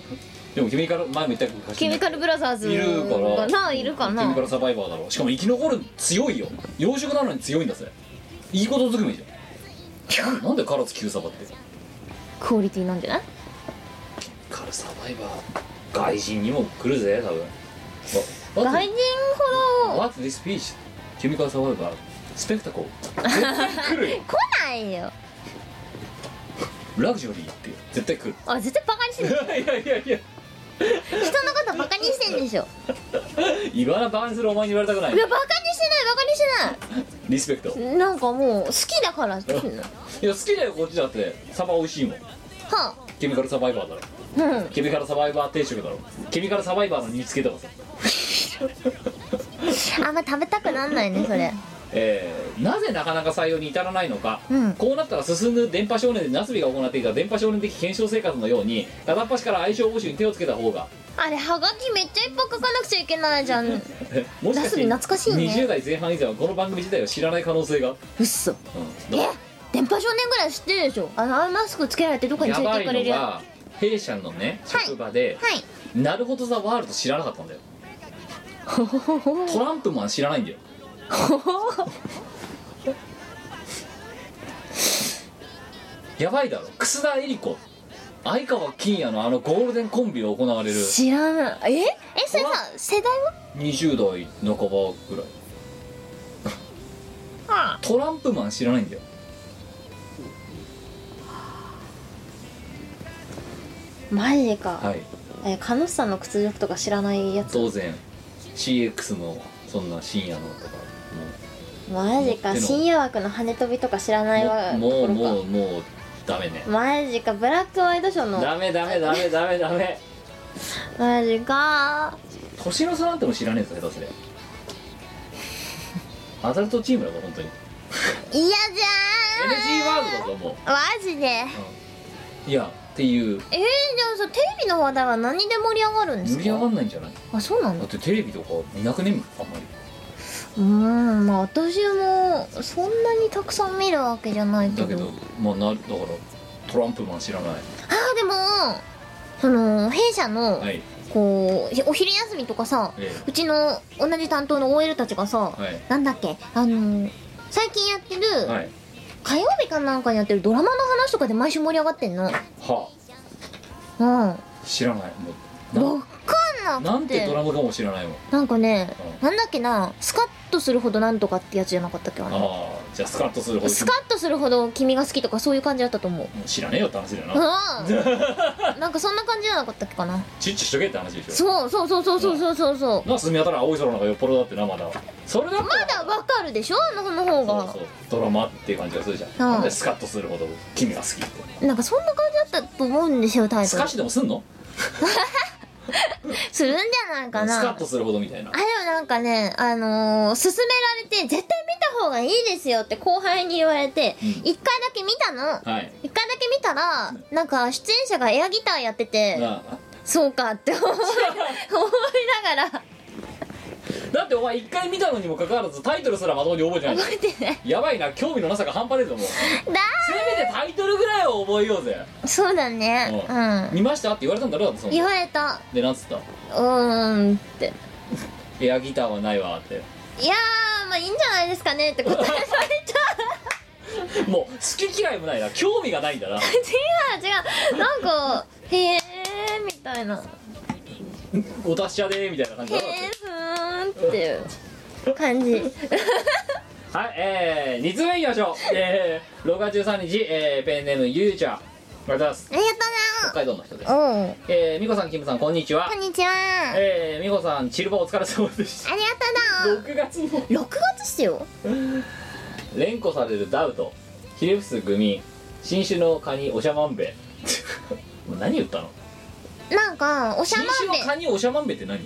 [SPEAKER 1] でもケミカル前も言ったけど
[SPEAKER 2] ケミカルブラザーズ
[SPEAKER 1] いるから
[SPEAKER 2] がないるか
[SPEAKER 1] ケ
[SPEAKER 2] な
[SPEAKER 1] ミカルサバイバーだろしかも生き残る強いよ養殖なのに強いんだそれいいことずくめじゃ
[SPEAKER 2] *laughs*
[SPEAKER 1] んなんで唐津急サバって
[SPEAKER 2] クオリティなんじゃない
[SPEAKER 1] カルサバイバー外人にも来るぜ多分わ
[SPEAKER 2] 外人
[SPEAKER 1] What-
[SPEAKER 2] ほど
[SPEAKER 1] What's this beach? ケミカルサバイバースペクタコル絶対来るよ
[SPEAKER 2] 来ないよ
[SPEAKER 1] ラグジュアリーって絶対来る
[SPEAKER 2] あ絶対バカにしてる
[SPEAKER 1] *laughs* いやいやいや
[SPEAKER 2] 人のことバカにしてんでしょ
[SPEAKER 1] いろんなバカにするお前に言われたくない
[SPEAKER 2] いやバカにしてないバカにして
[SPEAKER 1] リスペクト
[SPEAKER 2] ないなんかもう好きだからっていうの
[SPEAKER 1] いや好きだよこっちだってサバ美味しいもん
[SPEAKER 2] は
[SPEAKER 1] ケミカルサバイバーだろ
[SPEAKER 2] あうん
[SPEAKER 1] ケミカルサバイバー定食だろケミカルサバイバーの煮付けとかさ
[SPEAKER 2] あんま食べたくなんないねそれ
[SPEAKER 1] えーなぜなかなか採用に至らないのか、
[SPEAKER 2] うん
[SPEAKER 1] こうなったら進む電波少年でナスビが行っていた電波少年的検証生活のように片っ端から相性募集に手をつけた方が
[SPEAKER 2] あれハガキめっちゃいっぱい書かなくちゃいけないじゃんう
[SPEAKER 1] えもしかし
[SPEAKER 2] ナス
[SPEAKER 1] て
[SPEAKER 2] ビ懐かし
[SPEAKER 1] *laughs*
[SPEAKER 2] いね
[SPEAKER 1] 20代前半以前はこの番組自体を知らない可能性が、うん
[SPEAKER 2] っそえ電波少年ぐらい知ってるでしょあのアイマスクつけられてどっかに
[SPEAKER 1] や
[SPEAKER 2] 連れ
[SPEAKER 1] ば
[SPEAKER 2] て
[SPEAKER 1] い
[SPEAKER 2] 行かれ
[SPEAKER 1] の
[SPEAKER 2] るやつは
[SPEAKER 1] が弊社のね職場で、
[SPEAKER 2] い
[SPEAKER 1] なるほどザワールド知らなかったんだよトランプマン知らないんだよやばいだろ楠田絵理子相川欽也のあのゴールデンコンビが行われる
[SPEAKER 6] 知らないえ
[SPEAKER 2] えそれさ世代は
[SPEAKER 1] 20代半ばぐらいトランプマン知らないんだよ
[SPEAKER 6] マジか、
[SPEAKER 1] はい
[SPEAKER 6] えカノスさんの屈辱とか知らないやつ
[SPEAKER 1] 当然 CX のそんな深夜のとか
[SPEAKER 6] マジ
[SPEAKER 1] 持っ
[SPEAKER 6] か
[SPEAKER 1] ての
[SPEAKER 6] 深夜枠の羽飛びとか知らないわ
[SPEAKER 1] も
[SPEAKER 6] と
[SPEAKER 1] うもう
[SPEAKER 6] こ
[SPEAKER 1] も
[SPEAKER 6] ろ
[SPEAKER 1] うもうダメね
[SPEAKER 6] かマジかブラックワイドショーの
[SPEAKER 1] ダメダメダメダメダメ
[SPEAKER 6] マジか
[SPEAKER 1] 年の差なんても知らねえぞ下手すりゃアダルトチームだぞ本当に
[SPEAKER 2] 嫌じ
[SPEAKER 1] NG ワードだぞも
[SPEAKER 2] ゃんマジでえ
[SPEAKER 1] ういやっていう
[SPEAKER 2] ー、じゃあさテレビの話題は何で盛り上がるんです
[SPEAKER 1] 無
[SPEAKER 2] か
[SPEAKER 1] 理上がんないんじゃない
[SPEAKER 2] あそうなん
[SPEAKER 1] だっ
[SPEAKER 2] だ
[SPEAKER 1] てテレビとか見なくねあんまり
[SPEAKER 2] うーんまあ私もそんなにたくさん見るわけじゃないけ
[SPEAKER 1] だ
[SPEAKER 2] ど
[SPEAKER 1] けどまあなだからトランプマン知らない
[SPEAKER 2] あーでもその弊社の
[SPEAKER 1] はい
[SPEAKER 2] こうお昼休みとかさ
[SPEAKER 1] え
[SPEAKER 2] うちの同じ担当の OL たちがさ、
[SPEAKER 1] えはい
[SPEAKER 2] なんだっけあのー最近やってる、
[SPEAKER 1] はい
[SPEAKER 2] 火曜日かなんかにやってるドラマの話とかで毎週盛り上がってんのうん
[SPEAKER 1] は
[SPEAKER 2] わ
[SPEAKER 1] あ知らないもう
[SPEAKER 2] か
[SPEAKER 1] なんな
[SPEAKER 2] なく
[SPEAKER 1] ん
[SPEAKER 2] て
[SPEAKER 1] てドラマかも知らないもん
[SPEAKER 2] なんかね
[SPEAKER 1] う
[SPEAKER 2] なんだっけなスカッとするほどなんとかってやつじゃなかったっけあれ
[SPEAKER 1] ああじゃあスカッとするほど
[SPEAKER 2] スカッとするほど君が好きとかそういう感じだったと思う
[SPEAKER 1] もう知らねえよって話だよ
[SPEAKER 2] う
[SPEAKER 1] なん
[SPEAKER 2] なんかそんな感じじゃなかったっけかな
[SPEAKER 1] チッチしとけって話でしょ
[SPEAKER 2] そうそうそうそうそうそうそうそう
[SPEAKER 1] なあ住み当たら青い空の方がよっぽどだってなまだそれだったら
[SPEAKER 2] まだわかるでしょあのの方
[SPEAKER 1] そう
[SPEAKER 2] が
[SPEAKER 1] そうドラマっていう感じがするじゃん、
[SPEAKER 2] うん
[SPEAKER 1] なんでスカッとするほど君が好きって
[SPEAKER 2] なんかそんな感じだったと思うんですよタイ
[SPEAKER 1] ス
[SPEAKER 2] ト
[SPEAKER 1] カ
[SPEAKER 2] ル
[SPEAKER 1] しでもすんの
[SPEAKER 2] するんじゃないかな
[SPEAKER 1] スカッとするほどみたいな
[SPEAKER 2] あれはなんかね、あのー、勧められて、絶対見た方がいいですよって後輩に言われて、
[SPEAKER 1] うん
[SPEAKER 2] 一、回だけ見たの。
[SPEAKER 1] はい
[SPEAKER 2] 一回だけ見たら、なんか出演者がエアギターやってて、
[SPEAKER 1] なあ
[SPEAKER 2] そうかって思い思いながら、覚
[SPEAKER 1] だってお前一回見たのにもかかわらずタイトルすらまともに覚えてない
[SPEAKER 2] えて
[SPEAKER 1] *laughs*
[SPEAKER 2] ね。
[SPEAKER 1] やばいな興味のなさが半端ねえぞもうせ
[SPEAKER 2] だ
[SPEAKER 1] めてタイトルぐらいは覚えようぜ、
[SPEAKER 2] そうだね。うん。
[SPEAKER 1] 見ましたって言われたんだろだってその
[SPEAKER 2] 言われた。
[SPEAKER 1] でなんつった
[SPEAKER 2] うーんって。
[SPEAKER 1] エアギターはないわって
[SPEAKER 2] いやー、まあいいんじゃないですかねって答えされちゃう。
[SPEAKER 1] もう好き嫌いもないな興味がないんだな
[SPEAKER 2] 違う違う。なんか、へーみたいな。
[SPEAKER 1] お達者でみたいな感じ
[SPEAKER 2] へ
[SPEAKER 1] だ
[SPEAKER 2] ー
[SPEAKER 1] ろだって
[SPEAKER 2] ふーんっていう感じ。
[SPEAKER 1] はい、えー、2つ目いきましょう。えー、6月13日、えー、ペンネームゆうちゃん。ありがとうございます。
[SPEAKER 2] ありがと
[SPEAKER 1] 北海道の人です
[SPEAKER 2] う。なうん。
[SPEAKER 1] えー、みこさん、キムさん、こんにちは
[SPEAKER 2] こん。にちは。あり
[SPEAKER 1] えー、みこさん、チルバお疲れ様でし
[SPEAKER 2] が
[SPEAKER 1] た。
[SPEAKER 2] とうな。
[SPEAKER 1] 6月も、
[SPEAKER 2] 六月っすよ。
[SPEAKER 1] 連呼されるダウト、ヒレフスグミ、新種のカニ、おしゃまんべ。 *laughs* もう何言ったの
[SPEAKER 2] なんかおしゃま
[SPEAKER 1] 新種
[SPEAKER 2] ん
[SPEAKER 1] の
[SPEAKER 2] べ
[SPEAKER 1] カニ、おしゃまんべって何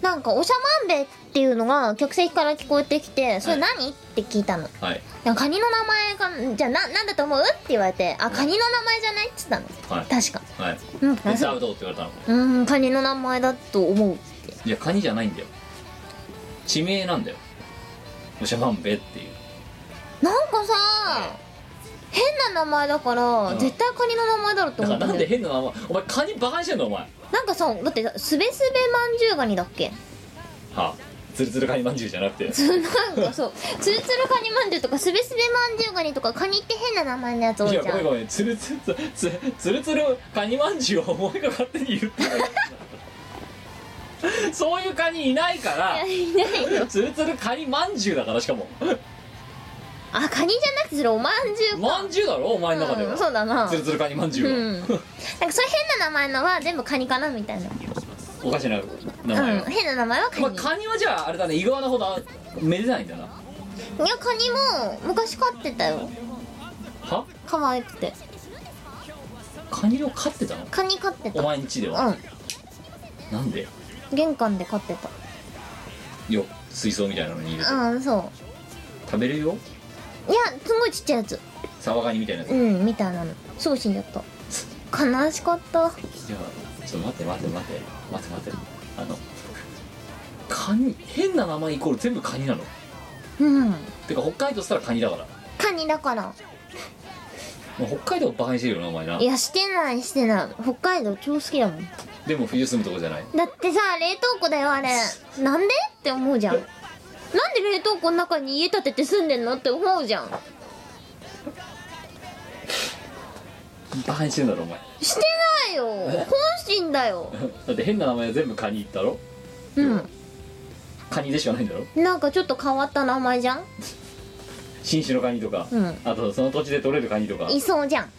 [SPEAKER 2] なんかおしゃまんべっていうのが客席から聞こえてきて、それ何って聞いたの。
[SPEAKER 1] はい、
[SPEAKER 2] でもカニの名前がじゃあななんだと思うって言われて、あカニの名前じゃないって言ったの。
[SPEAKER 1] はい、
[SPEAKER 2] 確か。
[SPEAKER 1] はい。
[SPEAKER 2] うん
[SPEAKER 1] でダウトって言われたの。
[SPEAKER 2] うんカニの名前だと思う。
[SPEAKER 1] いや、カニじゃないんだよ。地名なんだよ。おしゃまんべっていう。
[SPEAKER 2] なんかさ。変な名前だから、
[SPEAKER 1] うん
[SPEAKER 2] 絶対カニの名前だろうと
[SPEAKER 1] だか
[SPEAKER 2] 思った
[SPEAKER 1] らな
[SPEAKER 2] ん
[SPEAKER 1] ん
[SPEAKER 2] だ
[SPEAKER 1] で
[SPEAKER 2] よ
[SPEAKER 1] 変な名前お前カニバカにしてんのお前は
[SPEAKER 2] なんかさだってさすべすべまんじゅうガニだっけ
[SPEAKER 1] あツルツルカニまんじゅうじゃなくて
[SPEAKER 2] そうなんかそうツルツルカニまんじゅうとかすべすべまんじゅうガニとかカニって変な名前のやつ多い
[SPEAKER 1] い
[SPEAKER 2] じ
[SPEAKER 1] や
[SPEAKER 2] ゃん
[SPEAKER 1] ごめんごめんツルツルツルツルツルカニまんじゅうをお前が勝手に言ってる *laughs* そういうカニいないから
[SPEAKER 2] いやいないよ
[SPEAKER 1] ツルツルカニまんじゅうだからしかも
[SPEAKER 2] あカニじゃなくてそれおまんじゅうか、
[SPEAKER 1] まんじゅうだろお前の中で
[SPEAKER 2] うんそう
[SPEAKER 1] は
[SPEAKER 2] だな
[SPEAKER 1] ツルツルカニまんじゅ
[SPEAKER 2] う、
[SPEAKER 1] うん
[SPEAKER 2] なん
[SPEAKER 1] は
[SPEAKER 2] かそれ変な名前のは全部カニかなみたいな、
[SPEAKER 1] おかしな名前
[SPEAKER 2] うん
[SPEAKER 1] は、
[SPEAKER 2] 変な名前はカニ、
[SPEAKER 1] まあ、カニはじゃああれだねイグアナほどめでないんだない
[SPEAKER 2] やカニも昔飼ってたよ
[SPEAKER 1] は
[SPEAKER 2] 可愛くて
[SPEAKER 1] カニを飼ってたの
[SPEAKER 2] カニ飼って
[SPEAKER 1] お
[SPEAKER 2] た
[SPEAKER 1] 前ん家では、
[SPEAKER 2] う
[SPEAKER 1] なんで
[SPEAKER 2] ん玄関で飼ってた
[SPEAKER 1] よ水槽みたいなのに入れて
[SPEAKER 2] うんそ
[SPEAKER 1] 食べるよ
[SPEAKER 2] ういやすごいちっちゃいやつ
[SPEAKER 1] サバカニみたいなやつ
[SPEAKER 2] うんみたいなのすぐ死んじゃった悲しかった
[SPEAKER 1] じゃあちょっと待って待って待って待って待ってあのカニ変な名前イコール全部カニなの
[SPEAKER 2] うん
[SPEAKER 1] てか北海道したらカニだから
[SPEAKER 2] カニだから
[SPEAKER 1] もう北海道バカにしてるよなお前ない
[SPEAKER 2] やしてないしてない北海道超好きだもん
[SPEAKER 1] でも冬住むとこじゃない
[SPEAKER 2] だってさ冷凍庫だよあれなんでって思うじゃんなんで冷凍庫の中に家建てて住んでんのって思うじゃん
[SPEAKER 1] バカにしてんだろお前
[SPEAKER 2] してないよ本心だよ
[SPEAKER 1] だって変な名前は全部カニだろ
[SPEAKER 2] うん
[SPEAKER 1] カニでしかないんだろ
[SPEAKER 2] なんかちょっと変わった名前じゃん
[SPEAKER 1] 新種のカニとか、
[SPEAKER 2] うん
[SPEAKER 1] あとその土地で取れるカニとか
[SPEAKER 2] いそうじゃん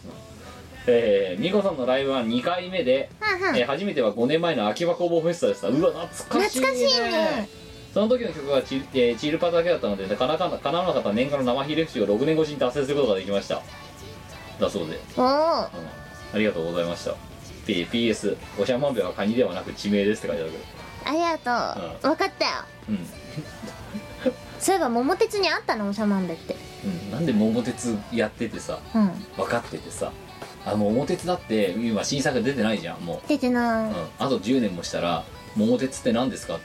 [SPEAKER 1] えー、美子さんのライブは2回目で、
[SPEAKER 2] うんうん
[SPEAKER 1] えー初めては5年前の秋葉工房フェスタでしたうわ懐かしいね
[SPEAKER 2] 懐かしいね
[SPEAKER 1] その時の曲がチ,、えーチールパだけだったのでかなかな叶わなかった念願の生ひれ節を6年越しに達成することができましただそうで、
[SPEAKER 2] おお
[SPEAKER 1] うんありがとうございました P- PS おしゃまんべはカニではなく地名ですって書いてあるけど
[SPEAKER 2] ありがとう、分かったよ
[SPEAKER 1] うん
[SPEAKER 2] そういえば桃鉄にあったのおしゃまんべって
[SPEAKER 1] うん、なんで桃鉄やっててさ
[SPEAKER 2] うん
[SPEAKER 1] 分かっててさあもう桃鉄だって今新作出てないじゃんも
[SPEAKER 2] 出て
[SPEAKER 1] う、
[SPEAKER 2] な
[SPEAKER 1] うん、
[SPEAKER 2] い、
[SPEAKER 1] あと10年もしたら桃鉄って何ですかっ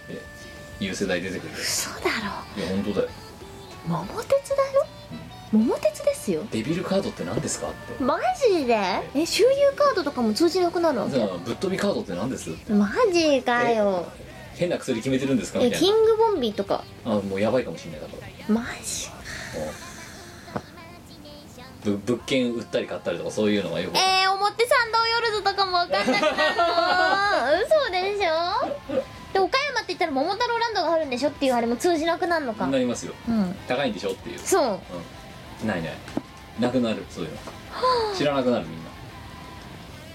[SPEAKER 1] ていう世代出てくる
[SPEAKER 2] 嘘
[SPEAKER 1] い
[SPEAKER 2] だ
[SPEAKER 1] や本当だよ
[SPEAKER 2] ろ桃鉄だよ桃鉄ですよ
[SPEAKER 1] デビルカードって何ですかって
[SPEAKER 2] マジでえ周遊カードとかも通じなくなるわ
[SPEAKER 1] じゃ
[SPEAKER 2] け
[SPEAKER 1] あぶっ飛びカードって何です
[SPEAKER 2] マジかよ
[SPEAKER 1] 変な薬決めてるんですか
[SPEAKER 2] え
[SPEAKER 1] みたい
[SPEAKER 2] キ
[SPEAKER 1] な
[SPEAKER 2] ングボンビーとか
[SPEAKER 1] あもうやばいかもしれないだから
[SPEAKER 2] マジ
[SPEAKER 1] ぶ物件売ったり買ったりとかそういうのがよくわかんない
[SPEAKER 2] えー、表参道ヨルズとかも分か
[SPEAKER 1] *laughs*
[SPEAKER 2] んなくなるの嘘でしょで岡山って言ったら桃太郎ランドがあるんでしょっていうあれも通じなくなるのか
[SPEAKER 1] なりますよ
[SPEAKER 2] うん
[SPEAKER 1] 高いんでしょっていう
[SPEAKER 2] そう
[SPEAKER 1] ないないなくなるそういうの知らなくなる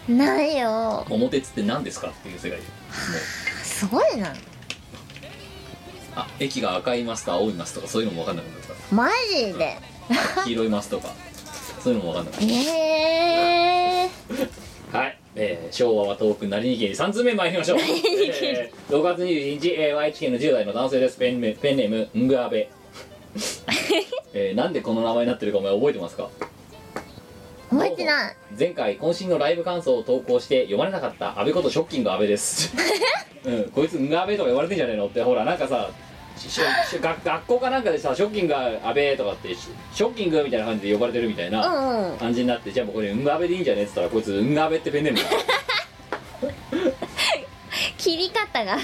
[SPEAKER 1] みんな
[SPEAKER 2] ないよ
[SPEAKER 1] 桃鉄って何ですかっていう世界でもう
[SPEAKER 2] すごいな
[SPEAKER 1] あ駅が赤いマスと青いマスとかそういうのも分かんなくなったか
[SPEAKER 2] マジで
[SPEAKER 1] ら黄色いマスとかそういうのも分かんなくなっ
[SPEAKER 2] えー、
[SPEAKER 1] たはい、えー昭和は遠くなりにけり3通目参りま
[SPEAKER 2] *laughs*
[SPEAKER 1] しょう、えー6月21日、えー、愛知県の10代の男性ですペンネペンネームングア
[SPEAKER 2] *laughs*
[SPEAKER 1] ベえーなんでこの名前になってるかお前覚えてますか
[SPEAKER 2] 覚えてない
[SPEAKER 1] 前回渾身のライブ感想を投稿して読まれなかった安倍ことショッキング安倍です
[SPEAKER 2] *laughs*
[SPEAKER 1] うんこいつ「が安倍」とか呼ばれてんじゃねえのってほらなんかさししし学学校かなんかでさ「ショッキング安倍」とかってし「ショッキング」みたいな感じで呼ばれてるみたいうなん
[SPEAKER 2] うん
[SPEAKER 1] 感じになって、じゃあもうこれ「うんが安倍」でいいんじゃねえっつったらこいつ「うんが安倍」ってペンネームだ
[SPEAKER 2] 切り方が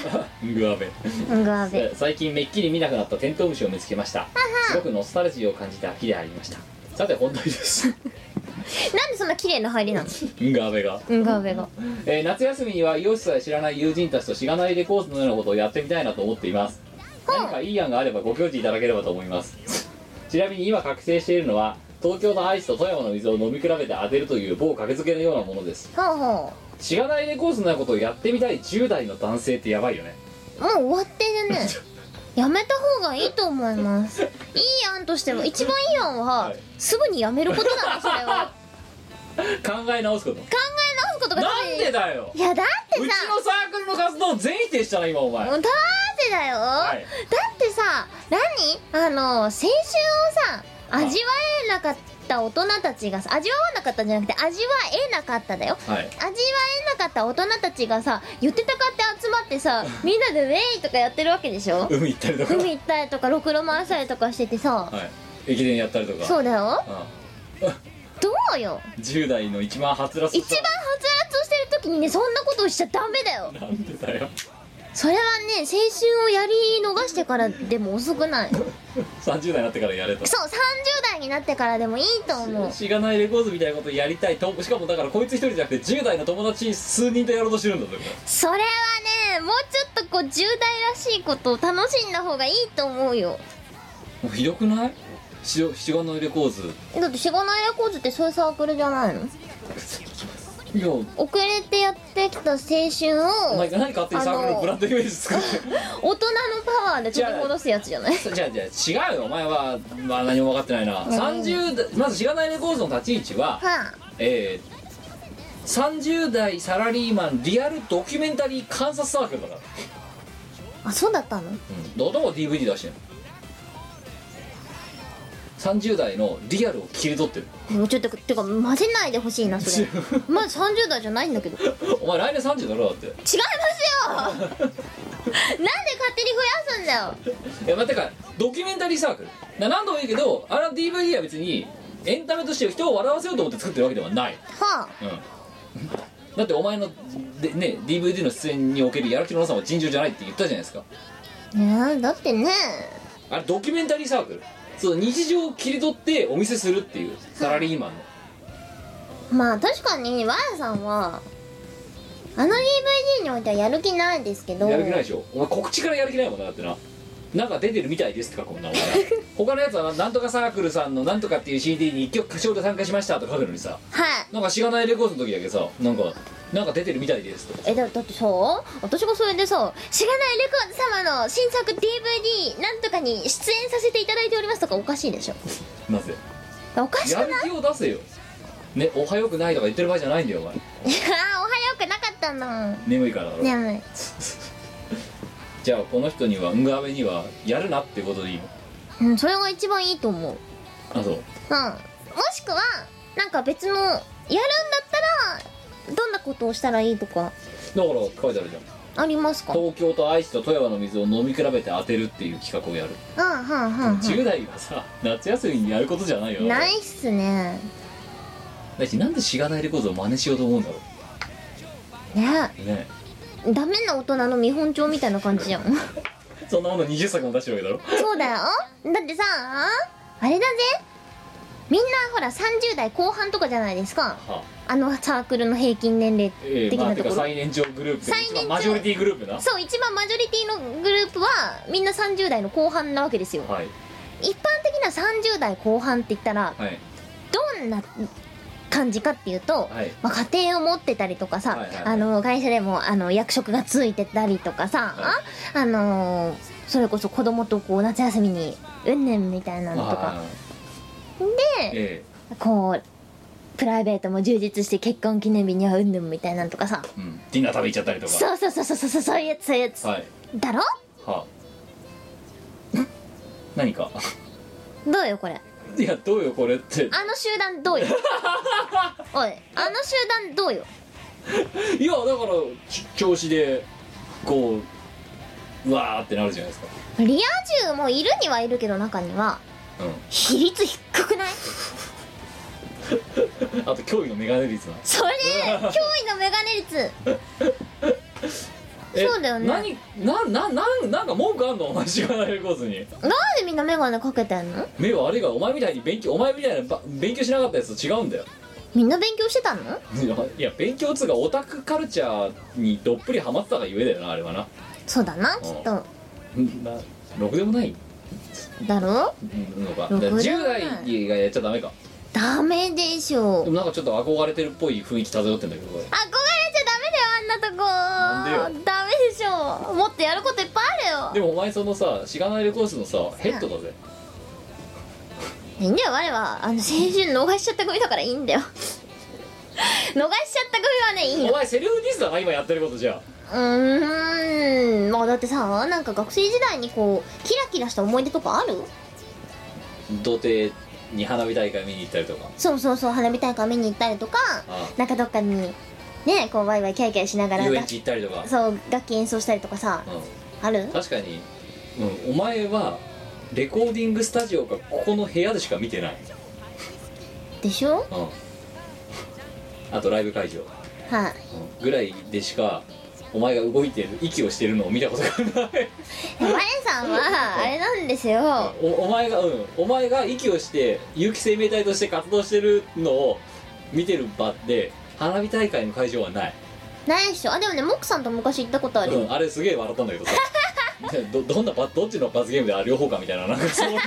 [SPEAKER 1] うんが安倍
[SPEAKER 2] うんがべ
[SPEAKER 1] え最近めっきり見なくなったテントウムシを見つけましたすごくノスタルジーを感じて秋でありましたさて本題です
[SPEAKER 2] *laughs* なんでそんな綺麗な入りなの
[SPEAKER 1] うんが安倍が
[SPEAKER 2] うんがべが
[SPEAKER 1] えー夏休みにはイオシスさえ知らない友人たちとしがないレコースのようなことをやってみたいなと思っています何かいい案があればご教示いただければと思いますちなみに今覚醒しているのは東京のアイスと富山の水を飲み比べて当てるという某掛け付けのようなものです
[SPEAKER 2] ほうほ
[SPEAKER 1] しがないレコースのようなことをやってみたい10代の男性ってやばいよ
[SPEAKER 2] *laughs*
[SPEAKER 1] ね
[SPEAKER 2] うもう終わってるねやめた方がいいと思いますいい案としても一番いい案は
[SPEAKER 1] はい
[SPEAKER 2] すぐにやめることなのそれは
[SPEAKER 1] *laughs* 考え直すこと
[SPEAKER 2] 考え直すことが
[SPEAKER 1] なんで
[SPEAKER 2] だ
[SPEAKER 1] だよ
[SPEAKER 2] いやだっ
[SPEAKER 1] うち
[SPEAKER 2] て
[SPEAKER 1] の
[SPEAKER 2] さ
[SPEAKER 1] サークルの活動を全否定したな今お前
[SPEAKER 2] もうだってだよ、
[SPEAKER 1] い
[SPEAKER 2] だってさ何あの青春をさ味わえなかった大人たちがさ味わわなかったんじゃなくて味わえなかっただよ
[SPEAKER 1] はい
[SPEAKER 2] 味わえなかった大人たちがさ寄ってたかって集まってさみんなでウェイとかやってるわけでしょ
[SPEAKER 1] 海行ったりとか
[SPEAKER 2] 海行ったりとかろくろ回したりとかしててさ
[SPEAKER 1] はい駅伝やったりとか
[SPEAKER 2] そうだよ
[SPEAKER 1] う
[SPEAKER 2] どうよ
[SPEAKER 1] ん10代の一番はつらさ
[SPEAKER 2] 一番はつらつをしてる時にねそんなことをしちゃダメだよ
[SPEAKER 1] なんでだよ
[SPEAKER 2] それはね青春をやり逃してからでも遅くない
[SPEAKER 1] 30代になってからやれと
[SPEAKER 2] そう30代になってからでもいいと思う
[SPEAKER 1] しがないレコーズみたいなことやりたいとしかもだからこいつ一人じゃなくて10代の友達数人とやろうとしてるんだぞこれ
[SPEAKER 2] それはねもうちょっとこう10代らしいことを楽しんだ方がいいと思うよ
[SPEAKER 1] もうひどくないししがないレコーズ
[SPEAKER 2] だってしがないレコーズってそういうサークルじゃないの
[SPEAKER 1] いや
[SPEAKER 2] 遅れてやってきた青春
[SPEAKER 1] お
[SPEAKER 2] を
[SPEAKER 1] 前何勝手にサークル
[SPEAKER 2] あ
[SPEAKER 1] の
[SPEAKER 2] の
[SPEAKER 1] ブランドイメージ作
[SPEAKER 2] *laughs*
[SPEAKER 1] って
[SPEAKER 2] 大人のパワーで取り戻すやつじゃない
[SPEAKER 1] そうじゃあじゃあ違うよお前は、まあ、何も分かってないな、30代まずしがないレコーズの立ち位置は、
[SPEAKER 2] は
[SPEAKER 1] えー30代サラリーマンリアルドキュメンタリー観察サークルだから、
[SPEAKER 2] *laughs* ああそうだったの
[SPEAKER 1] うん、どこ DVD 出してんの30代のリアルを切り取ってる
[SPEAKER 2] もうちょっとてか混ぜないでほしいなそ *laughs* れまず30代じゃないんだけど違いま
[SPEAKER 1] お前来年30だろだって
[SPEAKER 2] *laughs* すよなんで勝手に増やすんだよ
[SPEAKER 1] えまあ、てかドキュメンタリーサークルな何度も言うけどあの DVD は別にエンタメとして人を笑わせようと思って作ってるわけではない、
[SPEAKER 2] はあ
[SPEAKER 1] うん、だってお前ので、ね、DVD の出演におけるやる気のなさんは尋常じゃないって言ったじゃないですか
[SPEAKER 2] いやだってね
[SPEAKER 1] あれドキュメンタリーサークルそう日常を切り取ってお見せするっていうサラリーマンの
[SPEAKER 2] まあ確かにワンさんはあの DVD においてはやる気ないですけど
[SPEAKER 1] やる気ないでしょお前告知からやる気ないもんなだってななんか出てるみたいですとかこんなお前他のやつはなんとかサークルさんのなんとかっていう CD に1曲歌唱で参加しましたとか書くのにさ
[SPEAKER 2] はい
[SPEAKER 1] なんかしがないレコードの時だけさなんかなんか出てるみたいですとか
[SPEAKER 2] えだだってさ私がそれでさ「しがないレコード様の新作 DVD なんとかに出演させていただいております」とかおかしいでしょ
[SPEAKER 1] なぜ
[SPEAKER 2] おかしく
[SPEAKER 1] や
[SPEAKER 2] ない
[SPEAKER 1] る気を出せよねおはよくないとか言ってる場合じゃないんだよお前
[SPEAKER 2] いやーおはよくなかったな
[SPEAKER 1] 眠いからだろ、
[SPEAKER 2] 眠い
[SPEAKER 1] じゃあこの人にはうんがべにはやるなってことでいいの
[SPEAKER 2] うんそれが一番いいと思う
[SPEAKER 1] あそう
[SPEAKER 2] うんもしくはなんか別のやるんだったらどんなことをしたらいいとか
[SPEAKER 1] だから書いてあるじゃん
[SPEAKER 2] ありますかうん
[SPEAKER 1] 東京と愛知と富山の水を飲み比べて当てるっていう企画をやる、
[SPEAKER 2] うんうんう
[SPEAKER 1] 10代がさ夏休みにやることじゃないよ
[SPEAKER 2] んないっすね
[SPEAKER 1] だしなんでしがないレコードを真似しようと思うんだろ
[SPEAKER 2] ね
[SPEAKER 1] うね
[SPEAKER 2] ダメな大人の見本帳みたいな感じじゃん
[SPEAKER 1] そんなもの20作も出してるわけだろ
[SPEAKER 2] そうだよだってさあれだぜみんなほら30代後半とかじゃないですか
[SPEAKER 1] はあ
[SPEAKER 2] あのサークルの平均年齢
[SPEAKER 1] ええ
[SPEAKER 2] 的
[SPEAKER 1] まあ
[SPEAKER 2] な
[SPEAKER 1] て
[SPEAKER 2] と
[SPEAKER 1] か
[SPEAKER 2] ころ、
[SPEAKER 1] 最年長グループで一
[SPEAKER 2] 最
[SPEAKER 1] 番
[SPEAKER 2] 年長
[SPEAKER 1] マジョリティグループな
[SPEAKER 2] そう一番マジョリティのグループはみんな30代の後半なわけですよ
[SPEAKER 1] はい
[SPEAKER 2] 一般的な30代後半って言ったら
[SPEAKER 1] はい
[SPEAKER 2] どんな感じかっていうと、
[SPEAKER 1] はい
[SPEAKER 2] まあ、家庭を持ってたりとかさ、
[SPEAKER 1] はいはいはい
[SPEAKER 2] あの会社でもあの役職がついてたりとかさ、
[SPEAKER 1] は
[SPEAKER 2] あのそれこそ子供とこう夏休みにうんねんみたいなのとか
[SPEAKER 1] あ
[SPEAKER 2] で
[SPEAKER 1] え
[SPEAKER 2] こうプライベートも充実して結婚記念日にはうんぬんみたいなのとかさ
[SPEAKER 1] えうんディナー食べ行っちゃったりとか
[SPEAKER 2] そうそうそうそうそうそういうやつそういうやつ、
[SPEAKER 1] はい
[SPEAKER 2] だろ
[SPEAKER 1] はあ何か *laughs*
[SPEAKER 2] どうよこれ
[SPEAKER 1] いやどうよこれって
[SPEAKER 2] あの集団
[SPEAKER 1] *laughs*
[SPEAKER 2] どうよおいあの集団どうよ
[SPEAKER 1] いやだからち調子でこううわーってなるじゃないですか
[SPEAKER 2] リア充もいるにはいるけど中には
[SPEAKER 1] う
[SPEAKER 2] 比率低くない
[SPEAKER 1] んあと脅威のメガネ率な
[SPEAKER 2] それ驚異のメガネ率
[SPEAKER 1] え
[SPEAKER 2] そうだよね
[SPEAKER 1] 何なななんなんか文句あんのお前知らないレコーズに
[SPEAKER 2] なんでみんなメガネかけてんの
[SPEAKER 1] 目は悪いがお前みたいに勉強お前みたいなば勉強しなかったやつと違うんだよ
[SPEAKER 2] みんな勉強してたの
[SPEAKER 1] いやいや勉強っつうかオタクカルチャーにどっぷりハマってたがゆえだよなあれはな
[SPEAKER 2] そうだなきっと
[SPEAKER 1] うんなろくでもない
[SPEAKER 2] だろ
[SPEAKER 1] うんのか
[SPEAKER 2] ろくでもない
[SPEAKER 1] 10代がやっちゃダメか
[SPEAKER 2] ダメでし
[SPEAKER 1] で
[SPEAKER 2] ょ
[SPEAKER 1] もなんかちょっと憧れてるっぽい雰囲気漂ってんだけどこれ
[SPEAKER 2] 憧れちゃダメだ
[SPEAKER 1] な
[SPEAKER 2] よあんなと
[SPEAKER 1] ん
[SPEAKER 2] こダメでしょもっとやることいっぱいある
[SPEAKER 1] で
[SPEAKER 2] よ
[SPEAKER 1] もお前そのさしがないレコースのさヘッドだぜ
[SPEAKER 2] いいんだよ我はあの青春逃しちゃった組だからいいんだよ *laughs* 逃しちゃった組はねいい
[SPEAKER 1] お
[SPEAKER 2] よ
[SPEAKER 1] 前セルフディスだな今やってることじゃ
[SPEAKER 2] うーんまあだってさなんか学生時代にこうキラキラした思い出とかある
[SPEAKER 1] 童貞に花火大会見に行ったりとか
[SPEAKER 2] そうそうそう花火大会見に行ったりとか
[SPEAKER 1] ああ
[SPEAKER 2] なんかどっかにねこうワイワイキャイキャイしながら
[SPEAKER 1] 遊園地行ったりとか、
[SPEAKER 2] そう楽器演奏したりとかさ
[SPEAKER 1] う
[SPEAKER 2] ある
[SPEAKER 1] ん、確かに、うん、お前はレコーディングスタジオかここの部屋でしか見てない、
[SPEAKER 2] でしょ
[SPEAKER 1] うん、あとライブ会場、うん
[SPEAKER 2] はい
[SPEAKER 1] ぐらいでしかお前が動いてる息をしてるのを見たことがない
[SPEAKER 2] でマレさんはあれなんですよ
[SPEAKER 1] おお前がうんお前が息をして有機生命体として活動してるのを見てる場で花火大会の会場はない、
[SPEAKER 2] ないでしょあでもねモクさんと昔行ったことあ
[SPEAKER 1] う
[SPEAKER 2] るよ
[SPEAKER 1] ん、あれすげえ笑ったんだけどさ *laughs* どどんなばどっちの罰ゲームであ両方かみたいななんかそう *laughs* いう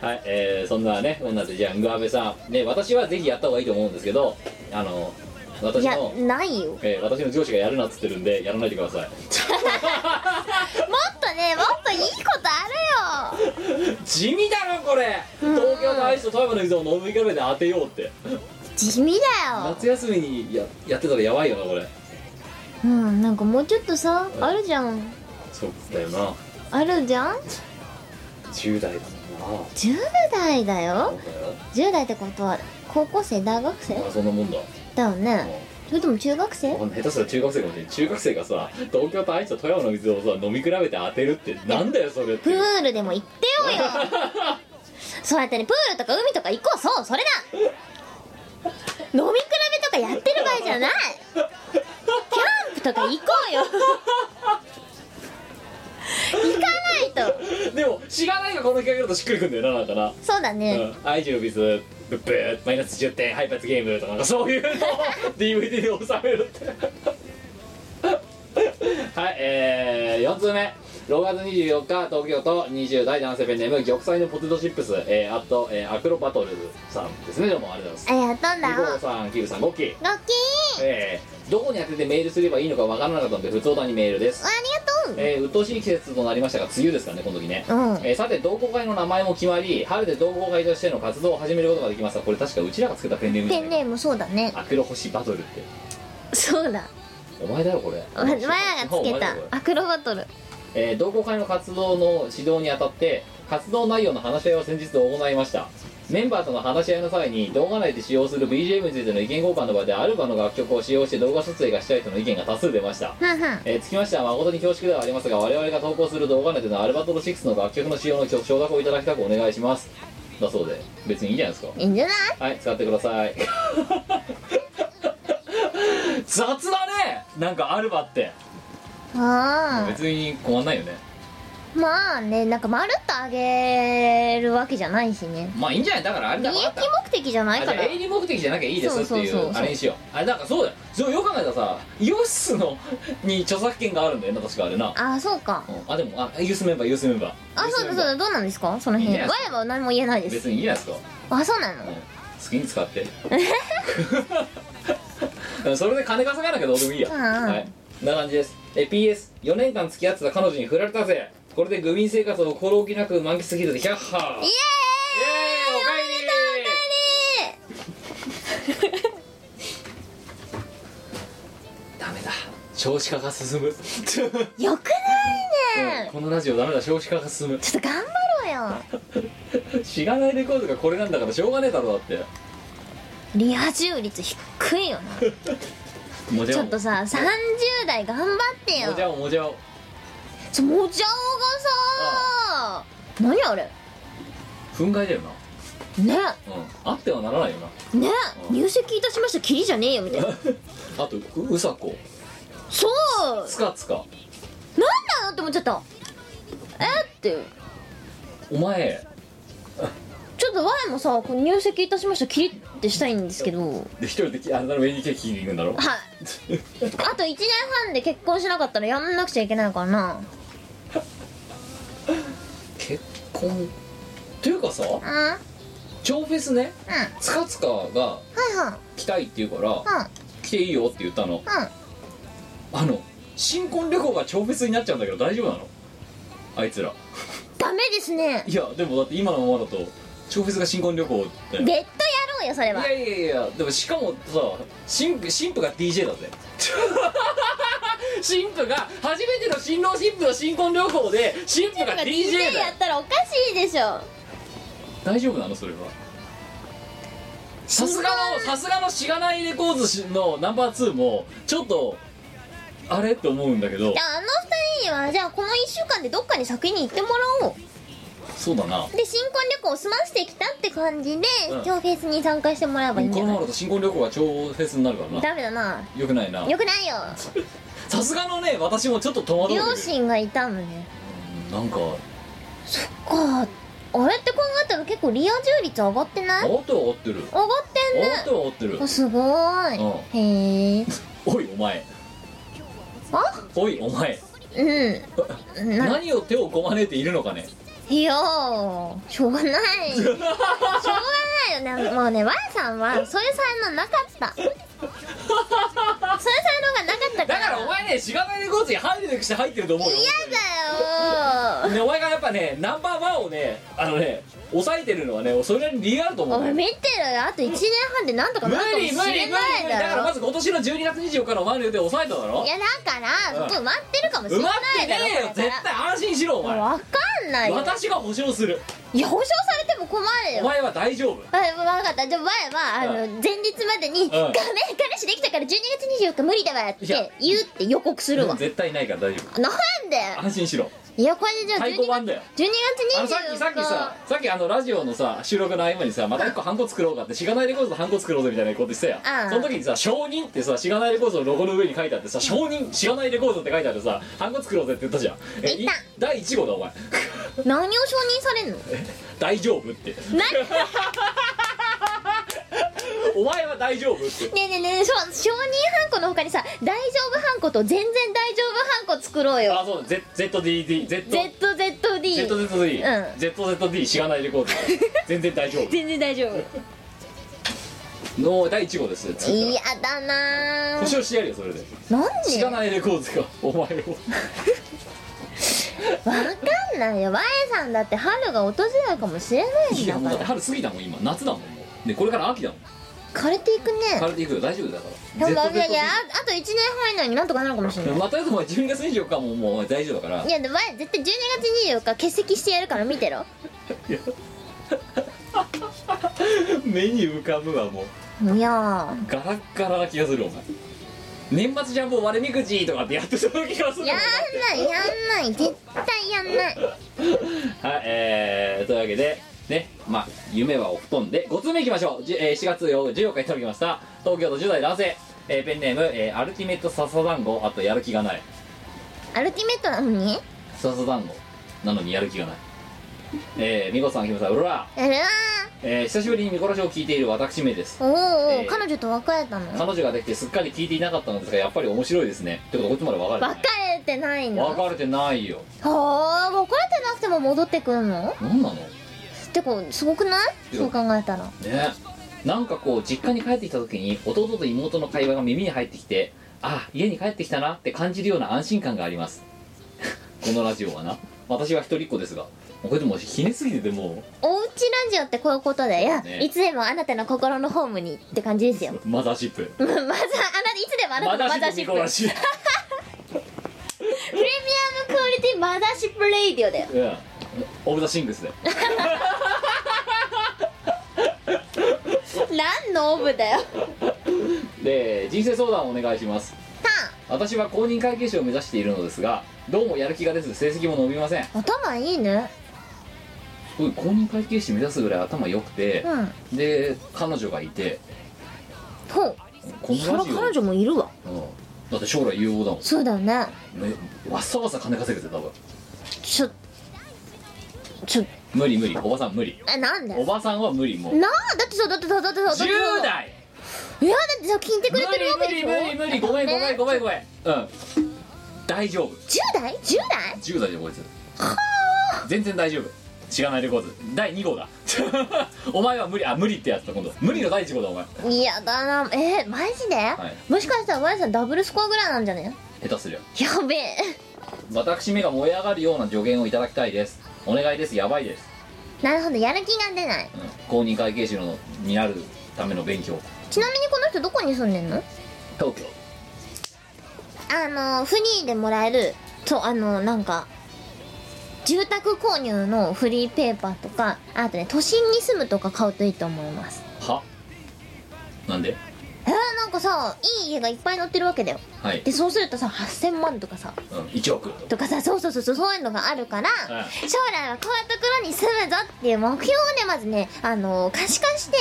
[SPEAKER 1] はい、えー、そんなねこんなんでじゃあグアベさんね私はぜひやった方がいいと思うんですけどあの
[SPEAKER 2] い
[SPEAKER 1] 私
[SPEAKER 2] や
[SPEAKER 1] の、
[SPEAKER 2] ないよもっ
[SPEAKER 1] えー私の上司がやるなっつってるんでやらないでくださ *laughs* い
[SPEAKER 2] とねもっといいことあるよ
[SPEAKER 1] 地味だろこれ東京のアイスと富山の水を飲み比べて当てようって
[SPEAKER 2] 地味だよ
[SPEAKER 1] 夏休みにややってたらやばいよなこれ
[SPEAKER 2] うんなんかもうちょっとさあるじゃん
[SPEAKER 1] そうだよな
[SPEAKER 2] あるじゃん
[SPEAKER 1] 10代だもんな
[SPEAKER 2] 10代だ
[SPEAKER 1] そ
[SPEAKER 2] よ
[SPEAKER 1] うだよ
[SPEAKER 2] 10代ってことは高校生大学生
[SPEAKER 1] あそんなもんだ
[SPEAKER 2] だよね
[SPEAKER 1] う
[SPEAKER 6] それとも中学生
[SPEAKER 1] 下手すら中学生かもしれない中学生がさ東京と愛知と富山の水をさ飲み比べて当てるってなんだよそれって
[SPEAKER 2] プールでも行ってようよそうやってねプールとか海とか行こうそうそれだ飲み比べとかやってる場合じゃないキャンプとか行こうよ行かないと
[SPEAKER 1] でも知らないがこの企画だとしっくりくんだよななんかな、
[SPEAKER 2] そうだ
[SPEAKER 1] う
[SPEAKER 2] ね、
[SPEAKER 1] ん、愛知の水ブッブーマイナス10点ハイパツゲームとかなんかそういうのを DVD で収めるってはいえー、4通目6月24日東京都20代男性ペンネーム玉砕のポテトチップス、えー、あと、えー、アクロバトルさんですねどうもありがとうござい
[SPEAKER 2] ありがとうだ
[SPEAKER 1] ますリコ
[SPEAKER 2] ろ
[SPEAKER 1] ーさんキルさんゴッキー
[SPEAKER 2] ごき
[SPEAKER 1] えーどこに当ててメールすればいいのかわからなかったので普通だにメールです、
[SPEAKER 2] ありがとう
[SPEAKER 1] えー、鬱陶しい季節となりましたが梅雨ですからねこの時ね、
[SPEAKER 2] うん
[SPEAKER 1] えーさて同好会の名前も決まり春で同好会としての活動を始めることができましたこれ確かうちらが作ったペンネームじゃ
[SPEAKER 2] ペ
[SPEAKER 1] ない
[SPEAKER 2] ンネームそうだね
[SPEAKER 1] アクロ星バトルって
[SPEAKER 2] そうだ
[SPEAKER 1] お前だろこれ
[SPEAKER 2] わ前がつ
[SPEAKER 1] お
[SPEAKER 2] け
[SPEAKER 1] 前だ
[SPEAKER 2] た
[SPEAKER 1] ろこれ
[SPEAKER 2] アクロバトル
[SPEAKER 1] えー同好会の活動の指導にあたって活動内容の話し合いを先日行いましたメンバーとの話し合いの際に動画内で使用する BGM についての意見交換の場でアルバの楽曲を使用して動画撮影がしたいとの意見が多数出ました
[SPEAKER 2] はんはん
[SPEAKER 1] えーつきましては誠に恐縮ではありますが我々が投稿する動画内でのアルバトロ6の楽曲の使用の承諾をいただきたくお願いしますだそうで別にいいじゃないですか
[SPEAKER 2] いいんじゃない
[SPEAKER 1] はい使ってください
[SPEAKER 2] *laughs*
[SPEAKER 1] 雑だねなんかアルバって
[SPEAKER 2] あ
[SPEAKER 1] 別に困んないよね
[SPEAKER 2] あまあねなんかまるっとあげるわけじゃないしね
[SPEAKER 1] まあいいんじゃないだからあれ
[SPEAKER 2] 利
[SPEAKER 1] だ
[SPEAKER 2] 益
[SPEAKER 1] から
[SPEAKER 2] 目的じゃない
[SPEAKER 1] あじ
[SPEAKER 2] か
[SPEAKER 1] ゃあ
[SPEAKER 2] ら
[SPEAKER 1] 営利目的じゃなきゃいいですってい
[SPEAKER 2] そうそうそう
[SPEAKER 1] う
[SPEAKER 2] そう
[SPEAKER 1] あれにしようあれなんかそうだよそうよく考えたらさイオシスのに著作権があるんだよな確かあれな
[SPEAKER 2] ああそうか
[SPEAKER 1] うんあでもあユースメンバーユースメンバー
[SPEAKER 2] あ
[SPEAKER 1] ユー
[SPEAKER 2] そ
[SPEAKER 1] ス
[SPEAKER 2] う
[SPEAKER 1] メンバ
[SPEAKER 2] だそう
[SPEAKER 1] ー
[SPEAKER 2] だどうなんですかその
[SPEAKER 1] いい
[SPEAKER 2] 辺
[SPEAKER 1] じゃないです
[SPEAKER 2] 我々は何も言えないです
[SPEAKER 1] 別にいいじゃないですか
[SPEAKER 2] あそうなの
[SPEAKER 1] 好きに使って *laughs* それで金稼がなきゃどうでもいいや、
[SPEAKER 2] うんうん
[SPEAKER 1] はいこんな感じですえ PS4 年間付き合ってた彼女に振られたぜこれで愚民生活を心置きなく満喫できるぜヒャッハーイエーイおかえりダメだ少子化が進む
[SPEAKER 2] よくないね
[SPEAKER 1] このラジオダメだ少子化が進む
[SPEAKER 2] ちょっと頑張ろうよ
[SPEAKER 1] 知らないレコードがこれなんだからしょうがねえだろだって
[SPEAKER 2] リア充率低いよな
[SPEAKER 1] もじ
[SPEAKER 2] ち
[SPEAKER 1] ゃ
[SPEAKER 2] ょ
[SPEAKER 1] お
[SPEAKER 2] っとさ30代頑張って
[SPEAKER 1] もじ
[SPEAKER 2] よ
[SPEAKER 1] ゃおもじゃお
[SPEAKER 2] ちょもじゃおがさ何あれ
[SPEAKER 1] 憤慨だよな
[SPEAKER 2] ね
[SPEAKER 1] うん、あってはならない *laughs* よな
[SPEAKER 2] ね
[SPEAKER 1] うん
[SPEAKER 2] 入籍いたしましたキリじゃねえよみたいな
[SPEAKER 1] あとううさこ
[SPEAKER 2] そう
[SPEAKER 1] つかつか
[SPEAKER 2] 何なのって思っちゃったえって
[SPEAKER 1] お前
[SPEAKER 2] ちょっとワイもさこう入籍いたしましたキリってしたいんですけどはい
[SPEAKER 1] で一人できあんなの上にケーキに行くんだろ
[SPEAKER 2] あと1年半で結婚しなかったらやんなくちゃいけないからな
[SPEAKER 1] 結婚というかさ
[SPEAKER 2] うんうんはい
[SPEAKER 1] 超フェスねつかつかが
[SPEAKER 2] は
[SPEAKER 1] 来たいって言うから
[SPEAKER 2] いうん
[SPEAKER 1] 来ていいよって言ったの
[SPEAKER 2] うん
[SPEAKER 1] あの新婚旅行が超フェスになっちゃうんだけど大丈夫なのあいつら
[SPEAKER 2] ダメですね
[SPEAKER 1] いやでもだって今のままだと超フェスが新婚旅行って
[SPEAKER 2] 別途やろうよそれ
[SPEAKER 1] い
[SPEAKER 2] は
[SPEAKER 1] やいやいやでもしかもさ新婦新婦が DJ だぜ *laughs* 新婦が初めての新郎新婦の新婚旅行で新婦が DJ だ
[SPEAKER 6] や
[SPEAKER 1] よ
[SPEAKER 6] ったらおかしいでしょ
[SPEAKER 1] 大丈夫なのそれはさすがのさすがのしがないレコーズしのナンバー2もちょっとあれって思うんだけど
[SPEAKER 2] じゃああの二人にはじゃあこの1週間でどっかに先に行ってもらおう
[SPEAKER 1] そうだな
[SPEAKER 2] で新婚旅行を済ませてきたって感じで
[SPEAKER 1] うん
[SPEAKER 2] 今日フェスに参加してもらえばいいんじ
[SPEAKER 1] こ
[SPEAKER 2] ゃ
[SPEAKER 1] のま
[SPEAKER 2] な
[SPEAKER 1] ま
[SPEAKER 2] い
[SPEAKER 1] だと新婚旅行が超フェスになるからな
[SPEAKER 2] ダメだな
[SPEAKER 1] よくないな
[SPEAKER 2] よくないよ
[SPEAKER 1] さすがのね私もちょっと戸惑う
[SPEAKER 2] 両親がいたのね
[SPEAKER 1] うんなんか
[SPEAKER 2] かあれって考えたら結構リア充率上がってない上が
[SPEAKER 1] 合っては合ってる
[SPEAKER 2] ってん
[SPEAKER 1] 合って
[SPEAKER 2] ね
[SPEAKER 1] は合ってる
[SPEAKER 2] あすごーいへえ
[SPEAKER 1] おいお前
[SPEAKER 2] あ
[SPEAKER 1] おいお前 *laughs*
[SPEAKER 2] うんな
[SPEAKER 1] 何を手をこまねいているのかね
[SPEAKER 2] いやーしょうがないしょうがないよねもうねワンさんはそういう才能なかったそういう才能がなかったか
[SPEAKER 1] だ
[SPEAKER 2] ら
[SPEAKER 1] からお前ねしがないレコーズに入るとして入ってると思うよ
[SPEAKER 2] 嫌だよ
[SPEAKER 1] ね、お前がやっぱねナンバーワンをねあのね抑えてるのはねそれなりに理由があると思
[SPEAKER 2] お
[SPEAKER 1] う
[SPEAKER 2] 前
[SPEAKER 1] よ
[SPEAKER 2] 見てろよあと1年半でなんとか
[SPEAKER 1] 無
[SPEAKER 2] なるかも
[SPEAKER 1] 理無理
[SPEAKER 2] し
[SPEAKER 1] 無理
[SPEAKER 2] れない
[SPEAKER 1] 無理だか
[SPEAKER 2] だ
[SPEAKER 1] ら
[SPEAKER 2] ろ
[SPEAKER 1] まず今年の12月24日のお前の予定抑えただろ
[SPEAKER 2] いやだから
[SPEAKER 1] うん
[SPEAKER 2] 埋まってるかもし
[SPEAKER 1] 埋
[SPEAKER 2] れ
[SPEAKER 1] ま
[SPEAKER 2] な
[SPEAKER 1] って
[SPEAKER 2] い
[SPEAKER 1] ね
[SPEAKER 2] だろ
[SPEAKER 1] えよ
[SPEAKER 2] これ
[SPEAKER 1] 絶
[SPEAKER 2] から
[SPEAKER 1] 対安心しろお前
[SPEAKER 2] わかんないよ
[SPEAKER 1] 私が保証する
[SPEAKER 2] やいや保証されても困る
[SPEAKER 1] お
[SPEAKER 2] よ
[SPEAKER 1] 前は大丈夫
[SPEAKER 2] あ分かったじゃあ前はあの
[SPEAKER 1] う
[SPEAKER 2] 前日までに「
[SPEAKER 1] ん
[SPEAKER 2] ダメ彼氏できたから12月24日無理だわ」っ
[SPEAKER 1] いや
[SPEAKER 2] て言うって予告するわ
[SPEAKER 1] うん絶対ないから大丈
[SPEAKER 2] なんで
[SPEAKER 1] 夫安心しろ
[SPEAKER 2] いやこれでじゃあ
[SPEAKER 1] 太鼓
[SPEAKER 2] 12
[SPEAKER 1] 判だよ
[SPEAKER 2] 月12
[SPEAKER 1] あのさっき
[SPEAKER 2] 月24日
[SPEAKER 1] さっきささっきあのラジオのさ収録の合間にさまた一個ハンコ作ろうかってしがないレコードのハンコ作ろうぜみたいなことしてたや、
[SPEAKER 2] うん
[SPEAKER 1] その時にさ「承認」ってさしがないレコードのロゴの上に書いてあってさ「承認しがないレコード」って書いてあってさハンコ作ろうぜって言ったじゃんえい
[SPEAKER 2] 言った
[SPEAKER 1] 第1号だお前 *laughs*
[SPEAKER 2] 何を承認されんの
[SPEAKER 1] 大丈夫って
[SPEAKER 2] な
[SPEAKER 1] お前は大丈夫って
[SPEAKER 2] ねえねえねえねえそう承認ハンコの他にさ大丈夫ハンコと全然大丈夫ハンコ作ろう
[SPEAKER 1] あ
[SPEAKER 2] よ
[SPEAKER 1] そう Z- ZDD Z ZZD、
[SPEAKER 2] ZZD うん
[SPEAKER 1] ZZD しがないレコード全然
[SPEAKER 2] *laughs*
[SPEAKER 1] 大丈夫
[SPEAKER 2] 全然大丈夫
[SPEAKER 1] の第1号です
[SPEAKER 2] いやだな
[SPEAKER 1] 保
[SPEAKER 2] ぁ
[SPEAKER 1] 証してやるよそれで
[SPEAKER 2] なん
[SPEAKER 1] し
[SPEAKER 2] で
[SPEAKER 1] がないレコードがお前を
[SPEAKER 2] わかんないよワエさんだって春が訪れるかもしれない
[SPEAKER 1] いや
[SPEAKER 2] ん
[SPEAKER 1] もう
[SPEAKER 2] だ
[SPEAKER 1] だっ
[SPEAKER 2] か
[SPEAKER 1] て
[SPEAKER 2] ら
[SPEAKER 1] 春過ぎだもん今夏だもんもうでこれから秋だもん
[SPEAKER 2] 枯れていくね
[SPEAKER 1] 枯れていくよ大丈夫だか
[SPEAKER 2] で
[SPEAKER 1] ら
[SPEAKER 2] もいや
[SPEAKER 1] ZZD
[SPEAKER 2] いやああと1年半以内になんとかなるかもしれ
[SPEAKER 1] で
[SPEAKER 2] な
[SPEAKER 1] も
[SPEAKER 2] い
[SPEAKER 1] またやつも12月24日ももう大丈夫だから
[SPEAKER 2] いやでもワエ絶対12月24日欠席してやるから見てろ
[SPEAKER 1] *laughs* 目に浮かぶわもう
[SPEAKER 2] いや
[SPEAKER 1] ガラッガラな気がするお前年末ジャンボ割れみくじとかってやってそうな気がす
[SPEAKER 2] ー
[SPEAKER 1] る
[SPEAKER 2] やん
[SPEAKER 1] お前
[SPEAKER 2] ないやんない絶対やんない
[SPEAKER 1] はい、えー、というわけで、ね、まあ、夢はお布団で、5つ目いきましょう。じえー4月14日にいただきました。東京都10代男性、えーペンネーム、えーアルティメット笹団子、あとやる気がない。
[SPEAKER 2] アルティメットなのに
[SPEAKER 1] 笹団子なのにやる気がない。えー、みこさん、ひむさん、うら、
[SPEAKER 2] やるわ
[SPEAKER 1] えー久しぶりにみこラジオを聞いている私めです。
[SPEAKER 2] ーおーおー
[SPEAKER 1] えー
[SPEAKER 2] 彼女と別れたの
[SPEAKER 1] 彼女ができてすっかり聞いていなかったのですが、やっぱり面白いですね。ってこと、こっちまで別れてない
[SPEAKER 2] 別。れてないの
[SPEAKER 1] 別れてないよ。
[SPEAKER 2] はあ別れてなくても戻ってくるの
[SPEAKER 1] なんなの
[SPEAKER 2] てかすごくない
[SPEAKER 1] いや
[SPEAKER 2] そう考えたら
[SPEAKER 1] ねなんかこう実家に帰ってきた時に弟と妹の会話が耳に入ってきてあ家に帰ってきたなって感じるような安心感があります *laughs* このラジオはな私は一人っ子ですがもうこれでもうひねすぎてても
[SPEAKER 2] おうちラジオってこういうことでいや、
[SPEAKER 1] ね
[SPEAKER 2] いつでもあなたの心のホームにって感じで
[SPEAKER 1] *laughs*
[SPEAKER 2] すよ
[SPEAKER 1] うマザーシップ
[SPEAKER 2] まずあなたいつでもあなたのマザーシップ
[SPEAKER 1] マザーシップ
[SPEAKER 2] プレミアムクオリティマザーシップレイディオだよ
[SPEAKER 1] うんオブザシングスで
[SPEAKER 2] 何のオブだよ
[SPEAKER 1] で人生相談をお願いします私は公認会計士を目指しているのですがどうもやる気が出ず成績も伸びませんす
[SPEAKER 2] 頭いいね
[SPEAKER 1] ごい公認会計士目指すぐらい頭良くて
[SPEAKER 2] う、ん
[SPEAKER 1] で彼女がいて
[SPEAKER 2] ほう
[SPEAKER 1] こ
[SPEAKER 2] そ
[SPEAKER 1] の
[SPEAKER 2] ら
[SPEAKER 1] ラジオ
[SPEAKER 2] 彼女もいるわ
[SPEAKER 1] うんだって将来有望だもん
[SPEAKER 2] そうだよね
[SPEAKER 1] ねわっさわっさ金稼ぐぜ多分
[SPEAKER 2] ちょちょ
[SPEAKER 1] 無理無理おばさん無理
[SPEAKER 2] えなんで
[SPEAKER 1] おばさんは無理もう
[SPEAKER 2] なあだってさだってさだってさだってさ
[SPEAKER 1] 10代
[SPEAKER 2] いやだってさ聞いてく
[SPEAKER 1] 無
[SPEAKER 2] れ
[SPEAKER 1] 理
[SPEAKER 2] てるわけ
[SPEAKER 1] 無
[SPEAKER 2] で
[SPEAKER 1] 理
[SPEAKER 2] しょ
[SPEAKER 1] 無理無理ごめんごめんごめんごめんうん大丈夫
[SPEAKER 2] 10代 ?10 代
[SPEAKER 1] 10代でこいつ全然大丈夫知らないレコーズ第2号だ *laughs* お前は無理あ無理ってやつだ今度無理の第1号だお前
[SPEAKER 2] いやだなえー、マジで、
[SPEAKER 1] い
[SPEAKER 2] もしかしたらワイさんダブルスコアぐらいなんじゃね
[SPEAKER 1] 下手すりゃ
[SPEAKER 2] やべえ
[SPEAKER 1] 私目が燃え上がるような助言をいただきたいですお願いですやばいです、
[SPEAKER 2] なるほどやる気が出ない
[SPEAKER 1] うん、公認会計士のになるための勉強
[SPEAKER 2] ちなみにこの人どこに住んでんの
[SPEAKER 1] 東京
[SPEAKER 2] あのフリーでもらえるそうあのなんか住宅購入のフリーペーパーとかあとね都心に住むとか買うといいと思います
[SPEAKER 1] はなんで
[SPEAKER 2] えー、なんかさいい家がいっぱい載ってるわけだよ
[SPEAKER 1] はい
[SPEAKER 2] でそうするとさ8000万とかさ
[SPEAKER 1] うん、1億
[SPEAKER 2] とかさそうそうそうそうそういうのがあるから、
[SPEAKER 1] はい
[SPEAKER 2] 将来はこういうところに住むぞっていう目標をねまずねあの可視化して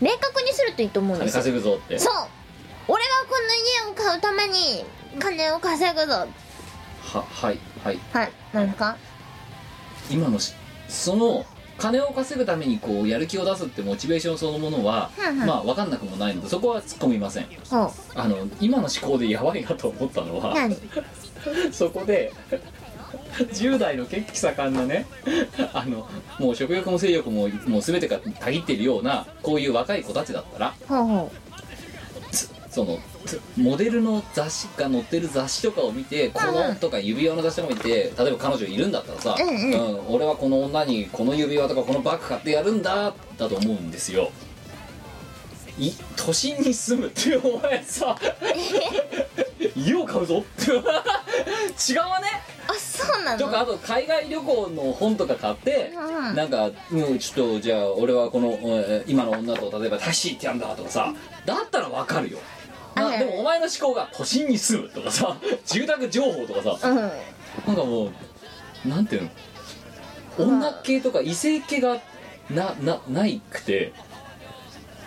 [SPEAKER 2] 明確にするといいと思うんで
[SPEAKER 1] 金
[SPEAKER 2] すよ
[SPEAKER 1] 稼ぐぞって
[SPEAKER 2] そう俺はこの家を買うために金を稼ぐぞ
[SPEAKER 1] ははいはい
[SPEAKER 2] はいなんですか
[SPEAKER 1] 今のしその金を稼ぐためにこうやる気を出すってモチベーションそのものは、
[SPEAKER 2] うんうん
[SPEAKER 1] まあ分かんなくもないのでそこは突っ込みません
[SPEAKER 2] そう
[SPEAKER 1] あの今の思考でやばいなと思ったのは
[SPEAKER 2] 何
[SPEAKER 1] そこで10代の血気盛んなねあのもう食欲も性欲ももう全てがたぎってるようなこういう若い子たちだったら
[SPEAKER 2] ほうほ
[SPEAKER 1] つそのつモデルの雑誌が載ってる雑誌とかを見てこのとか指輪の雑誌とか見て例えば彼女いるんだったらさ、
[SPEAKER 2] うんうん
[SPEAKER 1] 俺はこの女にこの指輪とかこのバッグ買ってやるんだだと思うんですよい都心に住むってお前
[SPEAKER 2] *laughs*
[SPEAKER 1] *laughs* さ家を買うぞって *laughs* 違うわね
[SPEAKER 2] うあそそうな
[SPEAKER 1] とかあ
[SPEAKER 2] の
[SPEAKER 1] と海外旅行の本とか買って、
[SPEAKER 2] うん
[SPEAKER 1] なんか、うん、ちょっとじゃあ俺はこの、えー今の女と例えばタクシー行ってやんだとかさだったらわかるよな
[SPEAKER 2] はいは
[SPEAKER 1] で
[SPEAKER 2] い
[SPEAKER 1] もお前の思考が都心に住むとかさ *laughs* 住宅情報とかさ
[SPEAKER 2] うん
[SPEAKER 1] なんかもうなんていうの女系とか異性系がななないくて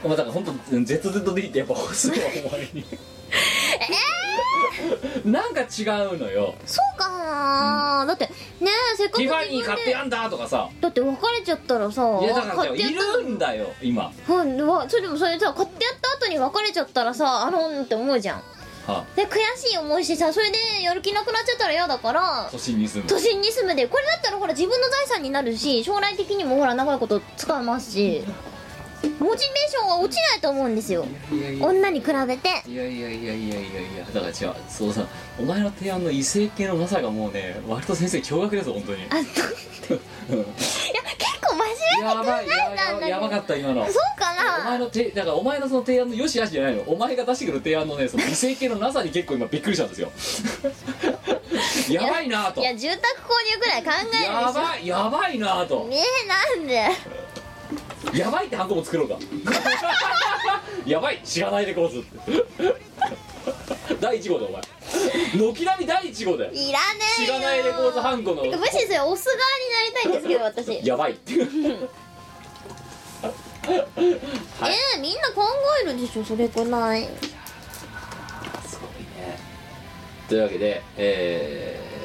[SPEAKER 1] まあだから本当うん ZZD ってやっぱすごい終わ
[SPEAKER 2] *laughs*
[SPEAKER 1] りに *laughs* なんか違うのよ
[SPEAKER 2] そうかな、だってねえせっかく
[SPEAKER 1] ティファ
[SPEAKER 2] 自
[SPEAKER 1] ニー
[SPEAKER 2] 分
[SPEAKER 1] 買って
[SPEAKER 2] で
[SPEAKER 1] やんだとかさ
[SPEAKER 2] だって別れちゃったらさ
[SPEAKER 1] いやだから
[SPEAKER 2] 買ってや
[SPEAKER 1] い
[SPEAKER 2] った
[SPEAKER 1] るんだよ今
[SPEAKER 2] はいわそれでもそれさ買ってやった後に別れちゃったらさあのんって思うじゃん
[SPEAKER 1] は
[SPEAKER 2] で悔しい思いしてさそれでやる気なくなっちゃったら嫌だから
[SPEAKER 1] 都心に住む
[SPEAKER 2] 都心に住むでこれだったらほら自分の財産になるし将来的にもほら長いこと使えますしモチベーションが落ちないと思うんですよ
[SPEAKER 1] いやいや
[SPEAKER 2] 女に比べて
[SPEAKER 1] いやいやいやいやいやいやだから違うそうさお前の提案の異性系のなさがもうね割と先生驚愕です本当に
[SPEAKER 2] あの
[SPEAKER 1] う
[SPEAKER 2] いや
[SPEAKER 1] ん
[SPEAKER 2] 結構真面目
[SPEAKER 1] や
[SPEAKER 2] に考
[SPEAKER 1] ばいや
[SPEAKER 2] えたんだけど
[SPEAKER 1] ややばかった今の
[SPEAKER 2] そうか
[SPEAKER 1] お前
[SPEAKER 2] な
[SPEAKER 1] のてだからお前のその提案のよしあしじゃないのお前が出してくる提案のねその異性系のなさに結構今びっくりしたんですよやばいなぁと
[SPEAKER 2] いや住宅購入ぐらい考えるでし
[SPEAKER 1] やばいやばいなぁ
[SPEAKER 2] ょ
[SPEAKER 1] と
[SPEAKER 2] ねえなんで
[SPEAKER 1] やばいってハンコも作ろうか *laughs* やばい知らないレコーズって第1号だお前軒並み第1号だよ
[SPEAKER 2] いらねえ
[SPEAKER 1] 知
[SPEAKER 2] よ
[SPEAKER 1] らないレコーズハンコの
[SPEAKER 2] むしろそれオス側になりたいんですけど私
[SPEAKER 1] やばいってはい
[SPEAKER 2] えー、みんな考えるでしょそれくない
[SPEAKER 1] すごいねというわけで、えー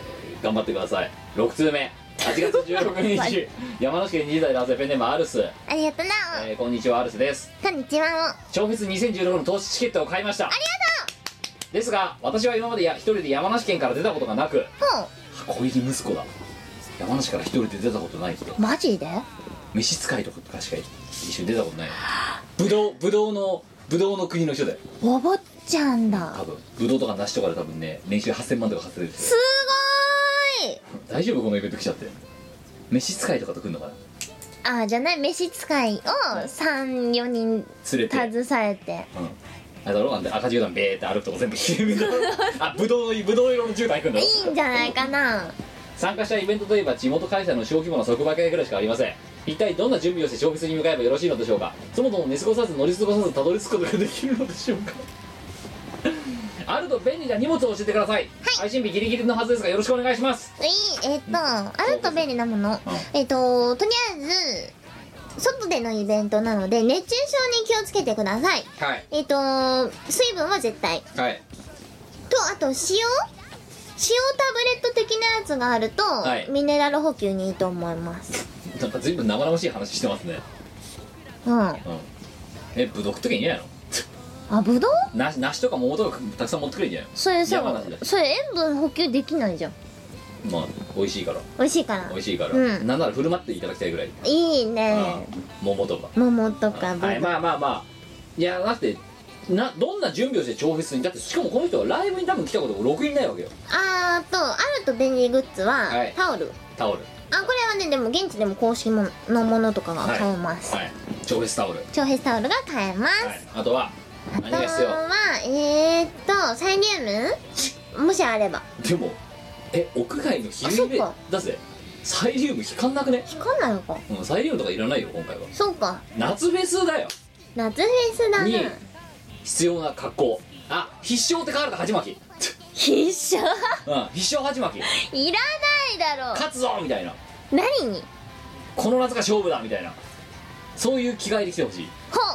[SPEAKER 1] 頑張ってください6通目8月16
[SPEAKER 2] は
[SPEAKER 1] 日山梨県20代男性ペンネームアルス、
[SPEAKER 2] ありがとな、
[SPEAKER 1] えーこんにちはアルスです
[SPEAKER 2] こんにちは
[SPEAKER 1] 超フェス2016の投資チケットを買いましたありがとうですが私は今までや一人で山梨県から出たことがなく
[SPEAKER 2] ほ
[SPEAKER 1] 箱入り息子だ山梨から一人で出たことない人
[SPEAKER 2] うマジで
[SPEAKER 1] 飯使いとかしか一緒に出たことないブドウブドウのブドウの国の人だよ
[SPEAKER 2] お坊ちゃんだ
[SPEAKER 1] 多分ブドウとか梨とかで多分ね年収8000万とか稼いでる
[SPEAKER 2] すごーい
[SPEAKER 1] 大丈夫このイベント来ちゃって飯使いとかと来んのかな
[SPEAKER 2] あじゃない飯使いを34人
[SPEAKER 1] 連れて、うん、
[SPEAKER 2] 携えて
[SPEAKER 1] あれだろなんで赤絨毯ベーって歩くとこ全部消えるんだろあブドウのブドウ色の絨毯行くんだろ
[SPEAKER 2] いいんじゃないかな
[SPEAKER 1] 参加したイベントといえば地元会社の小規模な即売会ぐらいしかありません一体どんな準備をして消費に向かえばよろしいのでしょうかそもそも寝過ごさず乗り過ごさずたどり着くことができるのでしょうかあると便利な荷物を教えてください、配信日ギリギリのはずですがよろしくお願いします
[SPEAKER 2] いいえっとあると便利なものえっととりあえず外でのイベントなので熱中症に気をつけてください
[SPEAKER 1] はい
[SPEAKER 2] えっと水分は絶対
[SPEAKER 1] はい
[SPEAKER 2] とあと塩塩タブレット的なやつがあると、
[SPEAKER 1] はい
[SPEAKER 2] ミネラル補給にいいと思います
[SPEAKER 1] なんか随分生々しい話してますね
[SPEAKER 2] うんあ
[SPEAKER 1] うんえブドウ食っとけんじゃないの
[SPEAKER 2] ぶどう
[SPEAKER 1] な梨とか桃とかたくさん持ってくれんじゃない
[SPEAKER 2] それ
[SPEAKER 1] 山
[SPEAKER 2] さ
[SPEAKER 1] 梨だ
[SPEAKER 2] それ塩分補給できないじゃん
[SPEAKER 1] のまあ美味しいから
[SPEAKER 2] 美味しいから
[SPEAKER 1] 美味しいから、
[SPEAKER 2] うん
[SPEAKER 1] なんなら振る舞っていただきたいぐらい、
[SPEAKER 2] いいね
[SPEAKER 1] うん桃とか
[SPEAKER 2] 桃とかぶどう
[SPEAKER 1] はいまあまあまあいやだってなどんな準備をして調布室にだってしかもこの人はライブに多分来たこと6人ないわけよ
[SPEAKER 2] あーとあると便利グッズは、
[SPEAKER 1] はい
[SPEAKER 2] タオル
[SPEAKER 1] タオル
[SPEAKER 2] あこれはねでも現地でも公式ものものとかが買えます、
[SPEAKER 1] はい調布室タオル、はい、
[SPEAKER 2] 長編タオルが買えます、
[SPEAKER 1] あとは
[SPEAKER 2] あ
[SPEAKER 1] 何
[SPEAKER 2] と
[SPEAKER 1] が必要
[SPEAKER 2] はえー、っとサイリウムもしあれば
[SPEAKER 1] でもえ屋外の
[SPEAKER 2] あ
[SPEAKER 1] 昼
[SPEAKER 2] そっ
[SPEAKER 1] べ
[SPEAKER 2] か
[SPEAKER 1] だぜサイリウム引かんなくね、
[SPEAKER 2] 引かないのか
[SPEAKER 1] うん、サイリウムとかいらないよ今回は
[SPEAKER 2] そうか
[SPEAKER 1] 夏フェスだよ
[SPEAKER 2] 夏フェスだな
[SPEAKER 1] に必要な格好あ必勝って書かれた鉢巻き
[SPEAKER 2] 必勝
[SPEAKER 1] うん必勝鉢巻き
[SPEAKER 2] *laughs* いらないだろう
[SPEAKER 1] 勝つぞみたいな
[SPEAKER 2] 何に
[SPEAKER 1] この夏が勝負だみたいなそういう着替えで来てほしい
[SPEAKER 2] ほう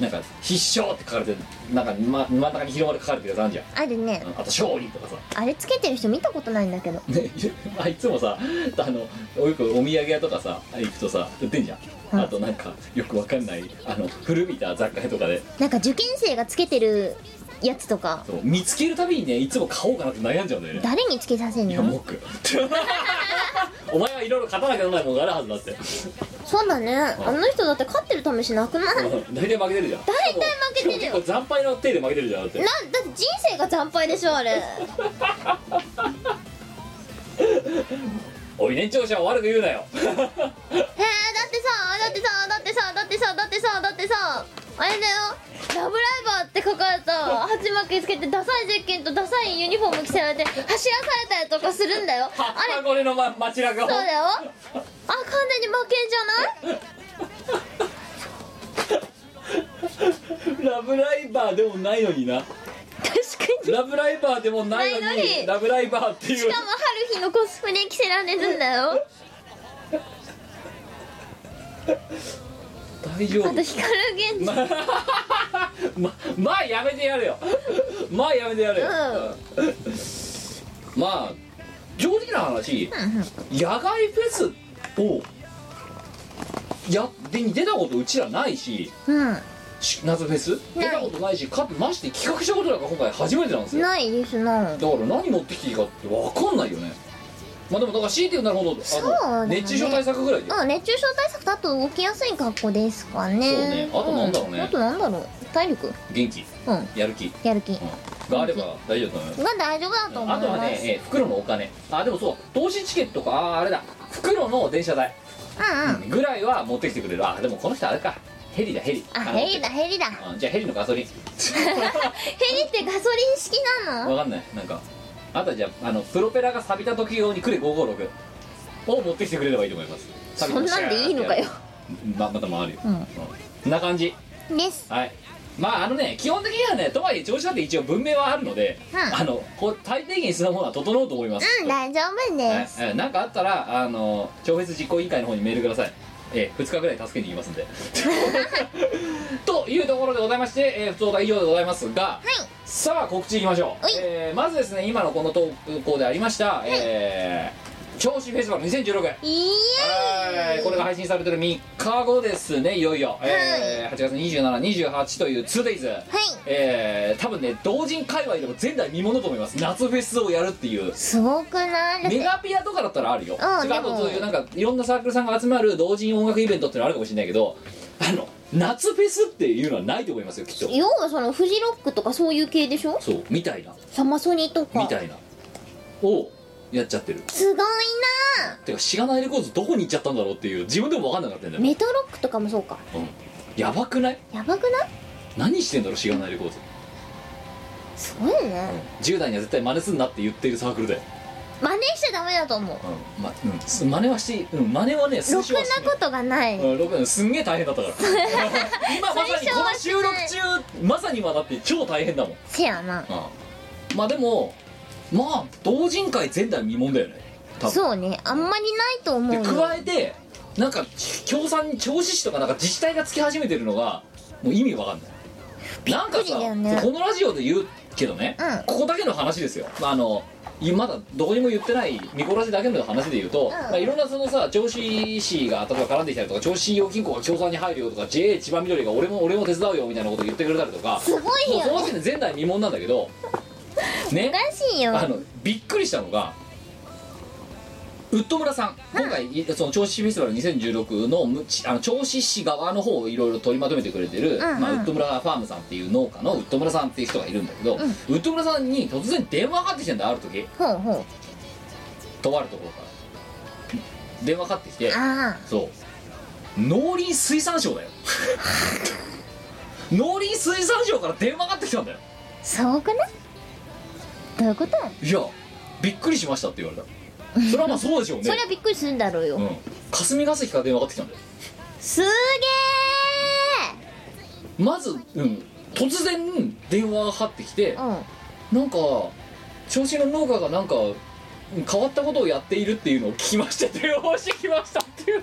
[SPEAKER 1] なんか必勝って書かれてなんか、ま、真ん中に広まる書かれてるやつあんじゃん
[SPEAKER 2] あるね
[SPEAKER 1] うんあと勝利とかさ、 *laughs*
[SPEAKER 2] あれつけてる人見たことないんだけど
[SPEAKER 1] ね、あいつもさあのよくお土産屋とかさ行くとさ売ってんじゃんあとなんかよくわかんないあの古びた雑貨屋とかで
[SPEAKER 2] なんか受験生がつけてるやつとか
[SPEAKER 1] そう見つけるたびにねいつも買おうかなって悩んじゃうんだよね
[SPEAKER 2] 誰につけさせん
[SPEAKER 1] いや
[SPEAKER 2] の
[SPEAKER 1] モック *laughs* お前はいろいろ勝たなきゃならないものがあるはずだって
[SPEAKER 2] そうだねあの人だって勝ってる試しなくない
[SPEAKER 1] うん大体負けてるじゃん
[SPEAKER 2] 大体負けてるよ
[SPEAKER 1] しかも結構惨敗の手で負けてるじゃんだって
[SPEAKER 2] なんだって人生が惨敗でしょあれ
[SPEAKER 1] おい年長者を悪く言うなよ
[SPEAKER 2] えー、だってさだってさだってさだってさだってさだってさあれだよラブライバーって書かれた鉢巻きつけてダサいゼッケンとダサいユニフォーム着せられて走らされたりとかするんだよ
[SPEAKER 1] *laughs* あ
[SPEAKER 2] あれ
[SPEAKER 1] れこれの、ま、街中を
[SPEAKER 2] そうだよあ完全に負けんじゃな
[SPEAKER 1] *laughs*
[SPEAKER 2] い
[SPEAKER 1] ラブライバーでもないのにな
[SPEAKER 2] 確かに
[SPEAKER 1] ラブライバーでもないのに
[SPEAKER 2] ないのに
[SPEAKER 1] ラブライバーってい
[SPEAKER 2] し
[SPEAKER 1] う
[SPEAKER 2] かも春日のコスプレ着せられるんだよ
[SPEAKER 1] 大丈
[SPEAKER 2] あと
[SPEAKER 1] 夫
[SPEAKER 2] 光源氏
[SPEAKER 1] まままあやめてやるよ *laughs* まあやめてやるよ、うんまあ正直な話、野外フェスをやって出たことうちらないし
[SPEAKER 2] う
[SPEAKER 1] し夏フェス出たことないしかまして企画したことなんか今回初めてなんです
[SPEAKER 2] ん
[SPEAKER 1] よ
[SPEAKER 2] ないですな
[SPEAKER 1] だから何持ってきていいかって分かんないよねまあでもだから強いて言うならほんと
[SPEAKER 2] そう
[SPEAKER 1] あ
[SPEAKER 2] だ
[SPEAKER 1] の
[SPEAKER 2] ね
[SPEAKER 1] 熱中症対策ぐらいで、
[SPEAKER 2] うん熱中症対策だと動きやすい格好ですかね
[SPEAKER 1] そうねあとなんだろうね
[SPEAKER 2] んあとなんだろう体力
[SPEAKER 1] 元気
[SPEAKER 2] うん
[SPEAKER 1] やる気、
[SPEAKER 2] やる気が
[SPEAKER 1] があれば大丈夫だと思います
[SPEAKER 2] 大丈夫だと思い
[SPEAKER 1] あ
[SPEAKER 2] ます
[SPEAKER 1] とはね、えー袋のお金あでもそう投資チケットかあーあれだ袋の電車代
[SPEAKER 2] うんうん
[SPEAKER 1] ぐらいは持ってきてくれるあでもこの人あれかヘリだヘリ
[SPEAKER 2] あヘリだヘリだ
[SPEAKER 1] あじゃあヘリのガソリ
[SPEAKER 2] *laughs*
[SPEAKER 1] ン
[SPEAKER 2] ヘリってガソリン式なの
[SPEAKER 1] わかんないなんかあとはじゃああのプロペラが錆びた時用にクレ556を持ってきてくれればいいと思います
[SPEAKER 2] そんなんでいいのかよ
[SPEAKER 1] ままた回るよ、
[SPEAKER 2] ん
[SPEAKER 1] うんこんな感じ
[SPEAKER 2] です
[SPEAKER 1] はいまああのね基本的にはねとはいえ調子だって一応文明はあるので、
[SPEAKER 2] うん
[SPEAKER 1] あのこう最低限必要なものは整うと思います、
[SPEAKER 2] うん大丈夫
[SPEAKER 1] はい
[SPEAKER 2] です、
[SPEAKER 1] えーなんかあったらあの超別実行委員会の方にメールください、えー、2日ぐらい助けに行きますん
[SPEAKER 2] *laughs*
[SPEAKER 1] で *laughs* というところでございまして、えー、不登以上でございますが、さあ告知いきましょう
[SPEAKER 2] はい、
[SPEAKER 1] えーまずですね今のこの投稿でありました、えー、調子フェスティバル2016
[SPEAKER 2] いい
[SPEAKER 1] はいこれが配信されてる3日後ですねいよいよ、えー8月2728という 2days、
[SPEAKER 2] はい
[SPEAKER 1] えー、多分ね同人界隈でも前代未聞だと思います夏フェスをやるっていう
[SPEAKER 2] すごくないだって
[SPEAKER 1] メガピアとかだったらあるよ、
[SPEAKER 2] うん
[SPEAKER 1] それからあ
[SPEAKER 2] で
[SPEAKER 1] と
[SPEAKER 2] も
[SPEAKER 1] そういうなんかいろんなサークルさんが集まる同人音楽イベントっていうのあるかもしれないけどあの夏フェスっていうのはないと思いますよきっと
[SPEAKER 2] 要はそのフジロックとかそういう系でしょ
[SPEAKER 1] そうみたいな
[SPEAKER 2] サマソニとか
[SPEAKER 1] みたいなをやっちゃってる
[SPEAKER 2] すごいな
[SPEAKER 1] てかしがないレコーズどこに行っちゃったんだろうっていう自分でも分かんなかったんだよ、
[SPEAKER 2] メトロックとかもそうか
[SPEAKER 1] うん、やばくない
[SPEAKER 2] やばくない
[SPEAKER 1] 何してんだろうしがないレコーズ、
[SPEAKER 2] すごいね
[SPEAKER 1] うん、10代には絶対真似すんなって言ってるサークルで、
[SPEAKER 2] 真似しちゃダメだと思う
[SPEAKER 1] うんまうん、す真似はして、うん、真似はね推
[SPEAKER 2] ろく
[SPEAKER 1] 奨はしない
[SPEAKER 2] なことがない
[SPEAKER 1] うんロケのすんげえ大変だった *laughs* から今まさにこの収録中まさに今だって超大変だもん、
[SPEAKER 2] せやな
[SPEAKER 1] うんまあでもまあ同人会全体未聞だよね多分
[SPEAKER 2] そうねあんまりないと思う
[SPEAKER 1] で
[SPEAKER 2] よ
[SPEAKER 1] 加えてなんか共産調子市とかなんか自治体がつき始めてるのがもう意味わかんないなんか
[SPEAKER 2] びっくりだ
[SPEAKER 1] さ、
[SPEAKER 2] よね
[SPEAKER 1] このラジオで言うけどね、
[SPEAKER 2] うん
[SPEAKER 1] ここだけの話ですよ、まあ、あのいまだどこにも言ってないミコラジだけの話で言うと、まあ、いろんなそのさ銚子市が例えば絡んできたりとか銚子信用金庫が協賛に入るよとか JA 千葉緑が俺も俺も手伝うよみたいなこと言ってくれたりとか
[SPEAKER 2] すごい
[SPEAKER 1] もうその
[SPEAKER 2] よ
[SPEAKER 1] 時
[SPEAKER 2] ね
[SPEAKER 1] 点で前代未聞なんだけどね
[SPEAKER 2] おかしいよ
[SPEAKER 1] あのびっくりしたのがウッド村さん今回、その銚子フェスティバル2016のむちあの銚子市側の方をいろいろ取りまとめてくれてる、
[SPEAKER 2] うんうん
[SPEAKER 1] まあ、ウッド村ファームさんっていう農家のウッド村さんっていう人がいるんだけど、ウッド村さんに突然電話がかかってきたんだある時
[SPEAKER 2] ほうほ
[SPEAKER 1] とあるところから電話かかってきて
[SPEAKER 2] うあ
[SPEAKER 1] そう農林水産省だ
[SPEAKER 2] *laughs*
[SPEAKER 1] よ農林水産省から電話がかかってきたんだよ
[SPEAKER 2] あすごくないどういうこと
[SPEAKER 1] いやびっくりしましたって言われたそれはまあそうでしょうね
[SPEAKER 2] それはびっくりするんだろうよ、
[SPEAKER 1] うん、霞が関から電話かかってきたんだよ
[SPEAKER 2] すげ
[SPEAKER 1] まず、うん、突然電話がかかってきて
[SPEAKER 2] えうん
[SPEAKER 1] なんか調子の農家がなんかうん変わったことをやっているっていうのを聞きましたって電話をしてきましたって
[SPEAKER 2] *laughs*
[SPEAKER 1] いう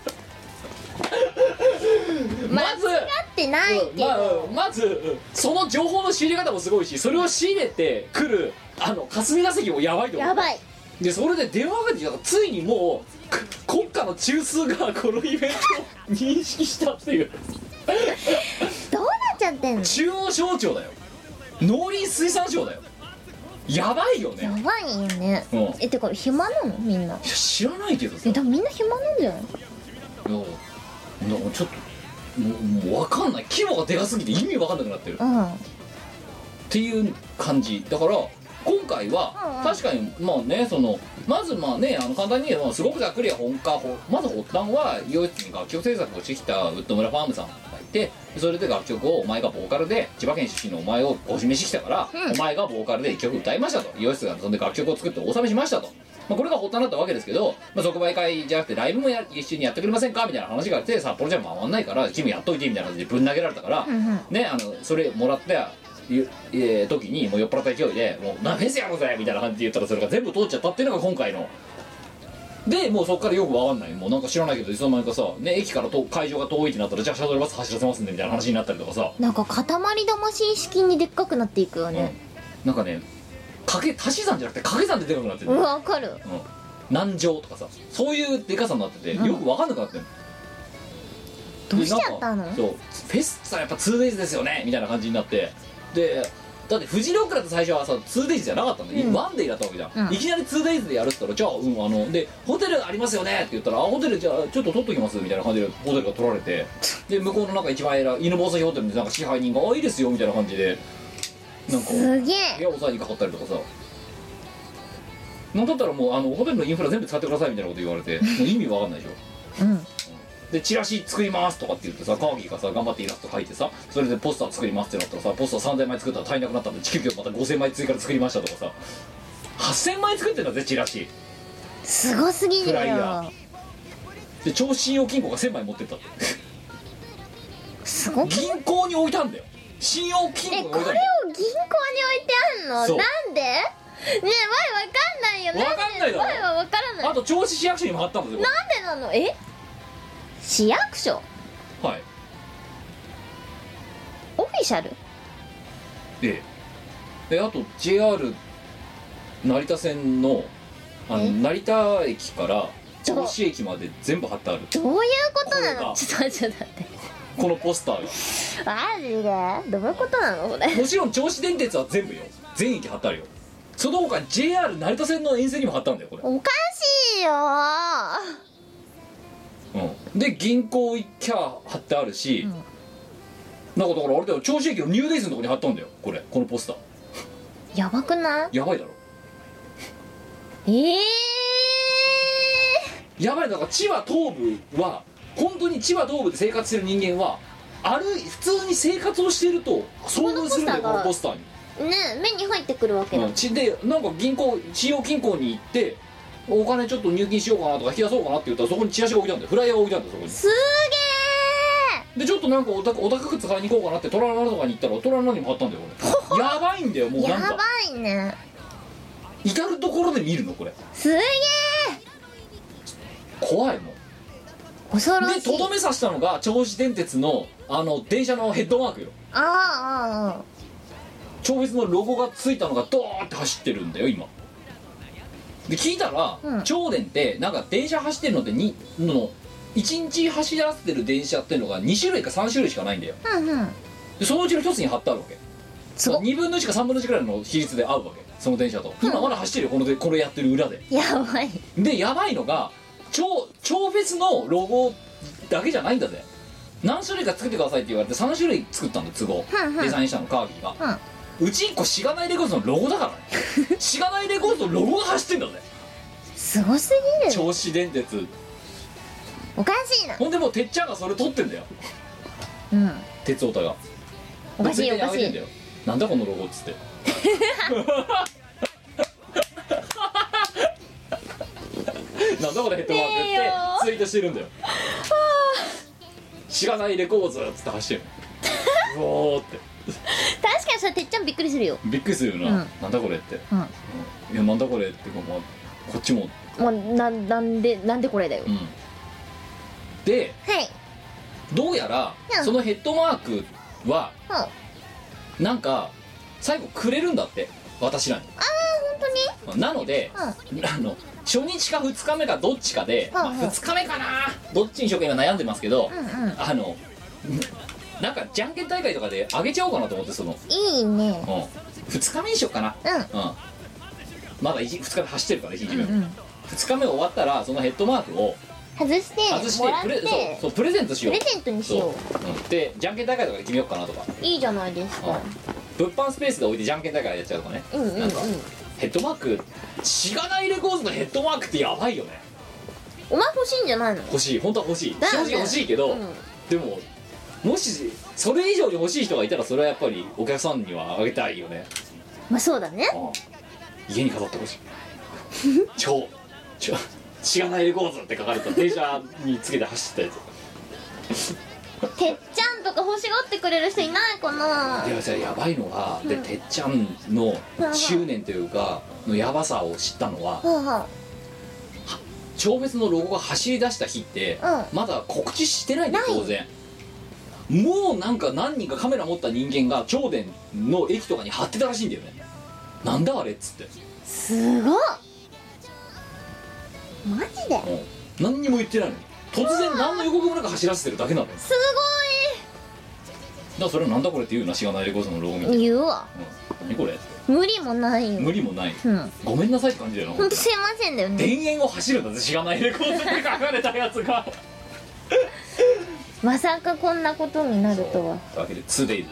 [SPEAKER 1] まず
[SPEAKER 2] 合ってないけど、
[SPEAKER 1] まあうんまずうんその情報の仕入れ方もすごいしそれを仕入れてくるあの霞が関もやばいと思う
[SPEAKER 2] やばい
[SPEAKER 1] でそれで電話がかかってきたからついにもうく国家の中枢がこのイベントを認識したっていう
[SPEAKER 2] どうなっちゃってんの
[SPEAKER 1] 中央省庁だよ農林水産省だよやばいよね
[SPEAKER 2] やばいよね、
[SPEAKER 1] うん
[SPEAKER 2] えてか暇なのみんない
[SPEAKER 1] や知らないけどさ
[SPEAKER 2] え
[SPEAKER 1] い
[SPEAKER 2] でもみんな暇なんじゃない
[SPEAKER 1] やなんかちょっともうもう分かんない規模がでかすぎて意味分かんなくなってる
[SPEAKER 2] う
[SPEAKER 1] っ
[SPEAKER 2] ん
[SPEAKER 1] ていう感じだから今回
[SPEAKER 2] うん
[SPEAKER 1] は
[SPEAKER 2] うん
[SPEAKER 1] 確かにまあねそのまずまあねあの簡単に言えばすごくざっくりは本家ほまず発端は洋一に楽曲制作をしてきたウッド村ファームさんがいってそれで楽曲をお前がボーカルで千葉県出身のお前をお示ししてきたから、
[SPEAKER 2] うん
[SPEAKER 1] お前がボーカルで一曲歌いましたと洋室がそんで楽曲を作ってお納めしましたと、まあ、これが発端だったわけですけど、まあ、即売会じゃなくてライブもや一緒にやってくれませんかみたいな話があって札幌じゃ回んないからジムやっといてみたいな感じでぶん投げられたから、
[SPEAKER 2] うんうん
[SPEAKER 1] ねあのそれもらったゆえー時にもう酔っ払った勢いで「もうなフェスやろうぜ!」みたいな感じで言ったらそれが全部通っちゃったっていうのが今回のでもうそこからよくわかんないもうなんか知らないけどいつの間にかさ、ね、駅からと会場が遠いってなったらじゃあシャトルバス走らせますんでみたいな話になったりとかさ、
[SPEAKER 2] なんか塊魂式にでっかくなっていくよ
[SPEAKER 1] うん
[SPEAKER 2] ね、
[SPEAKER 1] なんかね掛け足し算じゃなくて掛け算ででかくなってる、
[SPEAKER 2] うん、わかる
[SPEAKER 1] うん南城とかさそういうでかさになってて
[SPEAKER 2] うん
[SPEAKER 1] よくわかんなくなってる
[SPEAKER 2] どうしちゃった
[SPEAKER 1] で
[SPEAKER 2] の
[SPEAKER 1] なんかそうフェスさやっぱ 2days ですよねみたいな感じになってでだってフジロックだと最初はさ 2days じゃなかったんだよ、
[SPEAKER 2] うん
[SPEAKER 1] 1day だったわけじゃん、
[SPEAKER 2] うん
[SPEAKER 1] いきなり 2days でやるっつったらじゃあうんあのでホテルありますよねって言ったらあホテルじゃあちょっと取っときますみたいな感じでホテルが取られてで向こうのなんか一番偉い犬吠埼ホテルのなんか支配人が「あいいですよ」みたいな感じでなんか
[SPEAKER 2] すげ
[SPEAKER 1] 部
[SPEAKER 2] え
[SPEAKER 1] 屋押さえにかかったりとかさなんだったらもうあのホテルのインフラ全部使ってくださいみたいなこと言われてもう意味わかんないでしょ
[SPEAKER 2] うん
[SPEAKER 1] でチラシ作りますとかって言ってさカーギーがさ頑張ってイラスト描いてさそれでポスター作りますってなったらさポスター3000枚作ったら足りなくなったんで急遽また5000枚追加で作りましたとかさ8000枚作ってんだぜチラシ
[SPEAKER 2] すごすぎる
[SPEAKER 1] フライヤ
[SPEAKER 2] よ
[SPEAKER 1] で超信用金庫が1000枚持ってったって
[SPEAKER 2] すごく
[SPEAKER 1] 銀行に置いたんだよ信用
[SPEAKER 2] え
[SPEAKER 1] 金庫
[SPEAKER 2] こ
[SPEAKER 1] が
[SPEAKER 2] れを
[SPEAKER 1] 置い
[SPEAKER 2] 銀
[SPEAKER 1] た
[SPEAKER 2] 行
[SPEAKER 1] んだよそ
[SPEAKER 2] に置いてあんのなん
[SPEAKER 1] う
[SPEAKER 2] でねえ前わかんないよ
[SPEAKER 1] わかんないだろ
[SPEAKER 2] 前はわからない
[SPEAKER 1] あと銚子市役所にも貼ったんですよ
[SPEAKER 2] なんでなのえ市役所
[SPEAKER 1] はい
[SPEAKER 2] オフィシャル
[SPEAKER 1] でであと JR 成田線のあの
[SPEAKER 2] え
[SPEAKER 1] 成田駅から
[SPEAKER 2] ど
[SPEAKER 1] 銚子駅まで全部貼ってある
[SPEAKER 2] どういうこと
[SPEAKER 1] こ
[SPEAKER 2] な
[SPEAKER 1] れ
[SPEAKER 2] の
[SPEAKER 1] が
[SPEAKER 2] ちょっと待ってちょっと待って
[SPEAKER 1] このポスターが
[SPEAKER 2] マジでどういうことなのこれ
[SPEAKER 1] もちろん銚子電鉄は全部よ全駅貼ってあるよその他 JR 成田線の沿線にも貼ったんだよこれ、
[SPEAKER 2] おかしいよ
[SPEAKER 1] うん、で銀行行きゃ貼ってあるし、なんかだからあれだよ銚子駅のニューデイズのとこに貼ったんだよこれこのポスター
[SPEAKER 2] やばくない
[SPEAKER 1] やばいだろ
[SPEAKER 2] ええ
[SPEAKER 1] やばいだから千葉東部は本当に千葉東部で生活してる人間はある普通に生活をしていると遭遇するんだよ
[SPEAKER 2] こ
[SPEAKER 1] こ
[SPEAKER 2] の
[SPEAKER 1] の
[SPEAKER 2] ポ
[SPEAKER 1] ポスターに
[SPEAKER 2] ー、ねえ目に入ってくるわけだ、
[SPEAKER 1] うん、ちでなんか銀行信用金庫に行ってお金ちょっと入金しようかなとか冷やそうかなって言ったらそこにチラシが置いてあるんだよフライヤーが置いてあるんだよそこに
[SPEAKER 2] すげ
[SPEAKER 1] でちょっとなんかお高お高く使いに行こうかなって虎の穴とかに行ったら虎の穴にも貼ったんだよこ
[SPEAKER 2] *laughs*
[SPEAKER 1] れやばいんだよもう
[SPEAKER 2] えや
[SPEAKER 1] なんか
[SPEAKER 2] ばいね
[SPEAKER 1] 至る所で見るのこれ
[SPEAKER 2] すげえ
[SPEAKER 1] 怖いもん
[SPEAKER 2] 恐ろ
[SPEAKER 1] で
[SPEAKER 2] しい
[SPEAKER 1] とどめ刺したのが銚子電鉄のあの電車のヘッドマークよ
[SPEAKER 2] あああああ
[SPEAKER 1] 超越のロゴがついたのがドーンって走ってるんだよ今で聞いたら、
[SPEAKER 2] うん
[SPEAKER 1] 超電ってなんか電車走ってるのってにの1日走らせてる電車っていうのが2種類か3種類しかないんだよ
[SPEAKER 2] あうんうん
[SPEAKER 1] でそのうちの1つに貼ってあるわけ
[SPEAKER 2] すごっ
[SPEAKER 1] 2分の1か3分の1くらいの比率で合うわけその電車と今まだ走ってるよこのでこれやってる裏で
[SPEAKER 2] やばい
[SPEAKER 1] でやばいのが超超フェスのロゴだけじゃないんだぜ何種類か作ってくださいって言われて3種類作ったんだ都合
[SPEAKER 2] うんうん
[SPEAKER 1] デザインしたのカーギーが、うち1個しがないレコードのロゴだから
[SPEAKER 2] *laughs*
[SPEAKER 1] ねしがないレコードのロゴが走ってんだぜ
[SPEAKER 2] すごすぎる
[SPEAKER 1] 銚子電鉄
[SPEAKER 2] おかしいな
[SPEAKER 1] ほんでもうてっちゃんがそれ取ってんだよ
[SPEAKER 2] うん
[SPEAKER 1] 鉄オタが
[SPEAKER 2] おかしい
[SPEAKER 1] で
[SPEAKER 2] おか
[SPEAKER 1] 全員にあ
[SPEAKER 2] し
[SPEAKER 1] げてんだ
[SPEAKER 2] い
[SPEAKER 1] よなんだこのロゴっ
[SPEAKER 2] *laughs*
[SPEAKER 1] つってなんだこれヘッドマーク
[SPEAKER 2] ねえよ
[SPEAKER 1] ってツイートしてるんだよ知らないレコーズっつって走ってる
[SPEAKER 2] *laughs*
[SPEAKER 1] うおーって
[SPEAKER 2] 確かにそれてっちゃんびっくりするよ
[SPEAKER 1] びっくりするよな、
[SPEAKER 2] うん
[SPEAKER 1] なんだこれって、
[SPEAKER 2] うん
[SPEAKER 1] うんいやなんだこれってかまあこっちも
[SPEAKER 2] もうななんでなんでこれだよ
[SPEAKER 1] うんで
[SPEAKER 2] はい
[SPEAKER 1] どうやら
[SPEAKER 2] うん
[SPEAKER 1] そのヘッドマークは
[SPEAKER 2] うんあ
[SPEAKER 1] なんか最後くれるんだって私らに
[SPEAKER 2] 本当に
[SPEAKER 1] なので、あの初日か2日目かどっちかで、
[SPEAKER 2] うん
[SPEAKER 1] まあ、2日目かなどっちにしようか今悩んでますけど、
[SPEAKER 2] うんうん
[SPEAKER 1] あのなんかじゃんけん大会とかであげちゃおうかなと思ってその、
[SPEAKER 2] いいね
[SPEAKER 1] うん、2日目にしようかな、
[SPEAKER 2] うん
[SPEAKER 1] うん、まだ2日目走ってるからひいじめ、
[SPEAKER 2] うん
[SPEAKER 1] 2日目終わったらそのヘッドマークを
[SPEAKER 2] 外して
[SPEAKER 1] 外して
[SPEAKER 2] もらっ
[SPEAKER 1] プ
[SPEAKER 2] て
[SPEAKER 1] レそうそうプレゼントし
[SPEAKER 2] プ
[SPEAKER 1] よう
[SPEAKER 2] レゼントにしよう
[SPEAKER 1] そう、うんでじゃんけん大会とかで決めようかなとか、
[SPEAKER 2] いいじゃないですか
[SPEAKER 1] うん、物販スペースで置いてじゃんけん大会やっちゃうとかね、
[SPEAKER 2] うんうんう
[SPEAKER 1] なんんかヘッドマークしがないレコーズのヘッドマークってやばいよね
[SPEAKER 2] お前欲しいんじゃないの
[SPEAKER 1] 欲しい本当は欲しい
[SPEAKER 2] だ
[SPEAKER 1] 正
[SPEAKER 2] よね
[SPEAKER 1] 直欲しいけど、
[SPEAKER 2] うん
[SPEAKER 1] でももしそれ以上に欲しい人がいたらそれはやっぱりお客さんにはあげたいよね
[SPEAKER 2] まあそうだね
[SPEAKER 1] ああ家に飾ってほしい超超知らないレコーズって書かれた電車につけて走ってたや
[SPEAKER 6] てっちゃんとか欲しがってくれる人いないかな
[SPEAKER 1] ついやじゃあやばいのは、でてっちゃんの執念というかのやばさを知ったのは
[SPEAKER 6] は
[SPEAKER 1] 超別のロゴが走り出した日って、
[SPEAKER 6] う
[SPEAKER 1] まだ告知してないんだよ当然もうなんか何人かカメラ持った人間が超電の駅とかに貼ってたらしいんだよねなんだあれっつって
[SPEAKER 2] すごっマジで
[SPEAKER 1] うん何にも言ってないのに突然何の予告もなく走らせてるだけなのよだか
[SPEAKER 6] す
[SPEAKER 1] らそれはなんだこれって言うなしがないレコードのロゴ見て、
[SPEAKER 6] ご
[SPEAKER 1] うん
[SPEAKER 6] い言うわ
[SPEAKER 1] 何これって
[SPEAKER 6] 無理もないよ
[SPEAKER 1] 無理もない
[SPEAKER 6] うん
[SPEAKER 1] ごめんなさいって感じだよな
[SPEAKER 6] ほんとすいませんだよね
[SPEAKER 1] 田園を走るんだぜしがないレコードって書かれたやつが
[SPEAKER 6] まさかこんなことになるとはは
[SPEAKER 1] というわけで 2days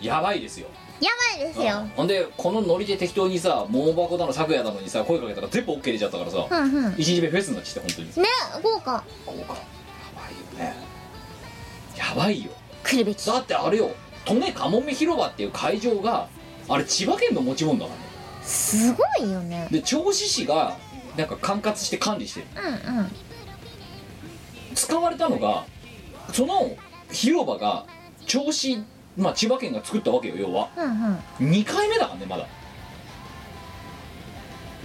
[SPEAKER 6] い
[SPEAKER 1] やばいですよ
[SPEAKER 6] やばいですよ
[SPEAKER 1] ほんでこのノリで適当にさ桃箱だの昨夜だのにさ声かけたら全部 OK 出ちゃったからさ、
[SPEAKER 6] うんうんね
[SPEAKER 1] 一日目フェスになっちゃって本
[SPEAKER 6] 豪華
[SPEAKER 1] 当にやばいよねやばいよ
[SPEAKER 2] 来るべき
[SPEAKER 1] だってあれよ利根かもめ広場っていう会場があれ千葉県の持ち物だからね
[SPEAKER 6] すごいよね
[SPEAKER 1] で銚子市がなんか管轄して管理してる
[SPEAKER 6] うんうん
[SPEAKER 1] 使われたのがその広場が銚子まあ千葉県が作ったわけよ要は
[SPEAKER 6] うんうん
[SPEAKER 1] 2回目だからねまだ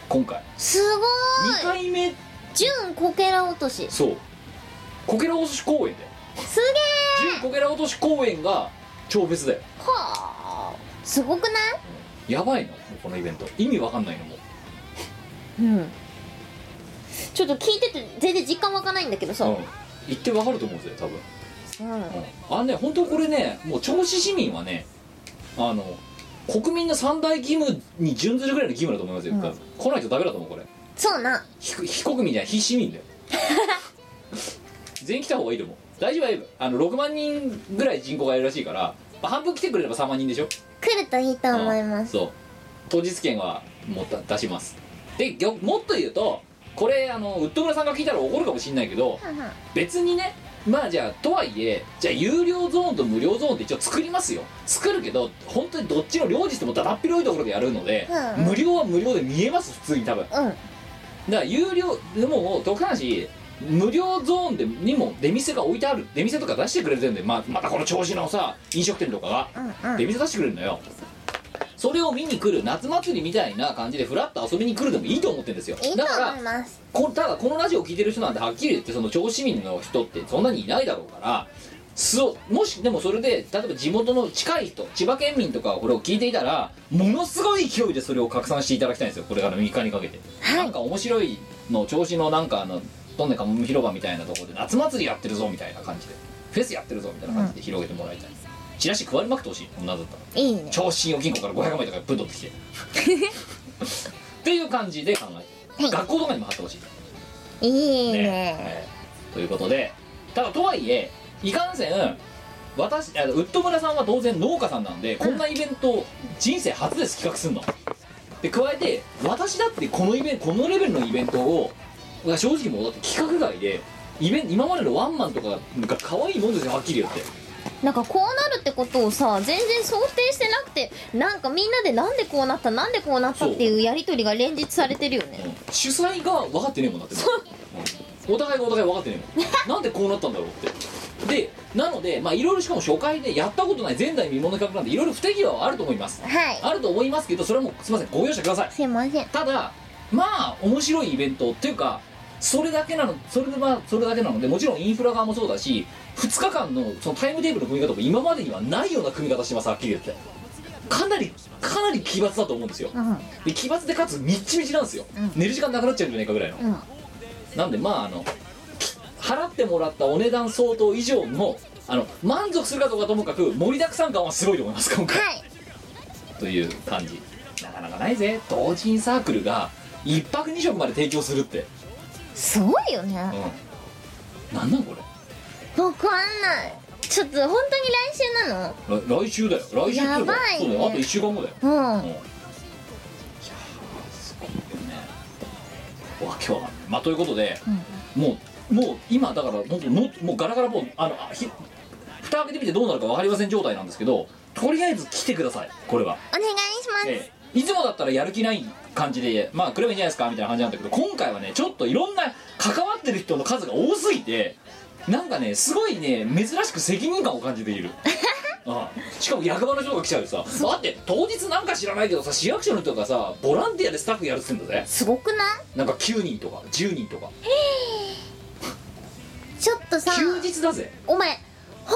[SPEAKER 1] 今回
[SPEAKER 6] すご
[SPEAKER 1] 2
[SPEAKER 6] い
[SPEAKER 1] 回目
[SPEAKER 6] 純こけら落とし
[SPEAKER 1] そうこけら落とし公園だよ
[SPEAKER 6] すげ
[SPEAKER 1] 純こけら落とし公園が超別だよ
[SPEAKER 6] えはあすごくない
[SPEAKER 1] やばいのもうこのイベント意味わかんないのもう
[SPEAKER 6] うんちょっと聞いてて全然実感湧かないんだけどさ、
[SPEAKER 1] うん言ってわかると思うぜ多分
[SPEAKER 6] うん
[SPEAKER 1] あのね本当これねもう銚子市民はねあの国民の三大義務に準ずるぐらいの義務だと思いますよ、多分来ないとダメだと思うこれ
[SPEAKER 6] そうな
[SPEAKER 1] 非非国民じゃない非市民だよ *laughs* 全員来た方がいいと思う大丈夫大丈夫あの6万人ぐらい人口がいるらしいからまあ半分来てくれれば3万人でしょ
[SPEAKER 6] 来るといいと思います
[SPEAKER 1] そう当日券はもうだ出しますでぎょもっと言うとこれあのウッド村さんが聞いたら怒るかもしれないけど
[SPEAKER 6] うんうん
[SPEAKER 1] 別にねまあじゃあとはいえじゃあ有料ゾーンと無料ゾーンって一応作りますよ作るけど本当にどっちの両日ともだだっ広いところでやるので、
[SPEAKER 6] うん
[SPEAKER 1] 無料は無料で見えます普通に多分だか
[SPEAKER 6] うん
[SPEAKER 1] ら有料でも特産市無料ゾーンでにも出店が置いてある出店とか出してくれてるんで、まあ、またこの調子のさ飲食店とかが
[SPEAKER 6] うんうん
[SPEAKER 1] 出店出してくれるんだよそれを見に来る夏祭りみたいな感じでフラッと遊びに来るでもいいと思ってるんですよ
[SPEAKER 6] いいと
[SPEAKER 1] だから
[SPEAKER 6] 思います
[SPEAKER 1] こただこのラジオを聞いてる人なんてはっきり言ってその調子民の人ってそんなにいないだろうからすおもしでもそれで例えば地元の近い人千葉県民とかがこれを聞いていたらものすごい勢いでそれを拡散していただきたいんですよこれから3日にかけて、なんか面白いの調子のなんかあのどんねかも広場みたいなところで夏祭りやってるぞみたいな感じでフェスやってるぞみたいな感じで広げてもらいたい、チラシ配りまくってほしい女だったら
[SPEAKER 6] いいね
[SPEAKER 1] 超信用金庫から500枚とかぶん取ってき *laughs* てっていう感じで考えてる学校とかにも貼ってほしい
[SPEAKER 6] いいね
[SPEAKER 1] えーということでただとはいえいかんせん私あのウッド村さんは当然農家さんなんでこんなイベント人生初です企画すんので加えて私だってこのイベントこのレベルのイベントをが正直もうだって企画外でイベン今までのワンマンとかが可愛いもんですよはっきり言って
[SPEAKER 6] なんかこうなるってことをさ全然想定してなくてなんかみんなでなんでこうなったなんでこうなったっていうやり取りが連日されてるよね
[SPEAKER 1] うん主催が分かってねえもんだってうんお互いがお互い分かってねえもんなんでこうなったんだろうってでなのでまあいろいろしかも初回でやったことない前代未聞の企画なんでいろいろ不手際はあると思います
[SPEAKER 6] はい
[SPEAKER 1] あると思いますけどそれはもうすいませんご容赦ください
[SPEAKER 6] すいません
[SPEAKER 1] ただまあ面白いイベントっていうかそれだけなのそれでまあそれだけなのでもちろんインフラ側もそうだし2日間のそのタイムテーブルの組み方も今までにはないような組み方してますはっきり言ってかなりかなり奇抜だと思うんですよ、
[SPEAKER 6] うん
[SPEAKER 1] で奇抜でかつみっちみちなんですよ、
[SPEAKER 6] うん
[SPEAKER 1] 寝る時間なくなっちゃうんじゃないかぐらいの、
[SPEAKER 6] うん
[SPEAKER 1] なんでまああのき払ってもらったお値段相当以上のあの満足するかどうかともかく盛りだくさん感はすごいと思います
[SPEAKER 6] *laughs*
[SPEAKER 1] 今回、
[SPEAKER 6] はい
[SPEAKER 1] という感じなかなかないぜ同人サークルが1泊2食まで提供するって
[SPEAKER 6] すごいよねわ
[SPEAKER 1] うんなんなんこ
[SPEAKER 6] かんないちょっと本当に来週なの
[SPEAKER 1] れ来来週だよ来週っていうか
[SPEAKER 6] やばいね
[SPEAKER 1] そうだよあと1週間後だよ
[SPEAKER 6] うん
[SPEAKER 1] うんいやーすごいよねわけわかんないまあということで、もうもう今だから本当のもうガラガラもうあのあひ蓋開けてみてどうなるか分かりません状態なんですけどとりあえず来てくださいこれは、
[SPEAKER 2] お願いします、
[SPEAKER 1] ええいつもだったらやる気ない感じでまあ来ればいいんじゃないですかみたいな感じなんだけど今回はねちょっといろんな関わってる人の数が多すぎてなんかねすごいね珍しく責任感を感じているああしかも役場の人が来ちゃうさだって当日なんか知らないけどさ市役所の人がさボランティアでスタッフやるっつうんだぜ
[SPEAKER 2] すごくな
[SPEAKER 1] なんか9人とか10人とか
[SPEAKER 2] いちょっとさ
[SPEAKER 1] 休日だぜ
[SPEAKER 2] お前本当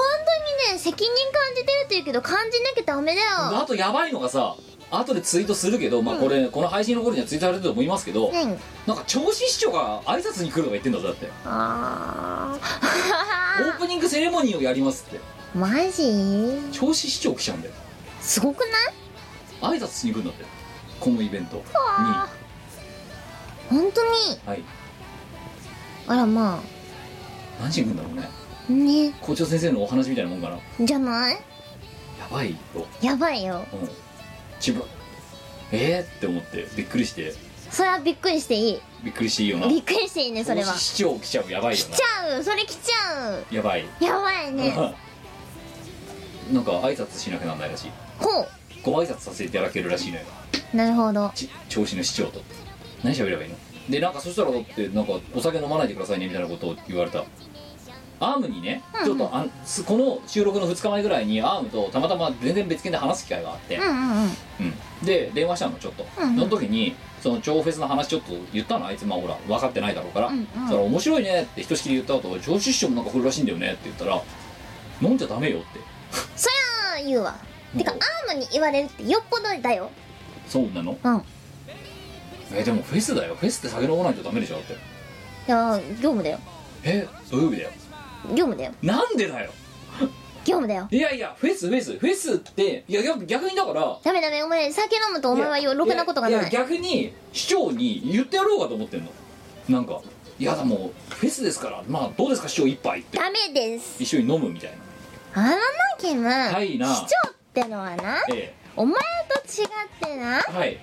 [SPEAKER 2] にね責任感じてるって言うけど感じなきゃダメだよ
[SPEAKER 1] あとやばいのがさ後でツイートするけど、まあこれ、この配信の頃にはツイートされてると思いますけど、
[SPEAKER 2] 何
[SPEAKER 1] なんか銚子市長が挨拶に来るとか言ってんだぞだってオ
[SPEAKER 2] あ
[SPEAKER 1] ープニングセレモニーをやりますって
[SPEAKER 2] ー *laughs* マジ
[SPEAKER 1] 銚子市長来ちゃうんだよ
[SPEAKER 2] すごくない
[SPEAKER 1] 挨拶しに来るんだってこのイベントには
[SPEAKER 2] わ本当に
[SPEAKER 1] い
[SPEAKER 2] あらま
[SPEAKER 1] 何しに来るんだろうね
[SPEAKER 2] あね
[SPEAKER 1] 校長先生のお話みたいなもんかなや
[SPEAKER 2] じゃない
[SPEAKER 1] ばいよ
[SPEAKER 2] やばいよ
[SPEAKER 1] うん自分えー、って思ってびっくりして
[SPEAKER 2] それはびっくりしていい
[SPEAKER 1] びっくりしていいよな
[SPEAKER 2] びっくりしていいねそれ
[SPEAKER 1] 銚
[SPEAKER 2] は
[SPEAKER 1] 子市長来ちゃうやばいよ
[SPEAKER 2] 来ちゃうそれ来ちゃう
[SPEAKER 1] なやばい
[SPEAKER 2] やばいね
[SPEAKER 1] *laughs* なんか挨拶しなきゃなんないらしい
[SPEAKER 2] ほ
[SPEAKER 1] ご挨拶させていただけるらしいのよ
[SPEAKER 2] うなるほど
[SPEAKER 1] ち調子の市長と何喋ればいいのでなんかそしたらだってなんかお酒飲まないでくださいねみたいなことを言われたアームにね、
[SPEAKER 2] んうん
[SPEAKER 1] ちょっとあんすこの収録の2日前ぐらいにアームとたまたま全然別件で話す機会があって
[SPEAKER 2] う、んうんうん
[SPEAKER 1] うんで電話したのちょっと、
[SPEAKER 2] うんうん
[SPEAKER 1] その時にその超フェスの話ちょっと言ったのあいつまあほら分かってないだろうから、
[SPEAKER 2] うんうん
[SPEAKER 1] そしたら面白いねってひとしきり言った後上司師匠もなんか来るらしいんだよねって言ったら飲んじゃダメよって
[SPEAKER 2] そりゃあ言うわてか
[SPEAKER 1] もう
[SPEAKER 2] アームに言われるってよっぽどだよ
[SPEAKER 1] そうなの
[SPEAKER 2] うん
[SPEAKER 1] えでもフェスだよフェスって酒飲まないとダメでしょって
[SPEAKER 2] いや業務だよ
[SPEAKER 1] え土曜日だよ
[SPEAKER 2] 業務だよ
[SPEAKER 1] なんでだよ
[SPEAKER 2] 業務だよ
[SPEAKER 1] いやいやフェスフェスフェスっていや逆逆にだから
[SPEAKER 2] ダメダメお前酒飲むとお前はよろくなことが
[SPEAKER 1] い
[SPEAKER 2] な
[SPEAKER 1] や
[SPEAKER 2] い
[SPEAKER 1] 逆に市長に言ってやろうかと思ってんのなんかいやでもフェスですからまあどうですか市長一杯って
[SPEAKER 2] ダメです
[SPEAKER 1] 一緒に飲むみたい
[SPEAKER 2] あのなキム、
[SPEAKER 1] なはいな
[SPEAKER 2] 市長ってのはな
[SPEAKER 1] え
[SPEAKER 2] お前と違ってな
[SPEAKER 1] えはい、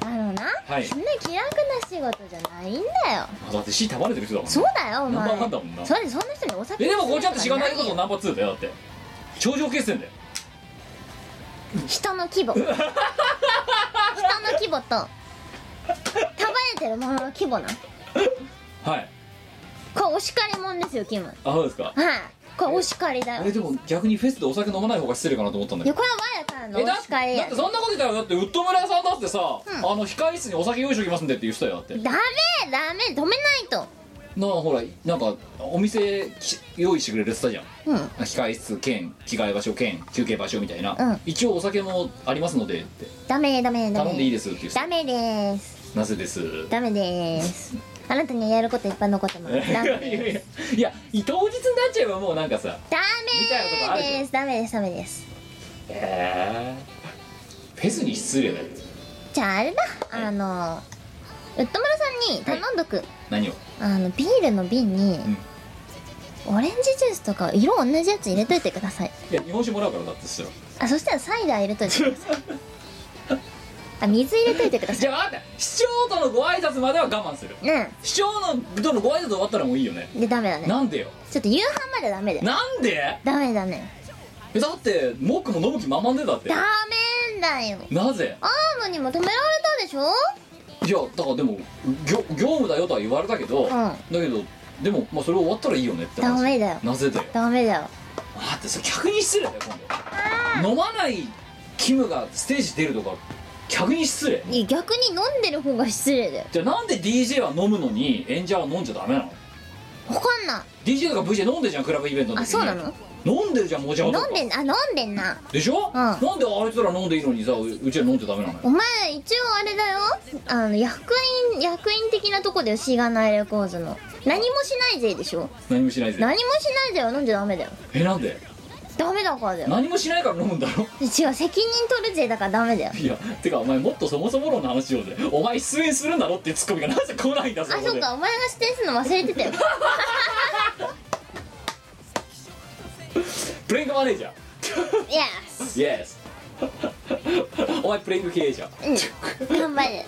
[SPEAKER 2] あのな、
[SPEAKER 1] はい
[SPEAKER 2] そんな気楽な仕事じゃないんだよ
[SPEAKER 1] まあだって市束ねてる人だもん
[SPEAKER 2] そうだよ
[SPEAKER 1] ナ
[SPEAKER 2] お前
[SPEAKER 1] ンバーワンだもんな
[SPEAKER 2] それでそんな人にお酒
[SPEAKER 1] えでもこうちゃんとしがないこと
[SPEAKER 2] よ
[SPEAKER 1] ナンバー2だよだって頂上決戦だよ
[SPEAKER 2] 人の
[SPEAKER 1] *laughs*
[SPEAKER 2] 規模人の規模と束ねてるものの規模な
[SPEAKER 1] はい
[SPEAKER 2] これお叱りもんですよキムはい
[SPEAKER 1] あそうですか
[SPEAKER 2] これお叱りだよ
[SPEAKER 1] えでも逆にフェスでお酒飲まない方が失礼かなと思ったんだけ
[SPEAKER 2] いや
[SPEAKER 1] ど
[SPEAKER 2] これは我からの
[SPEAKER 1] え
[SPEAKER 2] お
[SPEAKER 1] だ
[SPEAKER 2] 叱り
[SPEAKER 1] だ
[SPEAKER 2] や
[SPEAKER 1] ってそんなこと言ったらだってウッド村さんだってさ、
[SPEAKER 2] ん
[SPEAKER 1] あの控室にお酒用意しときますんでって言ってたよだって
[SPEAKER 2] ダメダメ止めないと
[SPEAKER 1] なあほらなんかお店き用意してくれるって言ったじゃん、
[SPEAKER 2] うん
[SPEAKER 1] 控室兼着替え場所兼休憩場所みたいな、
[SPEAKER 2] うん
[SPEAKER 1] 一応お酒もありますのでって
[SPEAKER 2] ダメダメダメ
[SPEAKER 1] 頼んでいい
[SPEAKER 2] で
[SPEAKER 1] ですって言う
[SPEAKER 2] ダメです
[SPEAKER 1] なぜです
[SPEAKER 2] ダメですあなたにはやることいっぱい残ってます
[SPEAKER 1] *laughs* いや
[SPEAKER 2] ダメ
[SPEAKER 1] いや
[SPEAKER 2] です
[SPEAKER 1] いやいや当日になっちゃえばもうなんかさ
[SPEAKER 2] ダ
[SPEAKER 1] みたいなことあ
[SPEAKER 2] メ
[SPEAKER 1] るじゃ
[SPEAKER 2] で
[SPEAKER 1] ん
[SPEAKER 2] すダメですダメです
[SPEAKER 1] えフェスに失礼だよ
[SPEAKER 2] じゃああれだ
[SPEAKER 1] い
[SPEAKER 2] あのウッド村さんに頼んどく、
[SPEAKER 1] 何を
[SPEAKER 2] あのビールの瓶に、オレンジジュースとか色同じやつ入れといてください
[SPEAKER 1] いや日本酒もらうからだってしたら
[SPEAKER 2] あそしたらサイダー入れといてくだ
[SPEAKER 1] *laughs*
[SPEAKER 2] さいあ水入れといてくださ
[SPEAKER 1] じゃあ待って市長とのご挨拶までは我慢する
[SPEAKER 2] いうん
[SPEAKER 1] 市長のとのご挨拶終わったらもういいよね
[SPEAKER 2] でダメだね
[SPEAKER 1] なんでよ
[SPEAKER 2] ちょっと夕飯までダメだよ
[SPEAKER 1] なんで
[SPEAKER 2] ダメだね
[SPEAKER 1] えだってモックも飲む気満々でだって
[SPEAKER 2] ダメだよ
[SPEAKER 1] なぜ
[SPEAKER 2] アームにも止められたでしょ
[SPEAKER 1] いやだからでも業業務だよとは言われたけど、だけどでも、まあ、それ終わったらいいよねって話
[SPEAKER 2] ダメだよ
[SPEAKER 1] なぜだよ
[SPEAKER 2] ダメだよ
[SPEAKER 1] 待ってそれ客に失礼だよ今度飲まないキムがステージ出るとか客に失礼
[SPEAKER 2] いや逆に飲んでる方が失礼だよ
[SPEAKER 1] じゃあなんで DJ は飲むのに演者は飲んじゃダメなの
[SPEAKER 2] わかんな
[SPEAKER 1] DJ とか VJ 飲んでるじゃんクラブイベントの時に
[SPEAKER 2] あそうなの
[SPEAKER 1] 飲んでるじゃんもじゃ
[SPEAKER 2] い
[SPEAKER 1] おとか
[SPEAKER 2] 飲んでんあ飲んでんな
[SPEAKER 1] でしょ、
[SPEAKER 2] ん
[SPEAKER 1] なんであいつら飲んでいいのにさううちは飲んじゃダメなのよ
[SPEAKER 2] お前一応あれだよあの役員役員的なとこだよしがないレコーズの何もしないぜでしょ
[SPEAKER 1] 何もしないぜ
[SPEAKER 2] 何もしないぜは飲んじゃダメだよ
[SPEAKER 1] えなんで
[SPEAKER 2] ダメだからだよ
[SPEAKER 1] 何もしないから飲むんだろ
[SPEAKER 2] 違う責任取るぜだからダメだよ
[SPEAKER 1] いやてかお前もっとそもそも論の話しようぜお前出演するんだろっていうツッコミがなぜ来ないんだそ
[SPEAKER 2] あ
[SPEAKER 1] こ
[SPEAKER 2] そ
[SPEAKER 1] で
[SPEAKER 2] うかお前が指定するの忘れて
[SPEAKER 1] *laughs*
[SPEAKER 2] たよ
[SPEAKER 1] プレイングマネージャ
[SPEAKER 2] いやー
[SPEAKER 1] ーイエス *laughs* お前プレイング経営者
[SPEAKER 2] うん頑張れ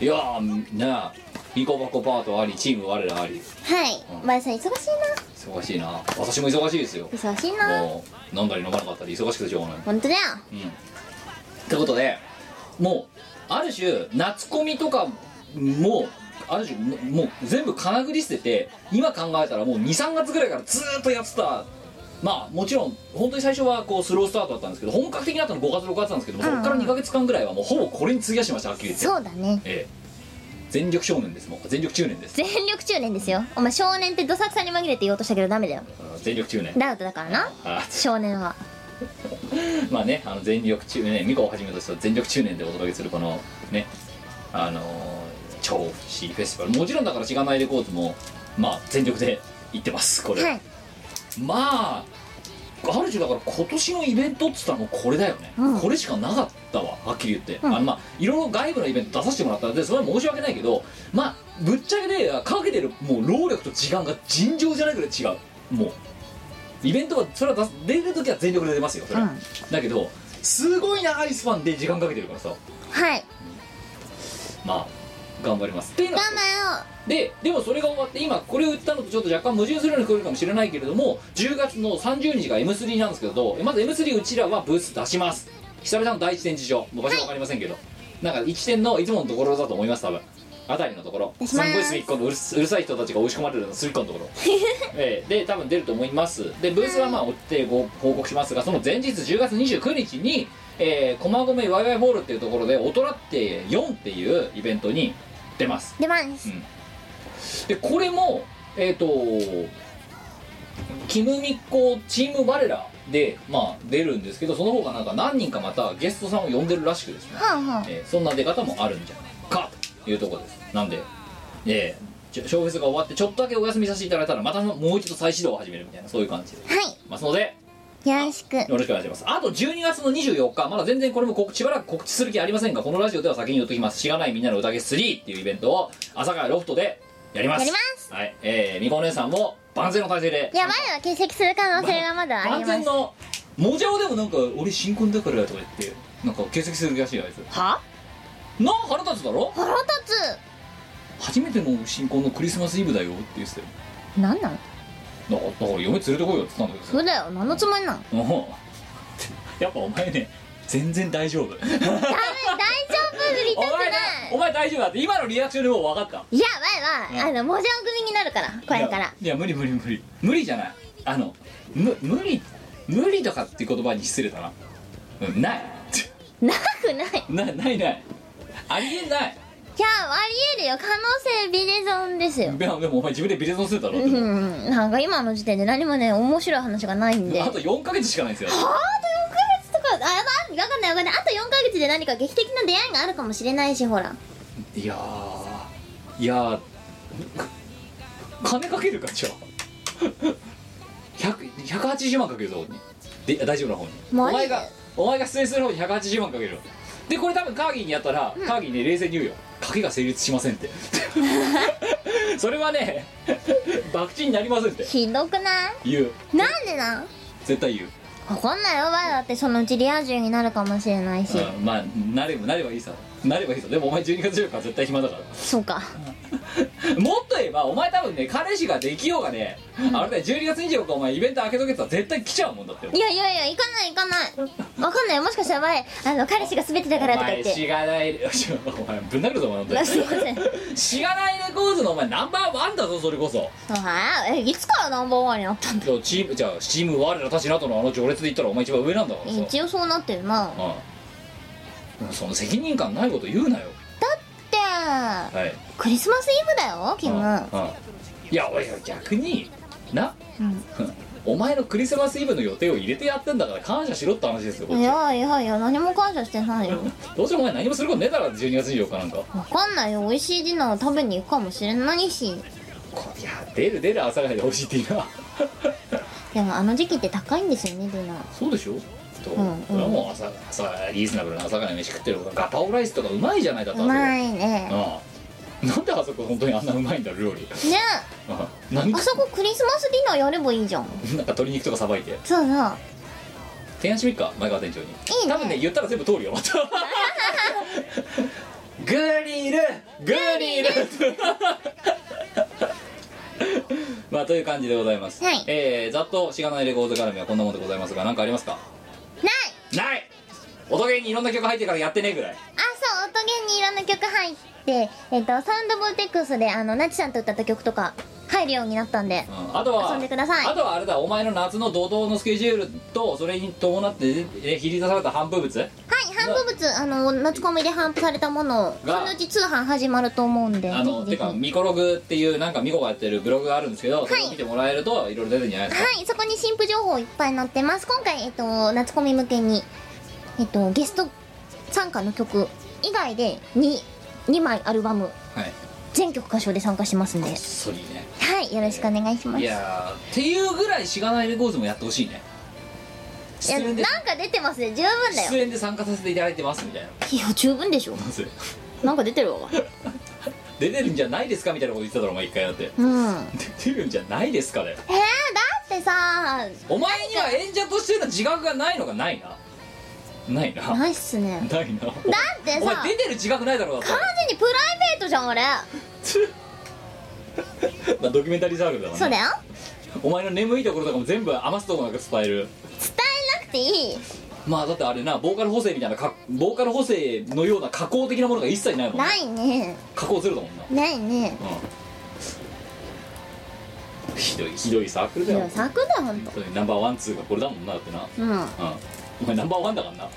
[SPEAKER 1] いやーなあニコバコパートありチーム我らあり
[SPEAKER 2] はいお前さん忙しいな
[SPEAKER 1] 忙しいな私も忙しいですよ
[SPEAKER 2] 忙しいな
[SPEAKER 1] もう飲んだり飲まなかったり忙しくてしょうがない
[SPEAKER 2] 本当だよ
[SPEAKER 1] うんってことでもうある種夏コミとかもある種ももう全部かなぐり捨てて今考えたらもう23月ぐらいからずーっとやってたまあもちろん本当に最初はこうスロースタートだったんですけど本格的になったの5月6月なんですけどもそこから2ヶ月間ぐらいはもうほぼこれに費やしてましたはっきり言って、
[SPEAKER 2] そうだね
[SPEAKER 1] ええ、全力少年ですもん全力中年です
[SPEAKER 2] 全力中年ですよお前少年ってどさくさに紛れて言おうとしたけどダメだよ
[SPEAKER 1] うん全力中年
[SPEAKER 2] ダウトだからな
[SPEAKER 1] あ
[SPEAKER 2] 少年は
[SPEAKER 1] *laughs* まあねあの全力中年、ね、ミコをはじめとした全力中年でお届けするこのねあのー超シーフェスティバルもちろんだからしがないレコーズもまあ全力で行ってますこれ、
[SPEAKER 2] はい
[SPEAKER 1] まあある種だから今年のイベントっつったらもうこれだよね、
[SPEAKER 2] うん
[SPEAKER 1] これしかなかったわはっきり言って、
[SPEAKER 2] ん
[SPEAKER 1] あのまあいろいろ外部のイベント出させてもらったんでそれは申し訳ないけどまあぶっちゃけでかけてるもう労力と時間が尋常じゃないぐらい違うもうイベントはそれは出す出る時は全力で出ますよそれは、
[SPEAKER 2] うん
[SPEAKER 1] だけどすごい長いスパンで時間かけてるからさ
[SPEAKER 2] はい
[SPEAKER 1] まあ頑張りますっていうのは
[SPEAKER 2] 頑張
[SPEAKER 1] ででもそれが終わって今これを言ったのとちょっと若干矛盾するように聞こえるかもしれないけれども10月の30日が M3 なんですけどまず M3 うちらはブース出します久々の第一展示場もう場所わかりませんけど、なんか一点のいつものところだと思います多分あたりのところ
[SPEAKER 2] 出し
[SPEAKER 1] す
[SPEAKER 2] ま
[SPEAKER 1] ん
[SPEAKER 2] す
[SPEAKER 1] ごい隅っこのうるすうるさい人たちが押し込まれるの隅っこのところ、ええで多分出ると思いますでブースはまあ追ってご報告しますがその前日10月29日に、えー、駒込ワイワイホールっていうところで「オトラって4」っていうイベントに出ます
[SPEAKER 2] 出ます
[SPEAKER 1] でこれもえっ、とキムミッコチーム我らでまあ出るんですけどその方がなんか何人かまたゲストさんを呼んでるらしくですね、
[SPEAKER 2] はあはあ
[SPEAKER 1] えーそんな出方もあるんじゃないかというところですなんでえーちょショーフェスが終わってちょっとだけお休みさせていただいたらまたもう一度再始動を始めるみたいなそういう感じで
[SPEAKER 2] は
[SPEAKER 1] ますので
[SPEAKER 2] いよろしく
[SPEAKER 1] よろしくお願いしますあと12月の24日まだ全然これも告知しばらく告知する気ありませんがこのラジオでは先に言っときます「しがないみんなの宴3」っていうイベントを朝からロフトでやります
[SPEAKER 2] やります
[SPEAKER 1] はいえー、みこお姉さんも万全の体制で
[SPEAKER 2] やばいわ欠席する可能性がまだあ
[SPEAKER 1] 万
[SPEAKER 2] りま
[SPEAKER 1] 全
[SPEAKER 2] す
[SPEAKER 1] のもじゃおでもなんか「俺新婚だから」とか言ってなんか欠席するらしいよあいつ
[SPEAKER 2] は
[SPEAKER 1] な腹立つだろ
[SPEAKER 2] 腹立
[SPEAKER 1] 初めての新婚のクリスマスイブだよって言ってたよ
[SPEAKER 2] つなんなん
[SPEAKER 1] だからだから嫁連れてこいよって言ったんだけど
[SPEAKER 2] そうだよ何のつもりなん
[SPEAKER 1] うん *laughs* やっぱお前ね全然大丈夫
[SPEAKER 2] だるい大丈夫振り
[SPEAKER 1] お
[SPEAKER 2] たく
[SPEAKER 1] 前
[SPEAKER 2] な
[SPEAKER 1] だお
[SPEAKER 2] い
[SPEAKER 1] 前大丈夫だって今のリアクションでもう分かった
[SPEAKER 2] やばいわあのモジャオ組になるからこれか
[SPEAKER 1] い
[SPEAKER 2] ら
[SPEAKER 1] やいや無理無理無理無理じゃないあのむ無理無理とかっていう言葉に失礼だな、うん、ない
[SPEAKER 2] なくないいや
[SPEAKER 1] なないないありえない
[SPEAKER 2] ありえるよ可能性ビレゾンですよ
[SPEAKER 1] でもでもお前自分でビレゾンするだろって
[SPEAKER 2] うんなんか今の時点で何もね面白い話がないんで
[SPEAKER 1] あと4ヶ月しかないんですよ
[SPEAKER 2] あと4ヶ月とかあやばわかんないわかんないあと4ヶ月で何か劇的な出会いがあるかもしれないしほら
[SPEAKER 1] いやーいやー金かけるかじゃあ100 180万かけるぞここにで大丈夫な方にお
[SPEAKER 2] マジで
[SPEAKER 1] 前がお前が出演する方に180万かけるでこれ多分カーギーにやったら、カーギーね冷静に言うよ賭けが成立しませんっ
[SPEAKER 2] *laughs*
[SPEAKER 1] てそれはね博打になりませんって
[SPEAKER 2] ひどくな
[SPEAKER 1] 言う
[SPEAKER 2] いなんでなん
[SPEAKER 1] 絶対言う、
[SPEAKER 2] わかんないよお前だってそのうちリア充になるかもしれないし
[SPEAKER 1] うん、まあなればなればいいさなればいいさでもお前12月14日は絶対暇だから *laughs*
[SPEAKER 2] そうか
[SPEAKER 1] もっと言えばお前多分ね彼氏ができようがね、あれだよ12月24日お前イベント開けとけってたら絶対来ちゃうもんだって
[SPEAKER 2] いやいやいや行かない行かないわかんないもしかしたら前あの彼氏が全てだからとか言っ
[SPEAKER 1] お前してがないお前ぶん殴るぞお前本当
[SPEAKER 2] すいません
[SPEAKER 1] にしがないレコーズのお前ナンバーワンだぞそれこそ
[SPEAKER 2] ああえいつからナンバーワンになったんだ
[SPEAKER 1] 今日チームじゃあチーム我らたちなどのあの序列で言ったらお前一番上なんだからさ
[SPEAKER 2] 一応そうなってるなだ
[SPEAKER 1] うんその責任感ないこと言うなよ
[SPEAKER 2] っ
[SPEAKER 1] はい
[SPEAKER 2] てクリスマスイブだよキ
[SPEAKER 1] う
[SPEAKER 2] ム
[SPEAKER 1] んうんいや俺逆にな、 *laughs* お前のクリスマスイブの予定を入れてやってんだから感謝しろって話ですよこっ
[SPEAKER 2] い
[SPEAKER 1] ちは
[SPEAKER 2] やいやいや何も感謝してないよ
[SPEAKER 1] どうせお前何もすることねえだろ12月24日なんか
[SPEAKER 2] わかんないよ美味しいディナーを食べに行くかもしれないし
[SPEAKER 1] こいや出る出る朝がで美味しいっていいな
[SPEAKER 2] でもあの時期って高いんですよねディナー
[SPEAKER 1] そうでしょと、
[SPEAKER 2] うんうん
[SPEAKER 1] これはもう朝朝リーズナブルな朝が飯食ってる方がガパオライスとかうまいじゃないだって
[SPEAKER 2] うまいね
[SPEAKER 1] あそこうんなんであそこ本当にあんなうまいんだろ料理
[SPEAKER 2] ね
[SPEAKER 1] うん何
[SPEAKER 2] あ
[SPEAKER 1] か
[SPEAKER 2] そこクリスマスディナーやればいいじゃん
[SPEAKER 1] なんか鶏肉とかさばいて
[SPEAKER 2] そうそう
[SPEAKER 1] 提案してみっか前川店長に
[SPEAKER 2] いいね
[SPEAKER 1] 多分ね言ったら全部通るよまたグリルグリル *laughs* まあという感じでございます、
[SPEAKER 2] はい
[SPEAKER 1] えー、ざっとしがないレコード絡みはこんなもんでございますが何かありますかないない音ゲーにいろんな曲入ってからやってねえぐらい
[SPEAKER 2] あそう音源にいろんな曲入ってえっ、とサウンドボルテックスであのなちさんと歌った曲とか入るようになったんで
[SPEAKER 1] うんあとは
[SPEAKER 2] 遊んでください
[SPEAKER 1] あとはあれだお前の夏の怒涛のスケジュールとそれに伴ってえ切り出された反復物
[SPEAKER 2] はい販布物あの夏コミで販布されたものをそ
[SPEAKER 1] が
[SPEAKER 2] のうち通販始まると思うんで
[SPEAKER 1] あのて
[SPEAKER 2] ぜひぜひ
[SPEAKER 1] かミコログっていうなんかミコがやってるブログがあるんですけどそれを見てもらえるといろいろ出てるんじゃないですか、
[SPEAKER 2] はいそこに新婦情報いっぱい載ってます今回えっ、と夏コミ向けにえっ、とゲスト参加の曲以外で 2, 2枚アルバム
[SPEAKER 1] はい
[SPEAKER 2] 全曲歌唱で参加しますんで
[SPEAKER 1] そりね
[SPEAKER 2] はいよろしくお願いします
[SPEAKER 1] いやーっていうぐらいしがないレコーズもやってほしいね
[SPEAKER 2] い
[SPEAKER 1] 出
[SPEAKER 2] や
[SPEAKER 1] 演で
[SPEAKER 2] なんか出てますね十分だよ
[SPEAKER 1] 出演で参加させていただいてますみたいない
[SPEAKER 2] や十分でしょなんか出てるわ
[SPEAKER 1] 出てるんじゃないですかみたいなこと言ってただろお前一回だって
[SPEAKER 2] うんえー、だ
[SPEAKER 1] 出てるんじゃないですかだよ
[SPEAKER 2] ってさ
[SPEAKER 1] お前には演者としての自覚がないのがないなないな
[SPEAKER 2] ないっすね
[SPEAKER 1] ないな
[SPEAKER 2] だってさ
[SPEAKER 1] お前出てる自覚ないだろうだ
[SPEAKER 2] 完全にプライベートじゃんあれ
[SPEAKER 1] って、まあ、ドキュメンタリーサークルだもん
[SPEAKER 2] そうだよ
[SPEAKER 1] お前の眠いところとかも全部余すとこなく伝える
[SPEAKER 2] 伝えなくていい
[SPEAKER 1] まあだってあれなボーカル補正みたいなかボーカル補正のような加工的なものが一切ないもん
[SPEAKER 2] ないね
[SPEAKER 1] 加工ゼロだもんな
[SPEAKER 2] ないね
[SPEAKER 1] うんひどいひどいサークル
[SPEAKER 2] い
[SPEAKER 1] だよ
[SPEAKER 2] や咲くだほんと
[SPEAKER 1] そうねナンバーワンツーがこれだもんなだってな、うん、
[SPEAKER 2] うん
[SPEAKER 1] お前ナンバーワンだからな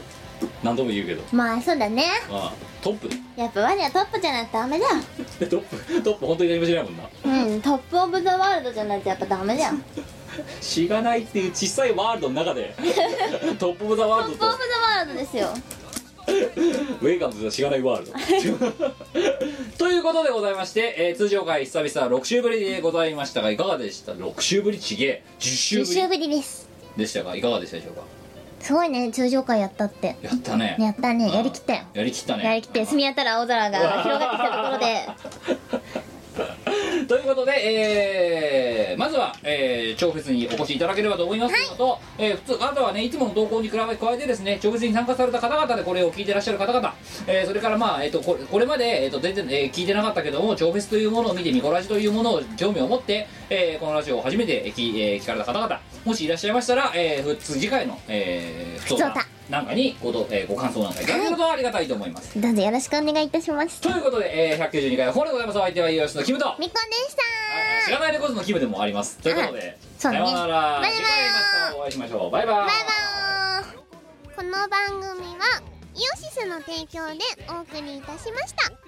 [SPEAKER 1] 何度も言うけど、うん、
[SPEAKER 2] まあそうだね
[SPEAKER 1] トップ *laughs*
[SPEAKER 2] やっぱ我はトップじゃないとダメだよ
[SPEAKER 1] でトップトップ本当に何もしないもんな
[SPEAKER 2] うんトップオブザワールドじゃないとやっぱダメだよ
[SPEAKER 1] しがないっていう小さいワールドの中 *laughs* でトップ・オブ・ザ・
[SPEAKER 2] ト
[SPEAKER 1] ワ
[SPEAKER 2] ップ
[SPEAKER 1] ー
[SPEAKER 2] オ
[SPEAKER 1] ル
[SPEAKER 2] ブ
[SPEAKER 1] ド
[SPEAKER 2] ザワ
[SPEAKER 1] と
[SPEAKER 2] ールドですよ
[SPEAKER 1] ウェイカムズのしがないワールドということでございまして、えー通常回久々6週ぶりでございましたがいかがでした6週ぶりちげえ10
[SPEAKER 2] 10
[SPEAKER 1] 週
[SPEAKER 2] 週
[SPEAKER 1] ぶり
[SPEAKER 2] ぶりです
[SPEAKER 1] でしたがいかがでしたでしょうか
[SPEAKER 2] すごいね通常会やったって
[SPEAKER 1] やったね
[SPEAKER 2] やったねやりきったよ
[SPEAKER 1] やりきったね
[SPEAKER 2] やりきって澄み当たる青空が広がってきたところ
[SPEAKER 1] *laughs*
[SPEAKER 2] で
[SPEAKER 1] ということで、えーまずは、えー、超フェスにお越しいただければと思いますというのと、えー普通あとはねいつもの投稿に比べ加えてですね超フェスに参加された方々でこれを聞いてらっしゃる方々、えーそれからまあ、えー、とこれこれまで、えーと全然、えー聞いてなかったけども超フェスというものを見てミコラジというものを興味を持って、えーこのラジオを初めて聞,、えー聞かれた方々もしいらっしゃいましたら、えー、次回の、えー、普通
[SPEAKER 2] 普通歌
[SPEAKER 1] なんかにごと、えーご感想なんかいただけるとありがたいと思います。
[SPEAKER 2] どうぞよろしくお願いいたします
[SPEAKER 1] ということで、えー、192回本でございます。お相手はよしのキムと
[SPEAKER 2] みこでした
[SPEAKER 1] 知らないレコーズのキムでもありますということで、
[SPEAKER 2] そ
[SPEAKER 1] さ
[SPEAKER 2] うね
[SPEAKER 1] ようなら
[SPEAKER 2] バイバイ
[SPEAKER 1] 次回またお会いしましょうバイバイ
[SPEAKER 2] バイバーイこの番組はイオシスの提供でお送りいたしました